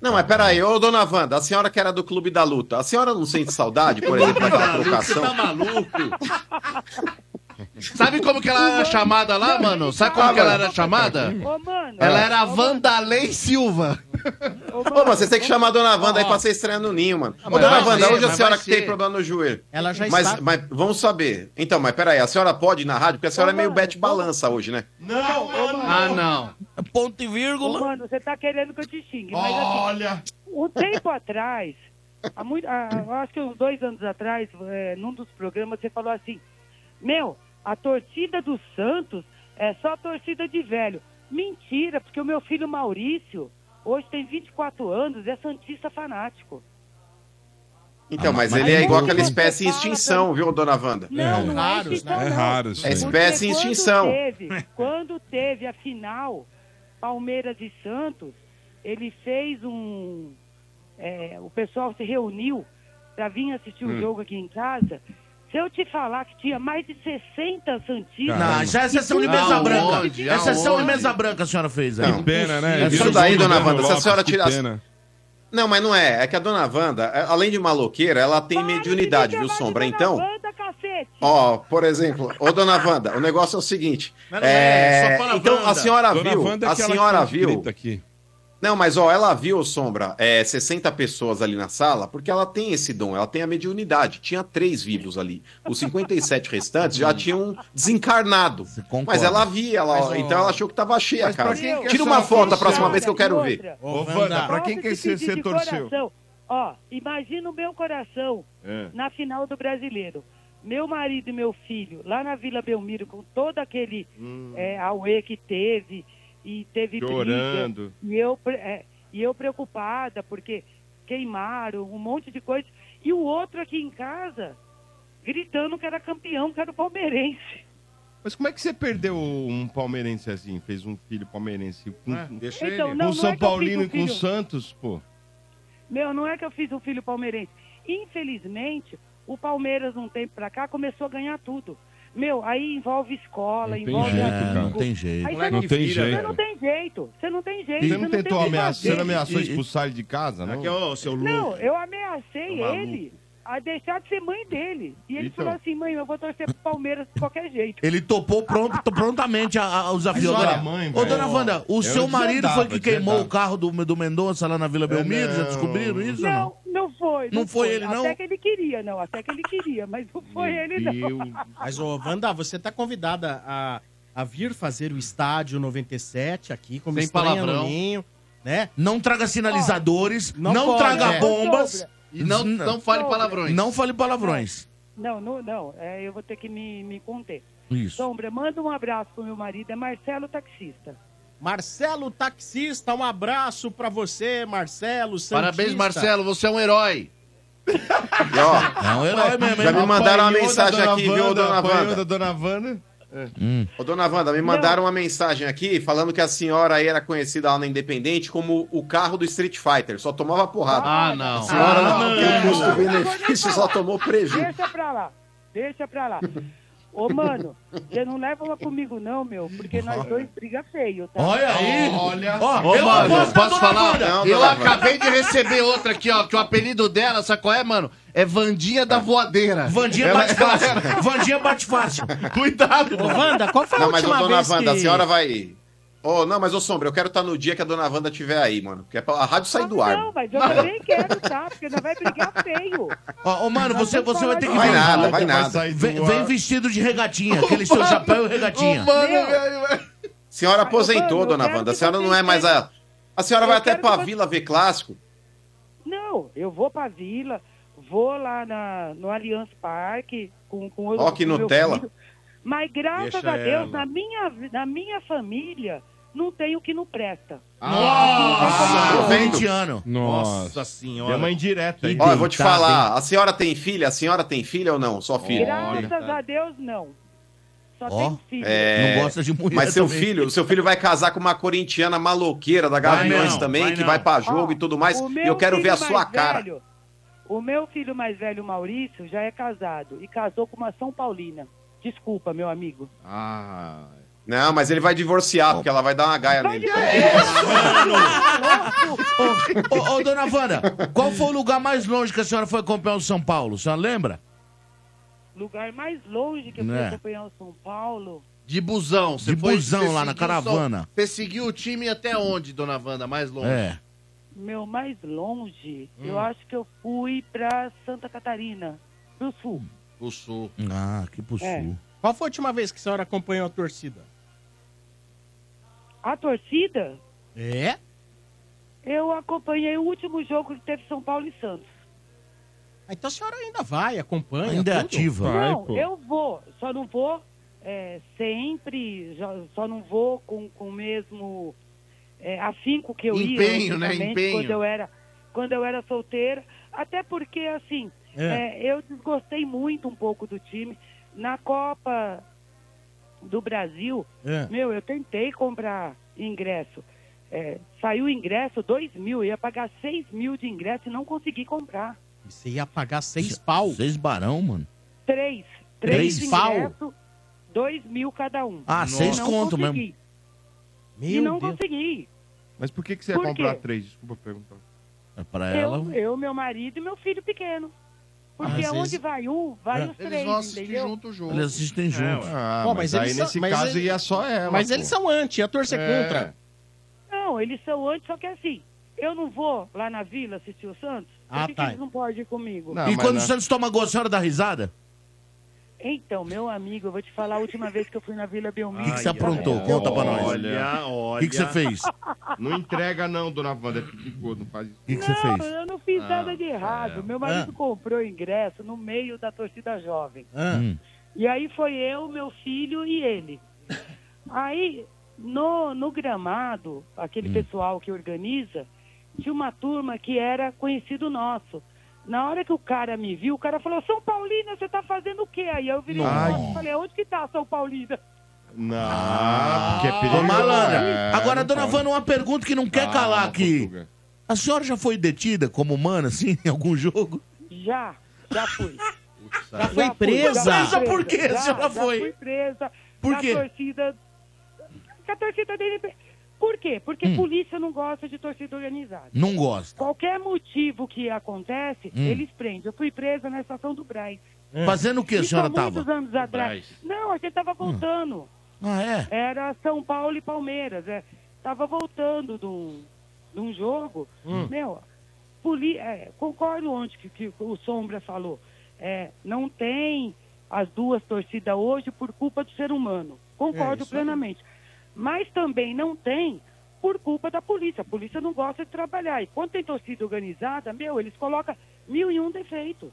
S7: Não, mas peraí, ô dona Wanda, a senhora que era do Clube da Luta, a senhora não sente saudade, por exemplo, daquela trocação?
S6: maluco?
S11: tá Sabe como que ela era chamada lá, mano? Sabe
S7: Ah,
S11: como que ela era chamada?
S15: Ô, mano.
S11: Ela era a Vandalei Silva.
S7: Ô, mas vocês têm que chamar a dona Wanda aí pra ser estranha no ninho, mano.
S11: Ah,
S7: Ô, dona
S1: vai
S7: Wanda,
S1: ser,
S7: hoje a
S1: mas
S7: senhora
S1: vai
S7: que
S1: ser.
S7: tem problema no joelho.
S1: Ela já
S7: mas,
S1: está-
S7: Mas vamos saber. Então, mas peraí, a senhora pode ir na rádio? Porque a senhora é meio bete balança hoje, né?
S15: Não, mano.
S6: Ponto e vírgula.
S15: mano, você tá querendo que eu te xingue. Mas,
S6: Olha.
S15: Assim, um tempo atrás, há muito, há- eu acho que uns dois anos atrás, é, num dos programas, você falou assim: Meu, a torcida do Santos é só torcida de velho. Mentira, porque o meu filho Maurício, hoje tem 24 anos, é Santista fanático.
S7: Então,
S5: Ah,
S7: mas,
S5: mas-
S7: ele é
S5: mas
S7: igual
S5: o-
S7: aquela espécie em
S1: né?
S7: extinção, viu, dona Wanda?
S15: Não, não é
S5: raros,
S15: extinção,
S5: né? É
S15: não.
S5: raros,
S7: É
S5: né?
S7: espécie em
S15: Porque quando
S7: extinção.
S15: Teve, quando teve a final, Palmeiras e Santos, ele fez um. é, o pessoal se reuniu para vir assistir o
S6: Hum.
S15: jogo aqui em casa. Se eu te falar que tinha mais de 60 Santistas.
S6: Não, já é sessão de mesa
S15: Aonde?
S6: branca. É sessão de
S15: Aonde?
S6: mesa branca a senhora fez aí.
S7: Que pena, né? Isso daí, dona Wanda, se a senhora tirar- Não, mas não é. É que a dona Wanda, é- além de maloqueira, ela tem
S15: é
S7: mediunidade, viu, Sombra? Então,
S15: Anda, cacete!
S7: ó, por exemplo, ô dona Wanda, o negócio é o seguinte.
S15: não é,
S7: é,
S15: só fala
S7: então, a
S15: Wanda.
S7: senhora
S9: Dona
S7: viu,
S9: Wanda é
S7: a
S9: aquela que
S7: senhora
S9: tá
S7: viu.
S9: escrita aqui.
S7: Não, mas ó, ela viu, Sombra, é, 60 pessoas ali na sala, porque ela tem esse dom, ela tem a mediunidade. Tinha três vivos ali. Os 57 restantes já tinham desencarnado. Mas ela via, ela,
S2: Mas, ó,
S7: então ela achou que tava cheia a
S2: mas pra
S7: casa.
S2: quem que a
S7: Tira
S2: senhora
S7: uma foto a
S2: torce?
S7: próxima vez que eu
S15: Outra,
S7: quero
S15: e
S7: ver.
S15: outra.
S2: Ô, Wanda, pra quem
S15: Posso
S2: que
S15: te
S2: você-
S15: pedir
S2: você
S15: de
S2: torceu?
S15: coração? Ó, imagina o meu coração
S2: É.
S15: na final do brasileiro. Meu marido e meu filho, lá na Vila Belmiro, com todo aquele é, auê que teve, e teve briga,
S5: Chorando.
S15: e eu, pre- é, e eu preocupada, porque queimaram um monte de coisa. E o outro aqui em casa, gritando que era campeão, que era o palmeirense.
S5: Mas como é que você perdeu um palmeirense assim? Fez um filho palmeirense com,
S15: Ah, deixa
S5: com
S15: ele. Então, não,
S5: um
S15: não
S5: São
S15: é que eu
S5: Paulino
S15: fiz
S5: e
S15: um
S5: com o
S15: filho.
S5: Santos, pô.
S15: Meu, não é que eu fiz um filho palmeirense. Infelizmente, o Palmeiras, um tempo pra cá, começou a ganhar tudo. Meu, aí envolve escola,
S6: Não tem
S15: envolve.
S6: jeito, né?
S15: amigo.
S6: cara. É, Não tem jeito.
S5: é
S15: Aí você
S6: Moleque vira,
S15: Você
S6: né?
S15: não tem jeito. Você não tem jeito.
S5: Você não
S15: tem
S5: tentou
S15: o que
S5: ameaçar, você
S15: fazer.
S5: não ameaçou expulsar ele de casa, não?
S6: Aqui, ô, seu
S15: Não, eu ameacei
S5: Tô maluco.
S15: ele a deixar de ser mãe dele. E ele
S6: Então.
S15: falou assim: mãe, eu vou torcer pro Palmeiras de qualquer jeito.
S6: Ele topou pronto, prontamente a, a, o desafio.
S15: Ah, Mas é, um olha,
S6: Dona-
S15: mãe,
S6: um tá Ô,
S15: velho.
S6: dona Wanda, o
S15: Eu
S6: seu marido
S15: desandava,
S6: foi que queimou
S15: desandava.
S6: o carro do, do Mendonça lá na Vila Belmiro? Já
S15: não.
S6: descobriram isso? ou
S15: Não, não foi.
S6: Não foi ele, não?
S15: Até que ele queria, não. Até que ele queria, mas não foi ele, não.
S1: Mas, ô, Wanda, você tá convidada a, a vir fazer o estádio 97 aqui, como
S6: Sem
S1: estranha
S6: palavrão.
S1: no ninho, né?
S6: Não traga sinalizadores,
S1: Não
S6: não,
S1: pode,
S6: traga
S1: é.
S6: bombas.
S1: E não- não
S15: fale palavrões.
S6: Não fale palavrões.
S15: Não, não, não. É, eu vou ter que me, me conter.
S6: Isso.
S15: Sombra, manda um abraço pro meu marido, é Marcelo Taxista.
S1: Marcelo Taxista, um abraço pra você, Marcelo. Santista.
S11: Parabéns, Marcelo, você é um herói.
S6: É um herói mesmo,
S7: Já
S6: hein?
S7: me mandaram uma
S6: Apanhou da
S7: mensagem
S6: dona
S7: aqui, viu,
S6: Wanda,
S7: dona
S6: apanhou
S7: Wanda?
S6: da
S5: dona Wanda?
S7: Ô, dona Wanda, me mandaram uma mensagem aqui falando que a senhora aí era conhecida lá na Independente como o carro do Street Fighter, só tomava porrada.
S11: Ah, não.
S7: A senhora
S11: Ah,
S7: não,
S11: não.
S7: tem um custo-benefício, só tomou prejuízo.
S15: Deixa pra lá, deixa pra lá. Ô, mano, você não leva uma comigo não, meu, porque nós dois briga feio, tá?
S11: Olha aí.
S15: Olha!
S11: Ó, eu mano, posso falar?
S15: Não,
S11: eu
S15: dona
S11: acabei de receber outra aqui, ó, que o apelido dela, sabe qual é, mano? É Vandinha da Voadeira.
S6: Vandinha
S7: é
S6: bate fácil. Vandinha bate fácil.
S11: Cuidado,
S1: mano. Wanda, qual
S7: Não, mas, ô, dona Wanda, a senhora vai... Ô, não, mas, ô, Sombra, eu quero estar no dia que a dona Wanda estiver aí, mano, porque é pra- a rádio sair do ar.
S15: Ah, Não, mas eu também quero, tá? Porque nós vai brigar feio.
S6: Ó, ô, mano, você, você vai ter que
S7: Vai
S6: vir-
S7: nada, vai nada.
S6: Vem, vem vestido de regatinha, aquele seu chapéu e regatinha.
S7: senhora aposentou,
S6: mano, eu
S7: dona
S6: quero
S7: Wanda, a
S6: que
S7: senhora não é mais a... A senhora
S15: Eu
S7: vai até
S15: quero
S7: pra
S15: que você-
S7: Vila ver clássico?
S15: Não, eu vou pra vila, vou lá na, no Allianz Parque com, com o
S7: Ó, que
S15: com meu
S7: Nutella.
S15: filho. Mas graças
S7: Deixa
S15: a
S7: ela.
S15: Deus, na minha, vi- na minha família, não tem o que não presta.
S6: Ah,
S7: Tá vendo?
S6: Nossa
S5: É uma indireta. hein?
S7: Ó, eu vou te falar, a senhora tem filha? A senhora tem filha ou não? Só filho?
S15: Graças a Deus, não. Só tem filho.
S7: É,
S6: Não gosta de mulher
S7: Mas seu
S6: também.
S7: filho, seu filho vai casar com uma corintiana maloqueira da Gaviões
S6: não,
S7: também,
S6: vai
S7: que
S6: não.
S7: vai pra jogo e tudo mais.
S15: O
S7: E
S15: meu
S7: eu quero ver a
S15: filho
S7: sua
S15: mais
S7: cara.
S15: velho, o meu filho mais velho, Maurício, já é casado e casou com uma São Paulina. Desculpa, meu amigo.
S7: Ah. Não, mas ele vai divorciar, porque ela vai dar uma gaia nele.
S6: Ô, ô, dona Wanda, qual foi o lugar mais longe que a senhora foi acompanhar o São Paulo? A senhora lembra?
S15: lugar mais longe que eu fui
S6: Né?
S15: acompanhar o São Paulo.
S11: De busão. Você
S6: De busão lá na caravana.
S11: Perseguiu o time até onde, dona Wanda? Mais longe?
S6: É.
S15: Meu, mais longe,
S11: Hum.
S15: eu acho que eu fui pra Santa Catarina, pro sul.
S11: Pro sul.
S6: Ah, que pro
S15: É.
S6: sul.
S1: Qual foi a última vez que a senhora acompanhou a torcida?
S15: A torcida,
S1: É?
S15: eu acompanhei o último jogo que teve São Paulo e Santos.
S1: Então a senhora ainda vai, acompanha.
S15: Ainda é
S1: tudo?
S15: ativa. não, eu vou, só não vou é, sempre, já- só não vou com, com o mesmo é, afinco que eu
S11: Empenho,
S15: ia.
S11: né?
S15: antigamente,
S11: Empenho.
S15: Quando eu era, quando eu era solteira. Até porque, assim,
S11: É.
S15: é, eu desgostei muito um pouco do time. Na Copa do Brasil,
S18: É.
S15: meu, eu tentei comprar ingresso. É, saiu o ingresso, 2 mil, eu ia pagar 6 mil de ingresso e não consegui comprar.
S1: Você ia pagar seis pau.
S6: Seis barão, mano.
S15: Três.
S6: Três
S15: Três,
S6: pau?
S15: ingressos, dois mil cada um.
S6: Ah,
S15: E
S6: seis
S15: não
S6: conto
S15: consegui.
S6: mesmo.
S15: E não consegui.
S5: Mas por que, que você ia
S15: Por
S5: comprar
S15: quê?
S5: três? Desculpa perguntar.
S6: É pra
S15: Eu, eu, meu marido e meu filho pequeno. Porque
S5: Ah, às
S15: onde
S5: vezes-
S15: vai um, vai
S5: É.
S15: os
S5: Eles
S15: três,
S11: vão assistir
S15: entendeu?
S11: junto o jogo.
S6: Eles assistem
S15: É,
S6: juntos.
S5: Ah,
S1: Bom,
S5: mas,
S1: mas
S5: aí
S1: eles são-
S5: nesse
S1: mas
S5: caso
S1: ele-
S5: ia só ela.
S1: Mas
S5: pô.
S1: eles são anti, ia torcer
S5: É.
S1: contra.
S15: Não, eles são antes, só que assim, eu não vou lá na vila assistir o Santos,
S6: Ah,
S15: por que que
S6: tá.
S15: eles não podem ir comigo?
S6: e quando o Santos toma gol, a senhora dá risada?
S15: Então, meu amigo, eu vou te falar a última vez que eu fui na Vila Belmiro.
S6: O que que você aprontou? Conta pra nós.
S5: Olha,
S6: O
S5: olha.
S6: que que você fez?
S5: Não entrega não, dona Wanda. é Ficou, não faz isso. O
S6: que,
S15: não, eu não fiz nada de errado.
S5: é.
S15: Meu marido
S5: Ah.
S15: comprou o ingresso no meio da torcida jovem.
S1: Hum.
S15: E aí foi eu, meu filho e ele. Aí, no, no gramado, aquele pessoal que organiza, tinha uma turma que era conhecido nosso. Na hora que o cara me viu, o cara falou, São Paulina, você tá fazendo o quê? Aí eu virei
S5: Nossa.
S15: pra ele e falei, onde que tá São Paulina?
S5: Não, porque é
S6: Ô,
S5: perigoso.
S6: malandra.
S5: É,
S6: Agora,
S5: não
S6: dona
S5: pode.
S6: Vanda, uma pergunta que não quer
S5: Calma,
S6: calar aqui.
S5: Portuga.
S6: A senhora já foi detida como humana, assim, em algum jogo?
S15: Já, já fui.
S7: tá.
S6: Já foi
S15: fui,
S6: presa?
S15: já
S6: Presa por quê?
S15: Já,
S6: A senhora
S15: já
S6: foi?
S15: fui presa.
S6: Por
S15: com a
S6: quê?
S15: torcida... com a torcida dele... Por quê? Porque
S6: Hum.
S15: polícia não gosta de torcida organizada.
S6: Não gosta.
S15: Qualquer motivo que acontece,
S6: Hum.
S15: eles prendem. Eu fui presa na estação do Braz.
S11: Hum.
S6: Fazendo o que a
S15: Isso
S6: senhora
S15: há
S6: tava? Hum.
S15: muitos anos atrás. Não, a gente tava voltando.
S6: Ah, é?
S15: Era São Paulo e Palmeiras. É. Tava voltando de um, de um jogo.
S18: Hum.
S15: Meu, poli- é, concordo onde que, que o Sombra falou. É, não tem as duas torcidas hoje por culpa do ser humano.
S18: É,
S15: Concordo
S18: isso aí.
S15: plenamente. Mas também não tem por culpa da polícia. A polícia não gosta de trabalhar. E quando tem torcida organizada, meu, eles colocam mil e um defeitos.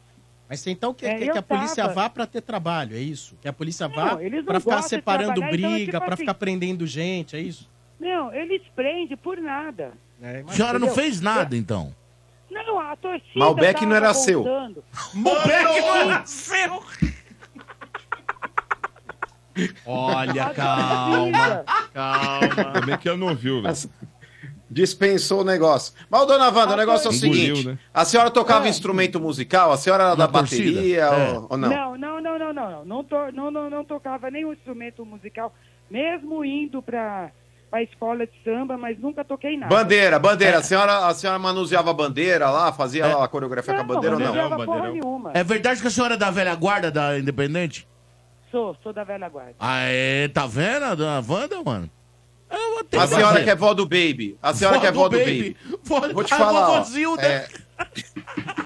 S1: Mas você então
S15: É,
S1: quer, quer
S15: eu
S1: que a polícia
S15: tava.
S1: vá pra ter trabalho, é isso? Que a polícia vá
S15: Não, eles não
S1: pra ficar
S15: gostam de
S1: separando
S15: trabalhar, então é
S1: briga,
S15: tipo
S1: pra
S15: assim.
S1: ficar prendendo gente, é isso?
S15: Não, eles prendem por nada.
S6: A senhora não
S15: Entendeu?
S6: fez nada, então?
S15: Não, a torcida.
S6: Malbec não era seu.
S15: seu.
S6: Malbec não era
S15: seu.
S11: Olha,
S7: calma,
S11: calma.
S9: Também que eu não viu, velho.
S7: Dispensou o negócio. Mas, ô, dona Wanda, o negócio é o
S9: Engoliu,
S7: seguinte:
S9: né?
S7: a senhora tocava
S15: É.
S7: instrumento musical? A senhora era da bateria
S6: É.
S7: ou, ou não?
S15: Não, não, não, não, não. Não, não, to- não, não, não tocava nenhum instrumento musical, mesmo indo pra, pra escola de samba, mas nunca toquei nada.
S7: Bandeira, bandeira.
S6: É.
S7: A, senhora, a senhora manuseava a bandeira lá, fazia lá a coreografia
S15: Não,
S7: com a bandeira ou não?
S15: manuseava porra nenhuma.
S6: É verdade que a senhora é da velha guarda da Independente?
S15: Sou, sou da velha guarda.
S6: Aê, tá vendo a dona Wanda, mano?
S7: A
S6: que
S7: senhora
S6: fazer.
S7: que é vó do baby. A senhora
S6: Vó
S7: que é
S6: do
S7: vó do
S6: baby.
S7: baby.
S6: Vó- né?
S7: Vou te
S6: a
S7: falar. ó,
S6: vovozilda.
S7: é,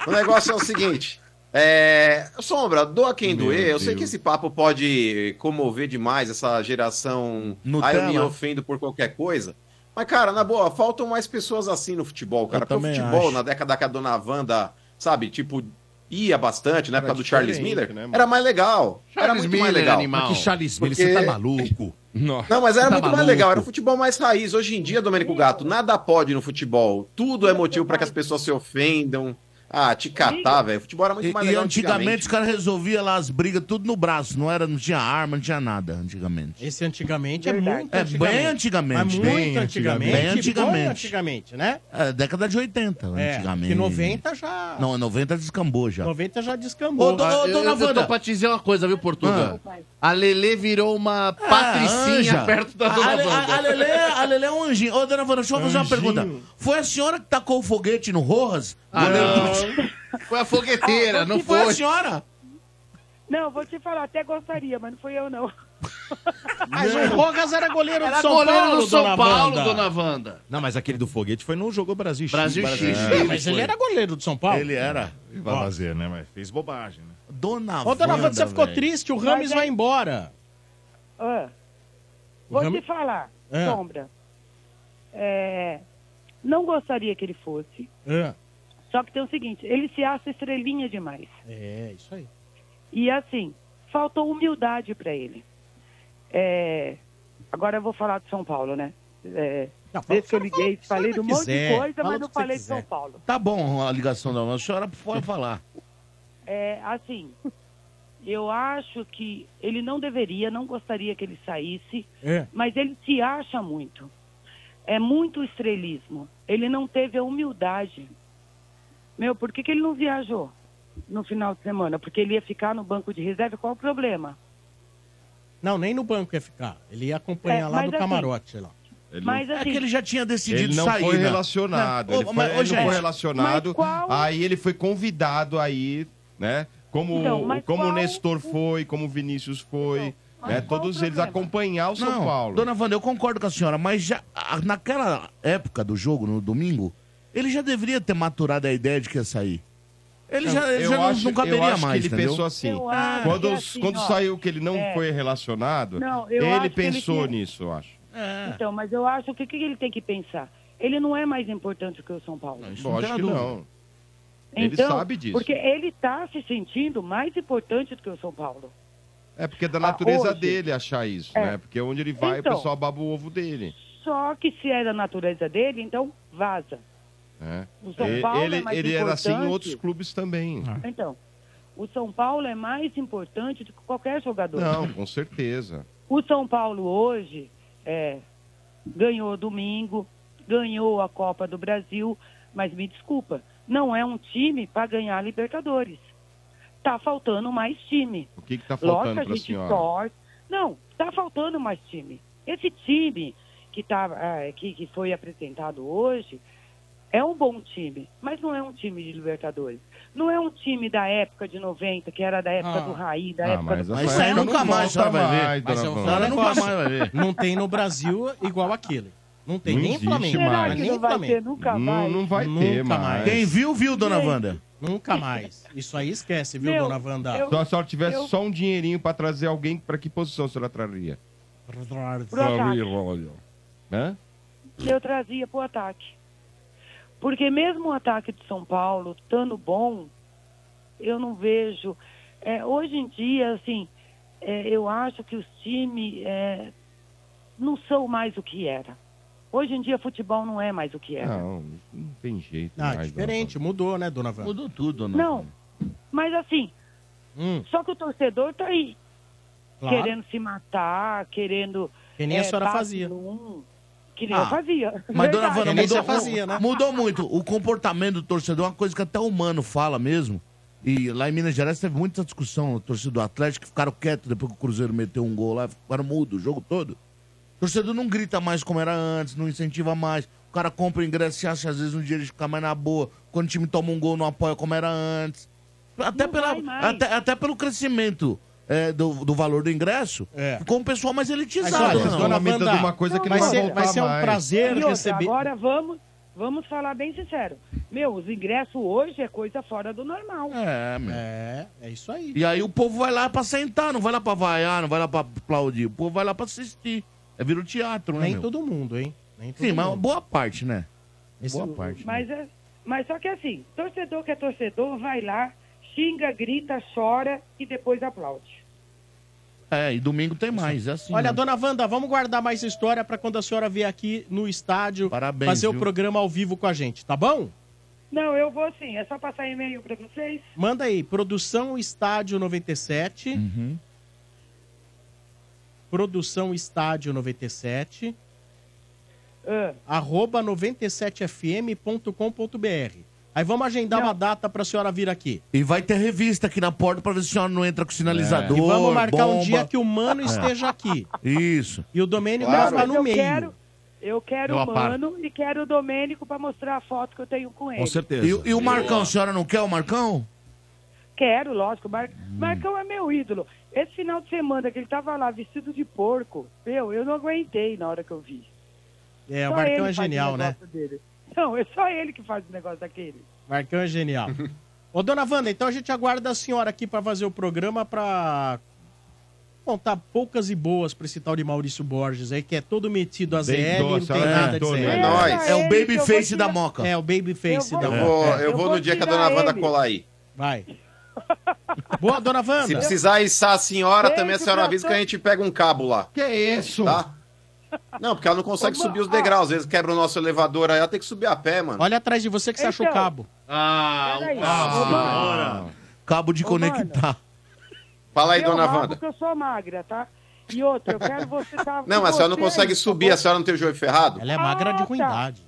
S7: O negócio é o seguinte. É, Sombra, doa quem
S5: Meu
S7: doer. Eu sei
S5: Deus.
S7: que esse papo pode comover demais essa geração. Aí eu me
S5: Nutella.
S7: ofendo por qualquer coisa. Mas, cara, na boa, faltam mais pessoas assim no futebol, cara.
S5: Eu
S7: Porque o
S5: também
S7: futebol,
S5: acho.
S7: na década que a dona Wanda, sabe, tipo, ia bastante, na
S5: Era
S7: época do Charles
S5: diferente,
S7: Miller,
S5: né, mano?
S7: era mais legal. era
S5: Charles
S7: muito mais
S5: Miller,
S7: legal.
S5: animal.
S7: Porque
S5: Mas que Charles Miller,
S7: porque-
S5: você tá
S6: maluco.
S7: Não, mas era
S6: Tá
S7: muito mais
S6: maluco.
S7: legal, era um futebol mais raiz. Hoje em dia, Domênico Gato, nada pode no futebol. Tudo é motivo pra que as pessoas se ofendam. Ah, te catar, velho. Futebol era muito
S6: E,
S7: mais
S6: e
S7: legal
S6: antigamente os caras resolviam lá as brigas tudo no braço, não era, não tinha arma, não tinha nada antigamente.
S1: Esse antigamente é
S6: Verdade.
S1: muito
S6: É
S1: antigamente.
S6: bem antigamente.
S1: Mas muito
S6: Bem
S1: antigamente.
S6: antigamente. Bem
S1: Bem
S6: antigamente.
S1: antigamente, né?
S6: É, década de 80,
S1: É,
S6: antigamente.
S1: porque 90 já...
S6: Não, 90 descambou já.
S1: 90 já
S11: Ô,
S1: descambou. Ah,
S11: do, ô, dona eu, eu tô
S1: Wanda.
S11: pra te dizer uma coisa, viu, Portuga? A Lele virou uma patricinha
S6: Ah. anja.
S11: É, perto da
S6: A-
S11: dona
S6: a, Le-
S11: Wanda.
S6: a, a, Lelê, a Lelê é um anjinho. Ô, dona Vanda, deixa eu fazer uma
S11: Anjinho.
S6: pergunta. Foi a senhora que tacou o foguete no Rojas?
S11: Ah,
S6: Goleiro
S11: não.
S6: do time?
S11: Foi a fogueteira,
S6: Ah,
S11: não
S6: foi a
S11: foi.
S6: senhora?
S15: Não, vou te falar, até gostaria, mas não fui eu, não.
S1: Mas o Rogas era goleiro
S15: Era
S1: do São
S15: goleiro
S1: Paulo,
S15: do São
S1: dona
S15: Paulo,
S1: Wanda.
S11: dona Wanda.
S10: Não, mas aquele do foguete foi no jogo Brasil X.
S1: Brasil X. É, mas ele era goleiro do São Paulo.
S10: Ele era.
S4: Vai fazer, né? Mas fez bobagem, né?
S10: Dona
S1: Ô, dona Wanda, você ficou
S4: velho.
S1: triste, o
S15: Mas
S1: Rames
S15: é-
S1: vai embora.
S15: Ah, vou
S1: Vamos-
S15: te falar,
S1: Ah.
S15: Sombra. É, não gostaria que ele fosse,
S1: É,
S15: só que tem o seguinte, ele se acha estrelinha demais.
S1: é isso aí.
S15: E assim, faltou humildade para ele. É, agora eu vou falar de São Paulo, né? É, desde que eu liguei, falei de um monte de coisa, mas não falei de São Paulo.
S6: Tá bom a ligação da a senhora pode falar.
S15: É, assim, eu acho que ele não deveria, não gostaria que ele saísse,
S1: É.
S15: mas ele se acha muito. É muito estrelismo. Ele não teve a humildade. Meu, por que, que ele não viajou no final de semana? Porque ele ia ficar no banco de reserva, qual o problema?
S1: Não, nem no banco ia ficar. Ele ia acompanhar
S15: É,
S1: lá
S15: mas
S1: do
S15: assim-
S1: camarote, sei lá.
S15: Mas assim-
S6: É que ele já tinha decidido
S5: ele não
S6: sair.
S5: foi
S6: né?
S5: relacionado.
S6: Não.
S5: Ele,
S6: Ô,
S5: foi,
S6: mas, ô,
S5: ele não
S6: gente,
S5: foi relacionado. Aí ele foi convidado aí, né? Como,
S6: Então, mas
S5: como o
S6: qual-
S5: Nestor foi, como o Vinícius foi, né? Todos eles acompanhar o São
S6: Não,
S5: Paulo.
S6: Dona Wanda, eu concordo com a senhora, mas já a- naquela época do jogo, no domingo, ele já deveria ter maturado a ideia de que ia sair. Ele
S5: Não,
S6: já, ele
S5: eu
S6: já não-
S5: acho-
S6: não caberia
S5: eu acho
S6: mais,
S5: que ele
S6: entendeu?
S5: pensou assim.
S6: Eu acho
S5: Quando,
S6: que assim,
S5: quando
S15: ó,
S5: saiu que ele não
S15: é.
S5: foi relacionado,
S15: Não, eu acho
S5: ele
S15: que ele
S5: pensou
S15: tinha-
S5: nisso, eu acho.
S15: Então, mas eu acho que o que que ele tem que pensar? Ele não é mais importante que o São Paulo.
S5: Lógico que não. Ele
S15: Então,
S5: sabe disso.
S15: Porque ele está se sentindo mais importante do que o São Paulo.
S5: É porque é da natureza
S15: Ah, hoje-
S5: dele achar isso,
S15: É.
S5: né? Porque onde ele vai,
S15: Então.
S5: o pessoal baba o ovo dele.
S15: Só que se é da natureza dele, então vaza.
S5: né?
S15: O São
S5: E-
S15: Paulo
S5: ele
S15: é mais
S5: ele era assim em
S15: importante.
S5: outros clubes também.
S15: Então, o São Paulo é mais importante do que qualquer jogador.
S5: Não, com certeza.
S15: O São Paulo hoje é, ganhou domingo, ganhou a Copa do Brasil, mas me desculpa, não é um time para ganhar a Libertadores. Tá faltando mais time.
S5: O que, que tá faltando
S15: Lógico, a
S5: pra
S15: gente
S5: senhora?
S15: torce. Não, tá faltando mais time. Esse time que, tá, ah, que, que foi apresentado hoje é um bom time, mas não é um time de Libertadores. Não é um time da época de 90, que era da época do Raí, da
S1: Ah,
S15: época
S1: mas
S15: do...
S1: essa
S6: Mas isso aí
S1: época
S6: nunca
S1: não
S6: mais
S1: volta
S6: a senhora vai ver.
S1: mais,
S6: Mas é
S1: dona
S6: eu-
S1: Wanda.
S6: ela nunca
S1: Negócio,
S6: mais vai ver.
S1: é um Não tem no Brasil igual aquele. Não tem
S6: Não
S1: nem
S6: existe
S1: Flamengo.
S15: é
S6: mais.
S15: um
S1: mas
S6: Será que
S1: nem
S6: não vai
S1: Flamengo.
S6: ter nunca Não-
S5: Hum,
S6: mais? não vai ter
S1: Nunca
S6: mais. Quem viu, viu, dona Gente. Wanda?
S1: Nunca mais. Isso aí esquece, viu,
S5: Meu,
S1: dona Wanda?
S5: Se a senhora tivesse só um dinheirinho pra trazer alguém, pra que posição a senhora traria?
S15: Pro ataque.
S5: Hã?
S15: eu trazia pro ataque. Porque mesmo o ataque de São Paulo estando bom, eu não vejo. É, hoje em dia, assim, é, eu acho que os times é, não são mais o que era. Hoje em dia, futebol não é mais o que era.
S5: Não, não tem jeito.
S6: é
S1: Ah,
S5: mais,
S1: diferente, mudou, né, dona Wanda?
S6: Mudou tudo,
S1: dona
S15: Não, mas assim, só que o torcedor tá aí.
S1: Hum. Claro.
S15: Querendo se matar, querendo. é,
S1: Que nem a senhora
S15: bate
S1: fazia.
S15: num, um, que nem
S6: Ah,
S15: eu fazia.
S6: Mas, dona
S15: Verdade.
S6: Vanda, mudou,
S1: né?
S6: mudou muito. O comportamento do torcedor é uma coisa que até o humano fala mesmo. E lá em Minas Gerais teve muita discussão. O torcedor do Atlético ficaram quietos depois que o Cruzeiro meteu um gol lá, ficaram mudo o jogo todo. O torcedor não grita mais como era antes, não incentiva mais. O cara compra o ingresso e acha às vezes um dia de ficar mais na boa. Quando o time toma um gol, não apoia como era antes. Até, pela, até, até pelo crescimento é, do, do valor do ingresso, ficou um pessoal mais elitizado.
S1: É. Mas, olha, dona Wanda,
S6: é
S1: vai ser- vai ser um prazer
S15: E outra,
S1: receber-
S15: Agora vamos, vamos falar bem sincero. Meu, os ingressos hoje é coisa fora do normal.
S6: É, meu.
S1: É, é isso aí.
S6: E aí o povo vai lá pra sentar, não vai lá pra vaiar, não vai lá pra aplaudir. O povo vai lá pra assistir. É vira o teatro, né?
S1: Nem
S6: meu?
S1: todo mundo, hein? Nem todo
S6: Sim, mas
S1: mundo.
S6: boa parte, né? boa parte.
S15: Mas, é, mas só que assim, torcedor que é torcedor, vai lá, xinga, grita, chora e depois aplaude.
S6: É, e domingo tem mais, é assim.
S1: Olha,
S6: né?
S1: dona Wanda, vamos guardar mais história pra quando a senhora vier aqui no estádio fazer o
S6: viu?
S1: programa ao vivo com a gente, tá bom?
S15: Não, eu vou sim. É só passar e-mail pra vocês?
S1: Manda aí, produção estádio 97.
S6: Uhum.
S1: Produção estádio 97.
S15: Ah,
S1: Arroba 97fm.com.br. Aí vamos agendar uma data pra senhora vir aqui.
S6: E vai ter revista aqui na porta pra ver se a senhora não entra com sinalizador.
S1: E vamos marcar um
S6: bomba.
S1: dia que tá
S7: <laughs>
S1: o Mano
S6: É.
S1: esteja aqui.
S6: Isso.
S1: E o domínio
S6: Claro.
S1: vai ficar
S15: Mas
S1: no
S15: eu
S1: meio.
S15: quero- Eu quero
S6: Eu
S15: o
S6: aparo.
S15: Mano e quero o Domênico pra mostrar a foto que eu tenho com ele.
S6: E, e o Marcão, a senhora não quer o Marcão?
S15: Quero, lógico. Mar... Marcão é meu ídolo. Esse final de semana que ele tava lá vestido de porco, meu, eu não aguentei na hora que eu vi.
S1: É, o
S15: Só ele
S1: Marcão é
S15: faz o
S1: genial, né?
S15: negócio dele. Não, é só ele que faz o negócio daquele.
S1: Marcão
S7: <laughs>
S1: é genial. Ô, dona Wanda, então a gente aguarda a senhora aqui pra fazer o programa pra contar poucas e boas pra esse tal de Maurício Borges aí, que é todo metido a
S7: Bem
S1: ZL,
S7: doce,
S1: não tem
S7: é,
S1: nada de
S7: doce,
S1: ZL.
S7: é nóis. É o babyface
S1: da Moca. É, o babyface da
S7: Eu
S1: Moca.
S7: vou,
S1: É.
S7: eu vou no dia que a dona Wanda colar aí.
S1: Vai. Boa, dona Wanda.
S7: Se precisar içar a senhora,
S1: Beijo
S7: também a senhora
S1: pra
S7: avisa que
S1: todos.
S7: a gente pega um cabo lá.
S1: Que isso?
S7: Tá? Não, porque ela não consegue subir os degraus. Às vezes quebra o nosso elevador aí, ela tem que subir a pé, mano.
S1: Olha atrás de você que você achou o
S7: Então,
S1: cabo.
S7: Ah,
S15: Peraí.
S7: Cabo de
S15: Ô, conectar.
S7: Fala aí,
S15: eu
S7: dona
S15: rabo
S7: Wanda.
S15: que eu sou magra, tá? E outra, eu quero você tá
S7: <laughs> Não,
S15: com
S7: mas a senhora não
S15: você
S7: consegue
S15: aí,
S7: subir,
S15: tá
S7: a senhora não tem o joelho ferrado?
S1: Ela é magra
S7: Ah, tá.
S1: de ruindade.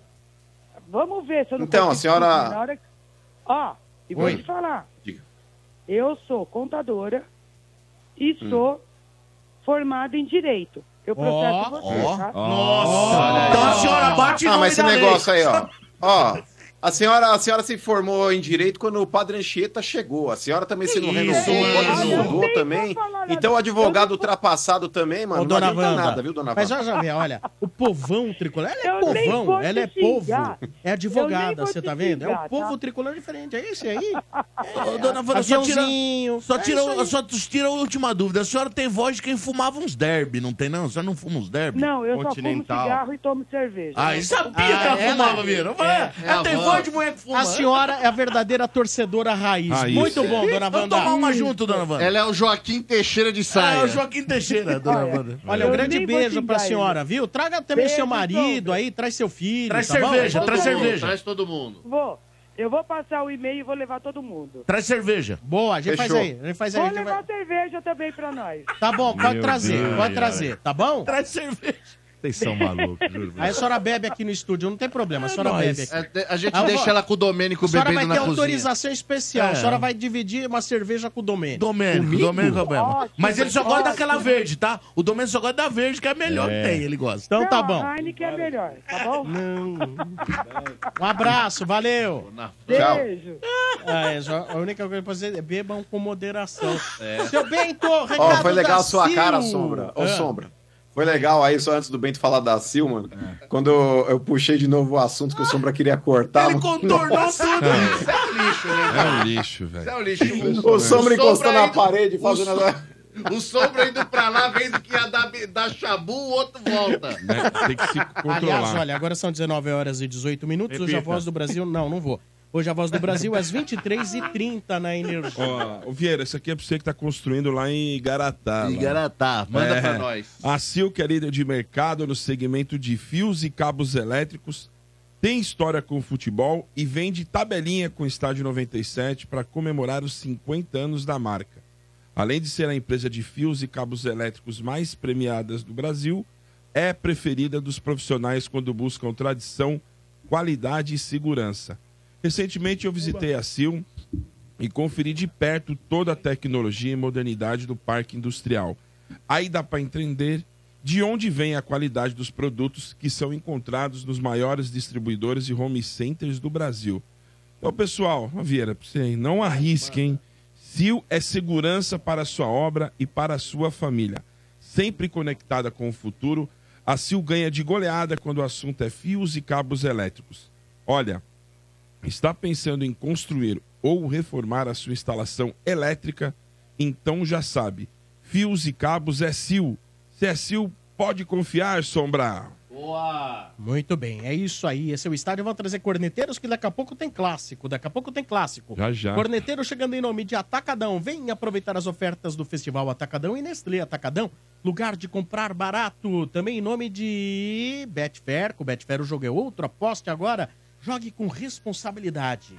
S15: bom? Vamos ver se eu não
S7: Então, a
S15: consigo
S7: senhora-
S15: subir na hora que- Ó, e vou
S7: Oi.
S15: te falar.
S7: Diga.
S15: Eu sou contadora e
S7: Hum.
S15: sou formada em direito. Eu processo você, tá?
S7: Nossa!
S15: Então a senhora bate
S7: Ah,
S15: em nome
S7: mas esse
S15: da lei.
S7: negócio aí, ó. Ó, a senhora, a senhora se formou em direito quando o padre Anchieta chegou. A senhora também se não
S1: Isso,
S7: renovou,
S1: isso.
S7: quando mudou também. Então o advogado ultrapassado também, mano,
S1: Ô,
S7: não
S1: dona
S7: adianta
S1: Wanda.
S7: nada, viu, dona
S1: Mas
S7: Wanda?
S1: olha, olha, olha, o povão tricolor, ela é
S7: Eu nem vou
S1: povão,
S7: te
S1: ela é povo,
S7: xingar.
S1: é
S7: Eu nem
S1: advogada,
S7: vou
S1: você
S7: te
S1: tá vendo? É
S7: xingar,
S1: o povo
S7: tá?
S1: tricolor diferente, é esse aí?
S6: Ô, dona Wanda, só tira,
S1: Aviãozinho,
S6: só,
S1: é
S6: tira,
S1: isso aí.
S6: só tira a última dúvida. A senhora tem voz de quem fumava uns derby, não tem não? A senhora não fuma uns derby?
S15: Não, eu só fumo cigarro e tomo cerveja.
S6: Ah, e sabia que ela
S11: é
S6: fumava, Vieira. Vai, ela tem voz de mulher que fuma.
S1: A senhora é a verdadeira torcedora raiz.
S6: Raiz.
S1: Muito bom, dona
S6: Vamos
S1: Wanda.
S6: tomar uma junto, dona Wanda.
S1: Ela é o Joaquim Teixeira de
S6: Saia. É, o Joaquim Teixeira, dona Olha, Wanda.
S1: Olha,
S6: eu
S1: um grande
S6: nem vou
S1: beijo pra
S6: xingar
S1: senhora,
S6: ele.
S1: viu? Traga também
S6: Beijo,
S1: seu marido aí, traz seu filho.
S6: Traz
S1: tá bom?
S6: cerveja, traz
S1: Todo mundo,
S6: cerveja.
S1: Traz todo mundo.
S15: Vou. Eu vou passar o e-mail e vou levar todo mundo.
S6: Traz cerveja.
S1: Boa, a gente faz aí, a gente faz aí. a
S15: Vou
S1: gente
S15: levar cerveja também pra nós.
S1: vai- Tá bom, pode
S6: Meu
S1: trazer,
S6: Deus, cara.
S1: pode trazer, tá bom?
S6: Traz cerveja.
S10: Vocês são malucos, juro.
S1: Aí a senhora bebe aqui no estúdio, não tem problema, a senhora
S11: nóis.
S1: bebe aqui.
S11: É, de- a gente
S1: Ah,
S11: deixa
S1: vó,
S11: ela com o Domênico
S1: A senhora vai
S11: bebendo
S1: ter
S11: na cozinha.
S1: autorização especial, a
S11: É.
S1: senhora vai dividir uma cerveja com o Domênico.
S6: Domênico,
S1: Comigo?
S6: Domênico Abel. Mas ele só gosta
S1: Ótimo.
S6: daquela verde, tá? O Domênico só gosta da verde, que é a melhor
S1: É.
S6: que tem, ele gosta.
S1: Então tá bom.
S15: A Heineken é melhor, tá bom?
S1: Um abraço, valeu.
S15: Beijo.
S1: Ah, é, só- a única coisa pra dizer é bebam com moderação.
S7: É.
S1: Seu Bento, recado
S7: Ó, foi legal
S1: da
S7: a sua
S1: Sil.
S7: cara, Sombra. Ô,
S1: Ah.
S7: Sombra. Foi legal aí, só antes do Bento falar da Sil, mano.
S1: É.
S7: Quando eu, eu puxei de novo o assunto que o Sombra queria cortar. Ele
S6: contornou tudo.
S11: Isso é um lixo, né?
S7: É um
S11: lixo, velho. é um
S7: O
S11: lixo.
S7: Sombra encostando na parede,
S11: o
S7: fazendo
S11: so-
S7: a-
S11: O Um sombra indo pra lá, vendo que ia dar, dar chabu, o outro volta.
S9: né? Tem que se controlar.
S1: Aliás, olha, agora são 19 horas e 18 minutos. Hoje a
S9: Repita.
S1: voz do Brasil. Não, não vou. Hoje a voz do Brasil às 23h30 na Energia.
S9: Ó, ô, Vieira, isso aqui é pra você que tá construindo lá em Igaratá. lá. tá,
S11: Igaratá, manda pra nós.
S9: A Silk é líder de mercado no segmento de fios e cabos elétricos, tem história com o futebol e vende tabelinha com o Estádio 97 para comemorar os 50 anos da marca. Além de ser a empresa de fios e cabos elétricos mais premiadas do Brasil, é preferida dos profissionais quando buscam tradição, qualidade e segurança. Recentemente eu visitei a Sil e conferi de perto toda a tecnologia e modernidade do parque industrial. Aí dá para entender de onde vem a qualidade dos produtos que são encontrados nos maiores distribuidores e home centers do Brasil. Então, pessoal, ó, Vieira, pra você aí, não arrisquem. Sil é segurança para a sua obra e para a sua família. Sempre conectada com o futuro, a Sil ganha de goleada quando o assunto é fios e cabos elétricos. Olha, Está pensando em construir ou reformar a sua instalação elétrica? Então já sabe. Fios e cabos é Sil. Se é Sil, pode confiar, Sombra.
S11: Boa!
S1: Muito bem, é isso aí. Esse é o estádio. Vamos trazer corneteiros, que daqui a pouco tem clássico. Daqui a pouco tem clássico.
S9: Já, já.
S1: Corneteiro chegando em nome de Atacadão. Vem aproveitar as ofertas do Festival Atacadão e Nestlé Atacadão. Lugar de comprar barato. Também em nome de Betfair. Com Betfair o jogo é outro. Aposte agora. Jogue com responsabilidade.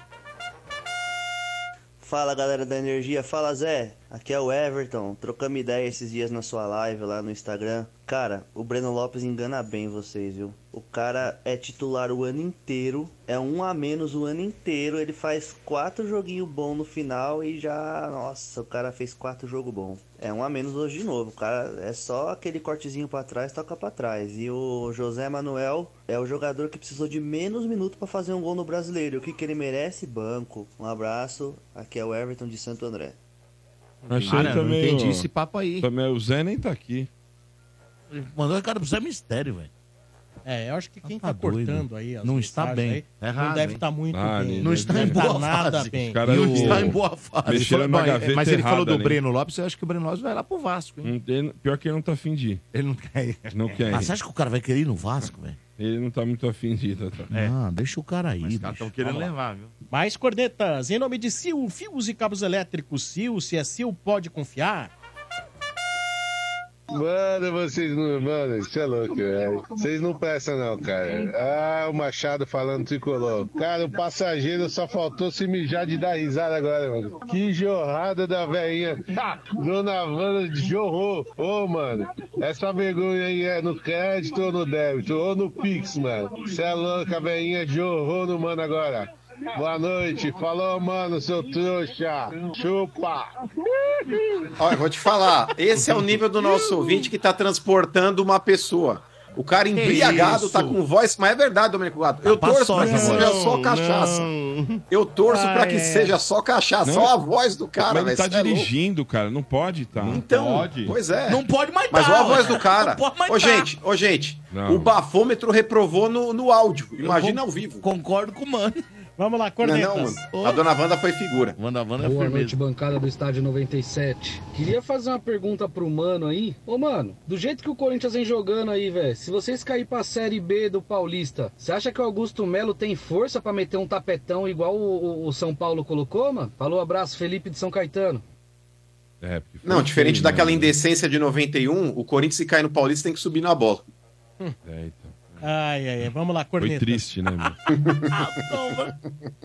S16: Fala galera da Energia, fala Zé, aqui é o Everton, trocamos ideia esses dias na sua live lá no Instagram. Cara, o Breno Lopes engana bem vocês, viu? O cara é titular o ano inteiro, é um a menos o ano inteiro, ele faz quatro joguinhos bons no final e já. Nossa, o cara fez quatro jogos bons. É um a menos hoje de novo. O cara é só aquele cortezinho pra trás, toca pra trás. E o José Manuel é o jogador que precisou de menos minutos pra fazer um gol no brasileiro. O que, que ele merece? Banco. Um abraço. Aqui é o Everton de Santo André.
S9: Achei
S16: Cara, não
S9: também,
S16: entendi
S9: ó,
S16: esse papo aí.
S9: Também, o Zé nem tá aqui.
S6: Mandou o cara pro Zé Mistério, velho.
S1: É, eu acho que quem
S6: tá
S1: tá,
S6: doido.
S1: cortando aí. as
S6: Não está
S1: mensagens
S6: bem. É
S1: não
S6: raro,
S1: deve
S6: hein?
S1: estar muito
S6: Ah,
S1: bem.
S6: não está em
S1: Deve tá
S6: boa
S1: nada
S6: fase.
S1: bem.
S9: Cara,
S6: não
S9: o-
S10: tá
S6: está tá em boa fase.
S9: Mexeram
S6: Ele
S9: na
S6: falou,
S9: gaveta
S6: mas ele falou
S9: errada
S6: do
S9: ali.
S6: Breno Lopes, eu acho que o Breno Lopes vai lá pro Vasco, hein?
S9: Não tem- Pior que ele não tá afim de ir.
S6: Ele não quer
S9: Não quer ir.
S6: Mas Ah, é- você acha que o cara vai querer ir no Vasco, velho?
S9: Ele não tá muito afim de ir, Tata.
S6: Ah, deixa o cara aí. Os
S1: caras tão
S9: querendo
S1: levar, viu? Mais cornetas, em nome de Sil, fios e cabos elétricos. Sil, se é Sil, pode confiar.
S19: Mano, vocês não. Mano, isso é louco, velho. Vocês não prestam, não, cara. Ah, o Machado falando tricolor. Cara, o passageiro só faltou se mijar de dar risada agora, mano. Que jorrada da velhinha. Dona Wanda jorrou. Ô, mano, essa vergonha aí é no crédito ou no débito? Ou no Pix, mano. Você é louco, a velhinha jorrou no mano agora. Boa noite. Falou, mano, seu trouxa. Chupa.
S7: Olha, eu vou te falar, esse é o nível do nosso ouvinte que tá transportando uma pessoa. O cara embriagado,
S19: isso?
S7: tá com voz, mas é verdade, Domenico Gato. eu
S19: Tá
S7: torço pra que
S19: paçoca
S7: seja
S19: agora.
S7: só
S19: Não,
S7: cachaça. Eu torço pra que seja só cachaça, só a voz do cara,
S9: Mas
S7: velho.
S9: ele tá
S7: isso é louco.
S9: dirigindo, cara. Não pode, tá?
S7: Então, pois é. Mas olha a voz do cara. Ô, gente, ô, gente.
S9: Não.
S7: O bafômetro reprovou no, no áudio. Imagina
S1: con-
S7: ao vivo.
S6: Concordo com o mano.
S1: Vamos lá,
S7: Não,
S1: cornetas.
S7: não, mano. A dona Wanda foi figura.
S6: Wanda Wanda
S20: Boa noite, bancada do estádio 97. Queria fazer uma pergunta pro mano aí. Ô, mano, do jeito que o Corinthians vem jogando aí, velho, se vocês cair pra Série B do Paulista, você acha que o Augusto Melo tem força pra meter um tapetão igual o, o- o São Paulo colocou, mano? Falou, abraço, Felipe de São Caetano.
S9: É,
S7: Não, diferente daquela
S9: né?
S7: indecência de 91, o Corinthians, se cair no Paulista, tem que subir na bola.
S1: Ai, ai, ai. Vamos lá, cornetas.
S9: É, então. triste, né,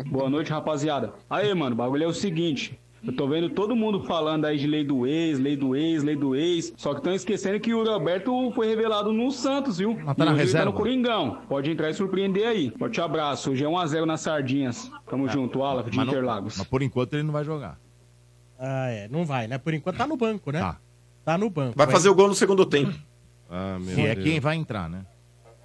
S21: Boa noite, rapaziada. Aí, mano, o bagulho é o seguinte. Eu tô vendo todo mundo falando aí de lei do ex, lei do ex, lei do ex. Só que estão esquecendo que o Roberto foi revelado no Santos, viu?
S6: Mas tá na
S21: Inclusive,
S6: reserva.
S21: no Coringão. Pode entrar e surpreender aí. Forte abraço. Hoje é 1x0 nas sardinhas. Tamo junto, Alaf, de
S6: Mas não-
S21: Interlagos.
S6: Mas por enquanto ele não vai jogar.
S1: Ah, é. Não vai, né? Por enquanto tá no banco, né? Tá. no banco. é
S7: Vai fazer o gol no segundo tempo.
S9: Ah,
S1: meu
S6: Se é
S1: Deus.
S6: quem vai entrar, né?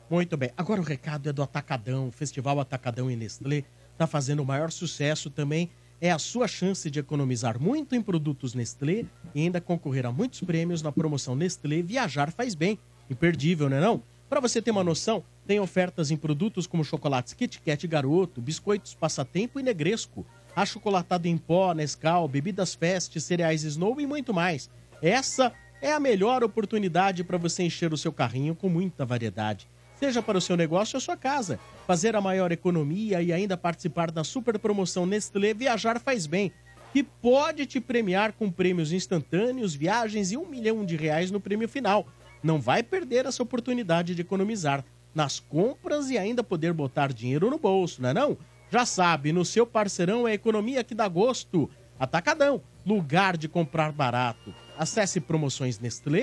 S1: Muito bem. Agora o recado é do Atacadão. O Festival Atacadão em Nestlé está fazendo o maior sucesso também. É a sua chance de economizar muito em produtos Nestlé e ainda concorrer a muitos prêmios na promoção Nestlé Viajar Faz Bem. Imperdível, né não? Para você ter uma noção, tem ofertas em produtos como chocolates Kit Kat Garoto, biscoitos Passatempo e Negresco, achocolatado em pó, Nescau, bebidas Fest, cereais Snow e muito mais. Essa é a melhor oportunidade para você encher o seu carrinho com muita variedade seja para o seu negócio ou sua casa. Fazer a maior economia e ainda participar da super promoção Nestlé Viajar Faz Bem, que pode te premiar com prêmios instantâneos, viagens e um milhão de reais no prêmio final. Não vai perder essa oportunidade de economizar nas compras e ainda poder botar dinheiro no bolso, não é não? Já sabe, no seu parceirão é a economia que dá gosto. Atacadão, lugar de comprar barato. Acesse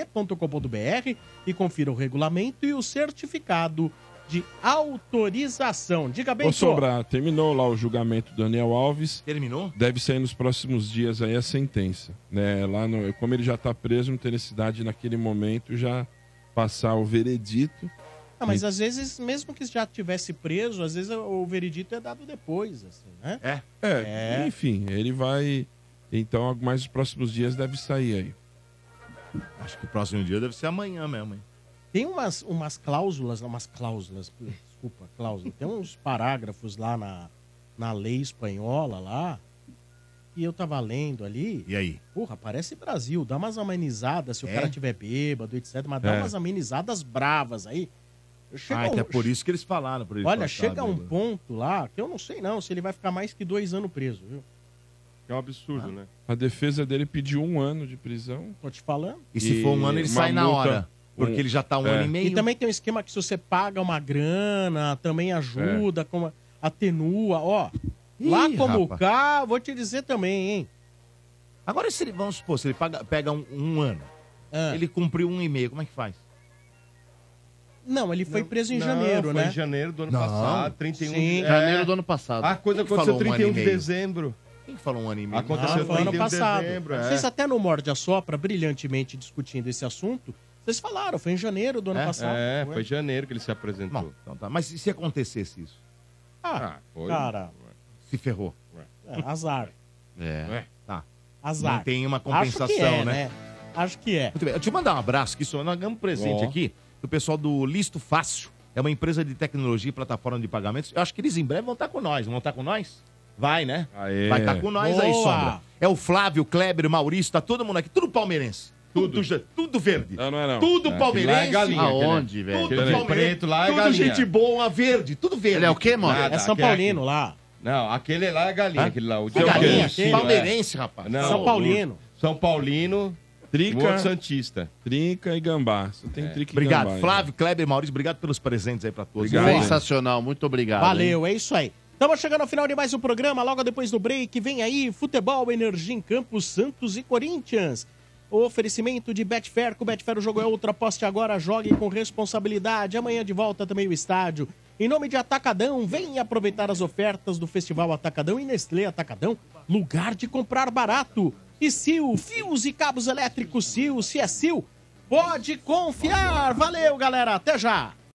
S1: promoçõesnestlé.com.br e confira o regulamento e o certificado de autorização. Diga bem,
S9: Ô, Sombra, terminou lá o julgamento do Daniel Alves.
S6: Terminou?
S9: Deve sair nos próximos dias aí a sentença. Né? Lá no, como ele já tá preso, não tem necessidade naquele momento já passar o veredito.
S1: Ah, mas às vezes, mesmo que já tivesse preso, às vezes o veredito é dado depois, assim, né?
S9: É? É, enfim, ele vai... Então, mais os próximos dias deve sair aí.
S6: Acho que o próximo dia deve ser amanhã mesmo, hein?
S1: Tem umas, umas cláusulas, umas cláusulas, desculpa, cláusula. Tem uns parágrafos lá na, na lei espanhola lá. E eu tava lendo ali.
S6: E aí?
S1: Porra, parece Brasil. Dá umas amenizadas se o
S6: É?
S1: cara tiver bêbado, etc. Mas dá
S6: É.
S1: umas amenizadas bravas aí. Chega
S6: ah, é
S1: um-
S6: que é por isso que eles falaram pra ele.
S1: Olha,
S6: passar,
S1: chega um
S6: né?
S1: ponto lá que eu não sei não se ele vai ficar mais que dois anos preso, viu?
S9: É um absurdo, né? A defesa dele pediu um ano de prisão.
S1: Tô te falando.
S6: E se for um ano, ele
S9: uma
S6: sai na
S9: multa-
S6: hora. Porque ele já tá um
S9: É.
S6: ano e meio.
S1: E também tem um esquema que se você paga uma grana, também ajuda, como atenua, ó. lá
S6: Ih,
S1: como
S6: rapaz.
S1: cá, vou te dizer também, hein?
S6: Agora, se ele, vamos supor, se ele paga- pega um, um ano, ele cumpriu um e meio, como é que faz?
S1: Não, ele foi preso em
S5: Não,
S1: janeiro,
S5: foi
S1: né?
S5: em janeiro do ano passado, 31 de-
S1: Sim.
S5: É. Janeiro do ano passado. A coisa
S1: Quem
S5: aconteceu
S1: falou um ano
S5: 31
S1: e
S5: de
S1: meio?
S5: dezembro.
S10: Quem falou um ano e meio?
S5: Aconteceu
S1: Ah, foi
S5: 31
S1: ano
S5: de
S1: passado.
S5: dezembro, é.
S1: Vocês até no Morde a Sopra, brilhantemente discutindo esse assunto, vocês falaram, foi em janeiro do ano
S5: é,
S1: passado.
S5: é, foi em janeiro que ele se apresentou.
S10: então tá. Mas e se acontecesse isso?
S1: Ah,
S5: foi.
S1: cara.
S10: Se ferrou.
S1: É, azar.
S10: É. Tá.
S1: Azar.
S10: Não tem uma compensação,
S1: Acho que é,
S10: né?
S1: Acho que é.
S10: Muito bem. Deixa eu mandar um abraço, que só nós ganhamos um presente
S1: Ó.
S10: aqui do pessoal do Listo Fácil. É uma empresa de tecnologia e plataforma de pagamentos. Eu acho que eles em breve vão estar com nós. Vão estar com nós? Vai, né? Vai
S5: É.
S10: estar com nós aí,
S9: Boa.
S10: Sombra. É o Flávio, o Kleber, o Maurício, tá todo mundo aqui. Tudo palmeirense. Tudo, tudo, verde.
S9: Não, não é não.
S10: Tudo
S9: É,
S10: palmeirense.
S9: lá é galinha,
S10: Aonde,
S9: aquele-
S10: velho?
S9: aquele
S10: Tudo
S5: preto lá é
S10: Tudo
S5: galinha.
S10: gente boa, verde. Tudo verde.
S5: Ele é o quê, mano?
S10: Nada,
S5: É São
S10: aquele-
S5: Paulino
S1: lá.
S5: Não, aquele lá é galinha, aquele lá. O
S10: É galinha,
S5: Sim,
S10: palmeirense,
S5: é.
S10: rapaz.
S5: Não,
S10: São
S5: o-
S10: paulino.
S5: São Paulino,
S9: Trica.
S5: o outro Santista.
S9: Trinca é e gambá. Só tem trica e
S10: Obrigado,
S9: gambá,
S10: Flávio, Kleber, Maurício. Obrigado pelos presentes aí pra todos.
S11: Obrigado.
S10: Boa.
S11: Sensacional, muito obrigado.
S1: Valeu, é isso aí. Estamos chegando ao final de mais um programa. Logo depois do break, vem aí Futebol Energia em Campos, Santos e Corinthians. O oferecimento de Betfair, com Betfair o jogo é outra, poste agora, jogue com responsabilidade. Amanhã de volta também o estádio. Em nome de Atacadão, vem aproveitar as ofertas do Festival Atacadão e Nestlé Atacadão, lugar de comprar barato. E Sil, fios e cabos elétricos Sil, se é Sil, pode confiar. Valeu, galera, até já.